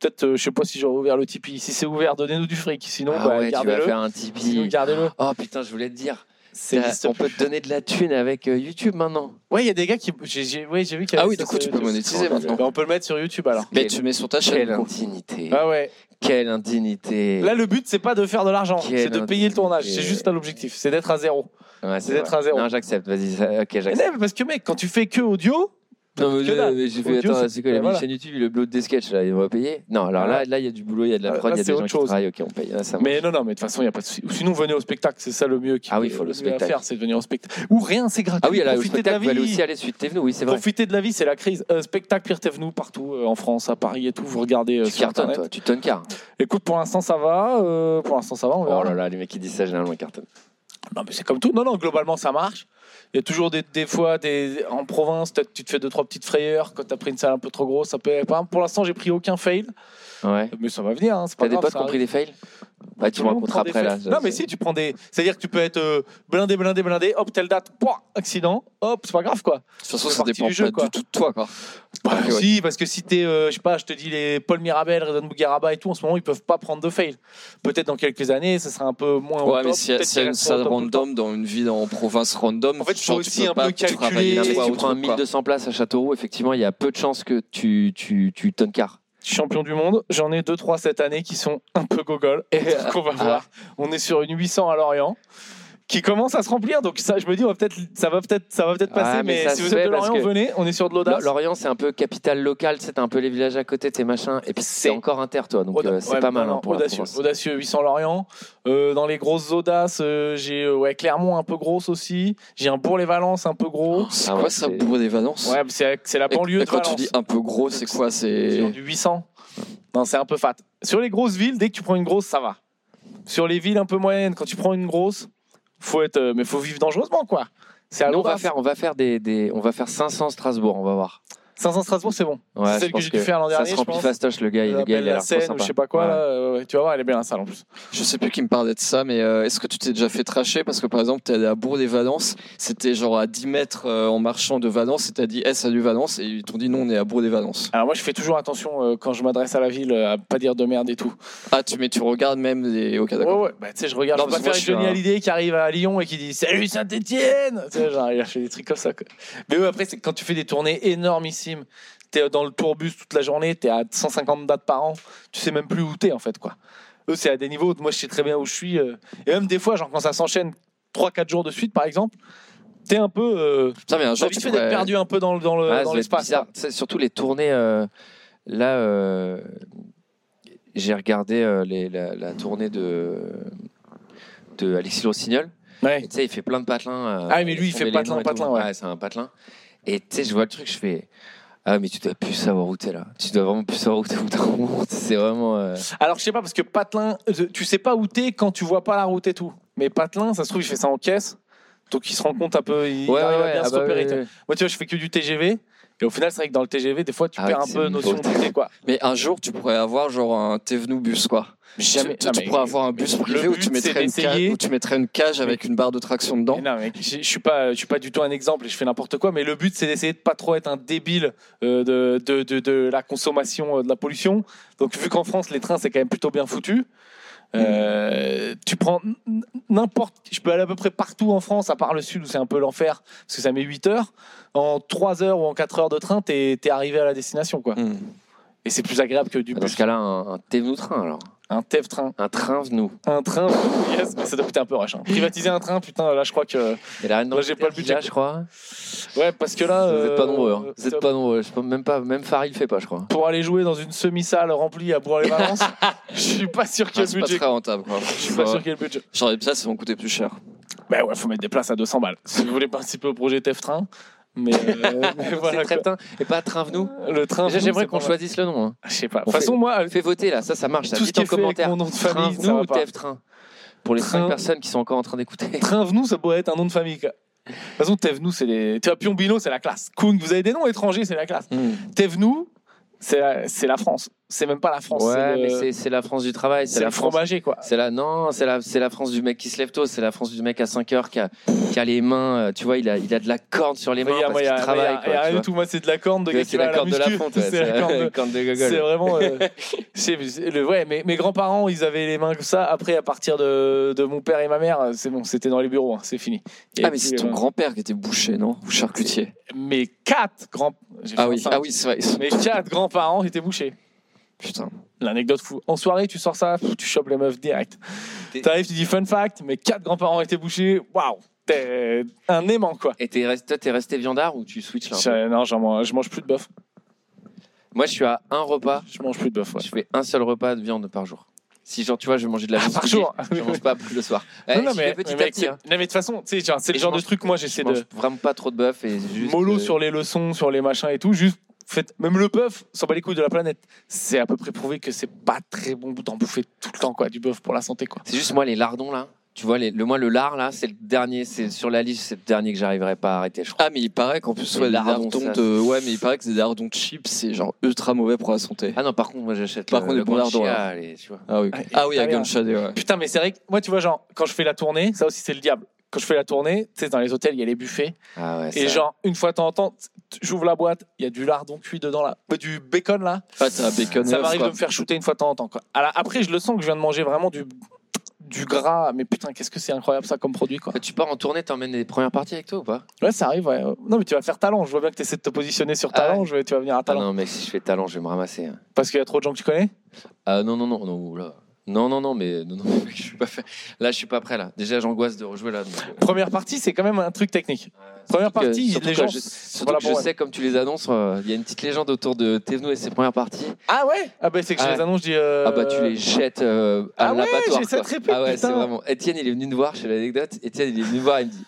Peut-être, euh, je sais pas si j'aurais ouvert le Tipeee. Si c'est ouvert, donnez-nous du fric. Sinon,
Ah
bah,
ouais, tu vas
gardez-le.
faire un
Sinon,
Tipeee.
gardez-le.
Oh putain, je voulais te dire.
Ça existe
on
plus.
peut te donner de la thune avec euh, YouTube maintenant.
Ouais, il y a des gars qui. J'ai, j'ai- ouais, j'ai vu qu'il y
Ah
avait
oui,
ça
du coup,
sur
tu peux
YouTube.
monétiser
Bah,
maintenant.
on peut le mettre sur YouTube alors.
Mais tu mets sur ta chaîne.
Quelle
du coup.
indignité.
Ah ouais.
Quelle indignité.
Là, le but, c'est pas de faire de l'argent.
Quel
c'est de payer le
indignité.
tournage. C'est juste là l'objectif. C'est d'être à zéro.
Ouais,
c'est d'être
vrai.
à zéro.
Non, j'accepte. Vas-y, ça- ok,
Mais
j'accepte.
non, mais parce que, mec, quand tu fais que audio.
Non, mais,
que dalle.
mais j'ai fait,
Audio,
attends,
c'est-
c'est quoi la
voilà.
chaîne YouTube, le upload des sketchs, là, ils vont payer Non, alors là, là, il y a du boulot, il y a de la
Ah. Là,
prod, il y a
c'est
des gens
autre
qui
chose.
travaillent, ok, on paye. Là, ça marche.
Mais non, non, mais de toute façon, il n'y a pas de souci. Ou Sinon, venez au spectacle. C'est ça le mieux qu'il
Ah oui, faut le spectacle.
faire. C'est de venir au spectacle. Ou rien, c'est gratuit.
ah oui, là, au
Profitez de
spectacle, vous allez
vie.
aussi aller suite T'es venu, oui, c'est vrai.
Profitez de la vie, c'est la crise. Euh, spectacle Pierre Thévenoud partout euh, en France, à Paris et tout. Vous regardez euh,
Tu
sur
cartonnes,
Internet.
toi, tu tonnes car.
Écoute, pour l'instant ça va. euh, pour l'instant ça va. On verra.
Oh là là, les mecs qui disent ça, généralement, ils cartonnent.
Non mais c'est comme tout. Non non, globalement ça marche. Il y a toujours des, des fois des en province, peut-être tu te fais deux trois petites frayeurs quand t'as pris une salle un peu trop grosse. Ça peut. par exemple, Pour l'instant j'ai pris aucun fail,
Ouais.
mais ça va venir. Hein, c'est pas
T'as des
grave.
potes qui
ça
ont pris des
arrive.
fails Bah, tu
Tout
me
le monde
raconteras
prend des
après, là.
fails. Non mais si tu prends des, c'est-à-dire que tu peux être euh, blindé blindé blindé. Hop telle date, pouah, accident. Hop c'est pas grave quoi.
De toute façon,
C'est
ça
parti
dépend
du jeu,
pas
quoi.
du tout de toi, quoi.
Bah,
Ah, ouais.
Si, parce que si t'es, euh, je sais pas, je te dis les Paul Mirabel, Redon Bougaraba et tout, en ce moment, ils peuvent pas prendre de fail. Peut-être dans quelques années, ça sera un peu moins. au
Ouais, mais
top,
s'il y a-
peut-être
s'il y a
qu'ils
une
resteront au
salle
top tout le temps.
random dans une ville en province random,
En fait,
genre,
faut
tu
aussi
peux
un
pas
peu calculer.
travailler
Non,
toi
mais
ou
tu
autre,
prends un
quoi.
1200 places à Châteauroux, effectivement, il y a peu de chances que tu, tu, tu, tonnes car.
Champion du monde, j'en ai 2-3 cette année qui sont un peu gogoles. Et qu'on va
Ah.
voir. On est sur une 800 à Lorient qui commence à se remplir. Donc ça, je me dis, on va peut-être, ça va peut-être, ça va peut-être
Ouais,
passer.
mais
Mais,
ça
si
se
vous êtes
fait
de
parce
Lorient,
que-
venez. On est sur de
Lo-
l'audace.
Lorient, c'est un peu capitale locale, c'est un peu les villages à côté, tes machins, et puis
C'est-
c'est encore inter, toi, donc
Auda-
euh, c'est
ouais,
pas
non,
mal hein,
non,
pour la
audacieux,
province.
audacieux 800 Lorient. Euh, dans les grosses audaces, euh, j'ai euh, ouais, Clermont un peu grosse aussi. J'ai un Bourg-les-Valences un peu gros.
C'est
Ah ouais,
quoi ça,
c'est-
bourg des Valences
Oh.
Ouais, c'est c'est la
Et-
banlieue
et
de
Quand tu
Valence.
dis un peu gros, c'est
Ils
quoi
ont
C'est.
du 800. Non, c'est un peu fat. Sur les grosses villes, dès que tu prends une grosse, ça va. Sur les villes un peu moyennes, quand tu prends une grosse, faut être, euh, mais faut vivre dangereusement quoi. C'est à
Nous, on va
l'audace.
faire, on va faire des, des- on va faire 500 Strasbourg, on va voir.
500 Strasbourg, c'est bon.
Ouais,
C'est
je
celle que
pense
j'ai dû faire l'an
Ça
dernier,
se
je
remplit
pense.
fastoche, le gars. il- Le gars, il a
la
l'air trop
scène ou
sympa.
je sais pas quoi.
Ouais.
là, euh, ouais, ouais, tu vas voir, elle est bien la salle en plus.
Je sais plus qui me parlait de ça, mais euh, est-ce que tu t'es déjà fait tracher Parce que par exemple, t'es allé à Bourg-des-Valences, c'était genre à 10 mètres euh, en marchant de Valence, et t'as dit Eh, salut Valence, et ils t'ont dit non, on est à Bourg-des-Valences.
Alors moi, je fais toujours attention euh, quand je m'adresse à la ville euh, à pas dire de merde et tout.
Ah, tu, mais tu regardes même les. Ok, d'accord.
Ouais, ouais. Bah, tu sais, je regarde.
Non,
je
parce
peux
que
pas
moi,
faire
je
une
suis
Johnny
un-
Hallyday qui arrive à Lyon et qui dit Salut Saint-Etienne Tu sais, genre, il a fait des trucs comme ça. Quoi. Mais ouais, après, c'est quand tu fais des tournées énormissimes, t'es dans le tourbus toute la journée, t'es à 150 dates par an, tu sais même plus où t'es en fait. quoi. Eux, c'est à des niveaux. Moi, je sais très bien où je suis. euh. Et même des fois, genre, quand ça s'enchaîne 3-4 jours de suite, par exemple, t'es un peu. Euh...
Putain, mais un
J'ai
jour, tu
d'être
pourrais-
perdu un peu dans, le- dans
Ouais,
le-
ça
dans
doit être
l'espace.
bizarre. hein. C'est Surtout les tournées. euh, là, euh, j'ai regardé euh, les- la, la tournée de, de Alexis Rossignol.
Ouais.
Et Tu sais, il fait plein de patelins. euh,
Ah, mais lui, il fait
tomber les
patelin,
noms et
patelin,
tout.
ouais.
c'est un patelin. Et tu sais, je vois le truc, je fais. Ah, mais tu dois plus savoir où t'es là. Tu dois vraiment plus savoir où t'es où t'en montes. C'est vraiment. euh,
Alors, je sais pas, parce que Patelin, euh, tu sais pas où t'es quand tu vois pas la route et tout. Mais Patelin, ça se trouve, il fait ça en caisse. Donc, il se rend compte un peu, il arrive à bien
ah
se
bah
repérer.
ouais,
tu vois.
ouais.
Moi, tu vois, je fais que du TGV. Et au final, c'est vrai que dans le TGV, des fois, tu
Ah
perds
ouais,
un
c'est
peu
une
notion
faute.
de où t'es, quoi.
Mais un jour, tu pourrais avoir genre un Tevnou bus, quoi.
Jamais.
Tu,
Non,
tu
mais-
pourrais avoir un bus
le
privé où
but,
tu,
c'est
mettrais une cage,
d'essayer.
où tu mettrais une cage avec une barre de traction dedans.
Mais Non, mais je je suis pas, je suis pas du tout un exemple et je fais n'importe quoi. Mais le but, c'est d'essayer de pas trop être un débile euh, de, de, de, de la consommation, euh, de la pollution. Donc, vu qu'en France, les trains, c'est quand même plutôt bien foutu. euh, tu prends n- n- n'importe, je peux aller à peu près partout en France, à part le sud où c'est un peu l'enfer parce que ça met 8 heures. En 3 heures ou en 4 heures de train, t'es es arrivé à la destination quoi.
Hmm.
Et c'est plus agréable que du
Dans ce
bus.
cas-là, un, un Thévenou train alors.
Un TEV train,
Un train venu.
un train, yes, mais ça doit coûter un peu rush. hein. Privatiser un train, putain, là je crois que.
Et la reine
Moi, j'ai pas le budget.
je crois.
Ouais, parce que là.
vous
euh,
êtes pas nombreux. hein. Vous
c'est-
êtes pas nombreux. Je sais pas, même pas, même Farid le fait pas, je crois.
pour aller jouer dans une semi-salle remplie à Bourg-les-Valence, je suis pas sûr qu'il y
Ah,
ait
c'est
le
pas
budget.
très rentable, quoi.
Je suis pas sûr qu'il y ait le budget.
Genre, les places, ça vont coûter plus cher.
Ben ouais, faut mettre des places à 200 balles. Si vous voulez participer au projet TEF Train, mais, euh, mais
bah,
voilà.
C'est très
quoi.
putain. Et pas train venu.
Le train.
Déjà,
venu,
j'aimerais
c'est
qu'on
pas mal.
choisisse le nom. hein.
Je sais pas. De
On
toute façon, moi,
Fais voter là, ça, ça marche. Ça.
tout ce
Dites
qui
en
est fait avec
commentaire.
mon nom de
Train
famille,
venu
ça
ou
va pas.
TF train Pour les
Train-
cinq personnes qui sont encore en train d'écouter.
Train venu, ça pourrait être un nom de famille. quoi. De toute façon, TEF nous, c'est les. Tu vois, Piombino, c'est la classe. Kung, vous avez des noms étrangers, c'est la classe.
Hmm.
TEF nous, c'est la, c'est la France. C'est même pas la France.
Ouais,
c'est
mais
le-
c'est- c'est la France du travail.
c'est
C'est
le
la France.
fromager, quoi.
C'est la non, c'est la c'est la France du mec qui se lève tôt, c'est la France du mec à 5 heures qui a, qui a les mains, euh, tu vois, il a il a de la corne sur les mains
Mais y a-
parce
y
qu'il
a- y a-
travaille
y a
quoi, tu
rien
vois.
du tout. Moi, c'est de la corne de
Ouais,
gars qui
c'est
va
la
à la
corne de la
muscu.
fonte, ouais,
C'est la corne de-
corne de
C'est
gogol.
vraiment. euh, c'est- c'est le, ouais, mes, mes grands-parents, ils avaient les mains comme ça. Après, à partir de, de mon père et ma mère, c'est bon, c'était dans les bureaux, hein, c'est fini. Et
Eh,
Ah, mais
puis,
c'est ton
euh,
grand-père qui était bouché, non Ou charcutier
Mes quatre grands. j'ai fait
Ah oui,
enceinte.
ah oui c'est vrai.
Mes quatre grands-parents étaient bouchés.
Putain.
L'anecdote fou. En soirée, tu sors ça, pff, tu chopes les meufs direct.
T'es-
T'arrives, tu dis fun fact, mes quatre grands-parents étaient bouchés. Waouh, t'es un aimant quoi.
Et t'es resté, toi, t'es resté viandard ou tu switches là un peu
Je- non, j'en mange- je mange plus de bœuf.
Moi, je suis à un repas.
Je mange plus de bœuf. Ouais.
Je fais un seul repas de viande par jour. Si genre, tu vois, je vais manger de la viande
Ah, Par
ce midi,
jour.
Je mange pas plus le soir.
Non,
Eh,
non,
j'y
mais,
vais petit
mais
à
mec,
petit.
c'est-
hein.
non, mais de toute façon, tu sais, genre, c'est
Et
le
je
genre de
mange-
truc, moi,
Je
j'essaie
mange
de
vraiment pas trop de bœuf et juste.
mollo
euh,
sur les leçons, sur les machins et tout. Juste, faites, même le bœuf, s'en bat les couilles de la planète. C'est à peu près prouvé que c'est pas très bon d'en bouffer tout le temps, quoi, du bœuf pour la santé, quoi.
C'est juste moi les lardons là. Tu vois, les, le moi le lard là, c'est le dernier, c'est sur la liste, c'est le dernier que j'arriverai pas à arrêter. Je crois.
Ah, mais il paraît qu'en plus,
Les
ouais, les
lardons,
lardons
ça,
de. Ouais, mais il paraît que c'est des lardons de chips, c'est genre ultra mauvais pour la santé.
Ah non, par contre, moi j'achète.
Par
le-
contre,
le
les bons lardons,
guancia,
là.
les- tu vois.
Ah oui,
Ah,
ah, oui à
italien.
Gunshade, ouais.
Putain, mais c'est vrai que moi, tu vois, genre, quand je fais la tournée, ça aussi, c'est le diable. Quand je fais la tournée, tu sais, dans les hôtels, il y a les buffets.
Ah ouais.
Et
ça-
genre, une fois de temps en temps, t- j'ouvre la boîte, il y a du lardon cuit dedans, là. Euh, Du bacon, là.
Ah, t'as un bacon
Ça
œuf,
m'arrive de
quoi.
me faire shooter une fois de temps en temps. Quoi. À la- Après, je le sens que je viens de manger vraiment du, du gras. Mais putain, qu'est-ce que c'est incroyable ça comme produit. Quoi.
Quand tu pars en tournée, t'emmènes les premières parties avec toi ou pas
Ouais, ça arrive. ouais. Non, mais tu vas faire talent. Je vois bien que tu essaies de te positionner sur
Ah
talent. Je vais, tu vas venir à
Ah
talent.
non, mec, si je fais talent, je vais me ramasser. hein.
Parce qu'il y a trop de gens que tu connais.
Ah non, non, non, non, oula. Non, non, non, mais non, non, mais mec, je suis pas fait. Là, je suis pas prêt là. Déjà, j'angoisse de rejouer là. donc, euh,
Première partie, c'est quand même un truc technique. Première
Surtout que-
partie,
surtout
les
que
gens.
je,
sont
surtout
pas là
que je
pour
sais, comme tu les annonces, euh, il y a une petite légende autour de Thévenot et ses premières parties.
Ah ouais Ah bah, c'est que je
Ah
les annonce, je dis. euh,
Ah bah tu les jettes euh, à
ah ouais,
l'abattoir.
j'ai cette
quoi.
réplique,
Ah ouais, c'est
putain.
vraiment. Étienne, il est venu nous voir, chez l'anecdote. Étienne, il est venu nous voir, il me dit.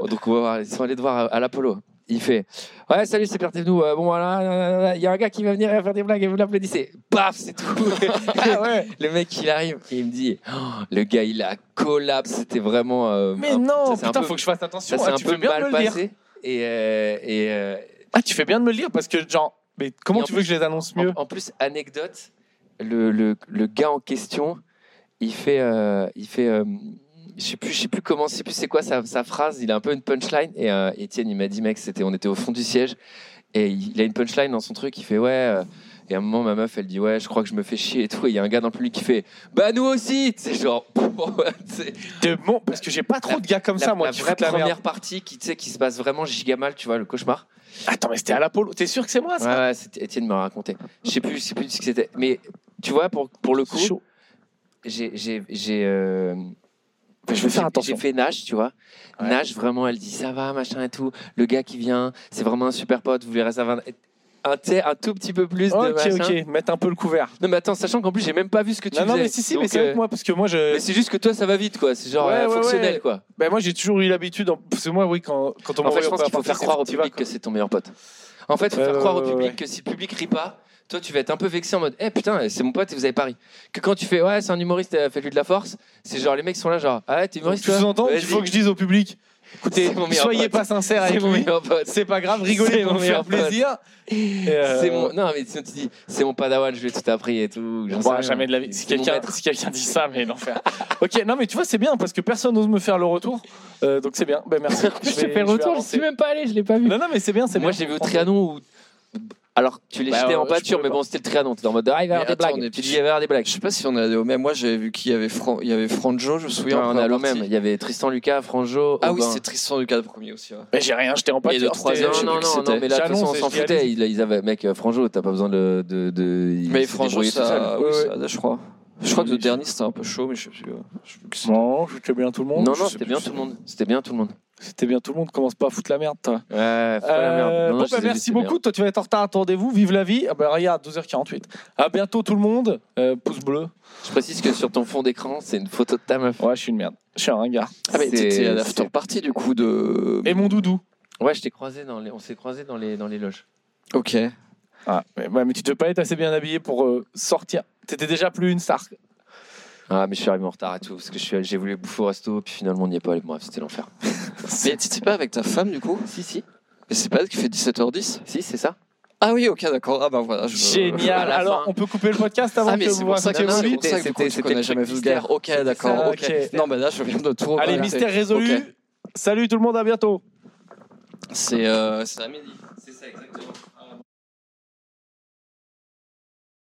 Oh, donc on va voir, ils sont allés te voir à, à l'Apollo. Il fait Ouais, salut, c'est Pierre Thévenot. Euh, bon, voilà, nanana, il y a un gars qui va venir faire des blagues et vous l'applaudissez. Paf, c'est tout.
Ah ouais
le mec, il arrive et il me dit Oh, Le gars, il a collapse. C'était vraiment. euh,
Mais
un-
non
ça, c'est un
Putain,
peu-
faut que je fasse
ça
attention.
s'est
hein,
un
tu
peu
veux bien
mal
me le dire.
passé. Et, euh, et euh,
Ah, tu fais bien de me le dire parce que, genre, mais comment
Et en
tu veux que je les annonce
En,
mieux
en plus, anecdote, le, le- le gars en question, il fait, euh, il fait, euh, je sais plus, je sais plus comment, je sais plus c'est quoi sa, sa phrase. Il a un peu une punchline. Et euh, Étienne, il m'a dit, mec, c'était, on était au fond du siège, et il, il a une punchline dans son truc. Il fait, ouais. euh, et à un moment, ma meuf, elle dit, ouais, je crois que je me fais chier et tout. Et il y a un gars dans le public qui fait, bah nous aussi. C'est genre, c'est
T'es bon, parce que j'ai pas trop de gars comme
la,
ça, moi,
la
qui
vraie
foutent la
première
merde.
partie qui, tu sais, qui se passe vraiment giga mal, tu vois, le cauchemar.
Attends, mais c'était à l'Apollo. T'es sûr que c'est moi,
Ouais,
ça
ouais, c'était- Étienne me l'a raconté. Je sais plus, je sais plus ce que c'était. Mais tu vois, pour, pour le coup,
C'est chaud.
j'ai, j'ai, j'ai, euh,
Mais je vais faire
j'ai-
attention.
J'ai fait Nash, tu vois.
Ouais.
Nash, vraiment, elle dit ça va, machin et tout. Le gars qui vient, c'est vraiment un super pote. Vous verrez ça va. Un, thé- un tout petit peu plus de
Ok,
machin.
ok, mettre un peu le couvert.
Non, mais attends, sachant qu'en plus, j'ai même pas vu ce que tu
Non,
faisais.
non, mais si, si, mais
Donc,
c'est vrai
euh,
que moi, parce que moi, je.
mais c'est juste que toi, ça va vite, quoi. C'est genre
Ouais,
euh,
ouais,
fonctionnel,
ouais.
quoi.
Ben moi j'ai toujours eu l'habitude, en- parce que moi oui quand, quand on bah,
En fait,
m'envoie
je
au
pense qu'il faut
parti,
faire croire au
c'est- tu vas,
public que c'est ton meilleur pote. En fait, il faut
Ouais,
faire
ouais,
croire au
ouais,
public
ouais.
que si le public rit pas, toi, tu vas être un peu vexé en mode Eh putain, c'est mon pote et vous avez pari. Que quand tu fais Ouais, c'est un humoriste, euh, fais-lui de la force, c'est genre les mecs sont là, genre Ah, ouais, t'es
quoi.
humoriste
Tu sous-entends
Vas-y.
Il faut que je dise au public écoutez,
C'est mon meilleur
soyez
pote.
pas sincère
C'est
avec
mon
lui.
meilleur pote.
C'est pas grave, rigolez
C'est
pour
mon
me faire
meilleur pote.
plaisir. Et, euh,
C'est mon. Non, mais sinon tu dis C'est mon padawan, je lui ai tout appris et tout. j'en sais
Bon,
rien.
jamais de la vie. Si
C'est mon
quelqu'un
maître.
si quelqu'un dit ça, mais l'enfer. ok, non, mais tu vois, c'est bien parce que personne n'ose me faire le retour. Euh, donc c'est bien. Ben merci.
Je
vais-
t'ai fait le
vais
retour, je
avancer.
suis même pas allé, je l'ai pas vu.
Non, non, mais c'est bien. c'est
Moi,
bien.
j'ai vu au Trianon où. Alors, tu les
Bah,
jetais en
euh, je
pâture,
pouvais
mais
pas.
bon, c'était le Trianon. T'es en mode Ah, il va y avoir
Mais
des
attends, on
blagues.
est-
Tu dis Il va y avoir des blagues.
Je sais pas si on allait au même. Moi, j'avais vu qu'il y avait Fran... il y avait Franjo, je me souviens.
Ouais,
en
on
première
a le
partie.
même. Il y avait Tristan Lucas, Franjo.
Ah oui,
Aubin.
c'est Tristan Lucas le premier aussi. ouais.
Mais j'ai rien, j'étais en
Et
pâture.
de troisième,
c'était-
j'ai
non,
vu que
non,
c'était-
non, mais là, de toute
J'annonce,
façon, on s'en
je dis,
foutait. Ils, ils avaient, mec, euh, Franjo, t'as pas besoin de. de, de il
Mais
s'est
Franjo,
débrouillé tout seul.
ça, oui,
Ouais,
ça allait, je crois. Je crois que le
Oui,
dernier c'était un peu chaud, mais je sais plus. ouais. Je sais plus que c'était-
Non, j'étais bien tout le monde.
Non,
je
non,
sais
c'était
plus,
bien
je
tout
sais
le monde. C'était bien tout le monde.
C'était bien tout le monde. Commence pas à foutre la merde, toi.
Ouais, fais la merde.
Euh,
Non, non,
bon,
je les
bah,
ai vus,
merci
c'était
beaucoup. Toi, tu vas être en retard. Attendez-vous. Vive la vie. Ah, bah, regarde, 12h48. À bientôt, tout le monde. Euh, pouce bleu.
bien. Je précise que sur ton fond d'écran, c'est une photo de ta meuf.
Ouais, je suis une merde. Je suis un ringard.
Ah, mais
C'est-
t'étais à
c'est-
l'after party du coup de.
Et mon doudou.
Ouais, je t'ai croisé dans les, on s'est croisé dans les, dans les loges.
Ok.
Ah, mais, ouais, mais tu devais pas être assez bien habillé pour euh, sortir. T'étais déjà plus une star.
Ah, mais je suis arrivé en retard et tout, parce que je suis- j'ai voulu bouffer au resto, puis finalement, on n'y est pas allé. Bref, c'était l'enfer.
Mais t'étais pas avec ta femme du coup
Si, si,
Mais c'est pas elle qui fait 17h10
si, c'est ça.
Ah oui, ok, d'accord. Ah bah voilà. je-
À
Génial.
la
Alors,
fin.
on peut couper le podcast avant
Ah, mais
que
c'est
vous
pour ça que
racontiez
non,
vos
c'est
vies
pour
c'était-
ça que du coup,
c'était-
tu
c'était
connais
le
jamais
Jacques
Vulgaire. Ok, d'accord.
ça,
ok.
ok.
Non, bah là, je viens de tout.
Allez,
regarder.
mystère résolu.
Ok.
Salut tout le monde. À bientôt.
C'est euh, c'est Amélie.
C'est ça, exactement.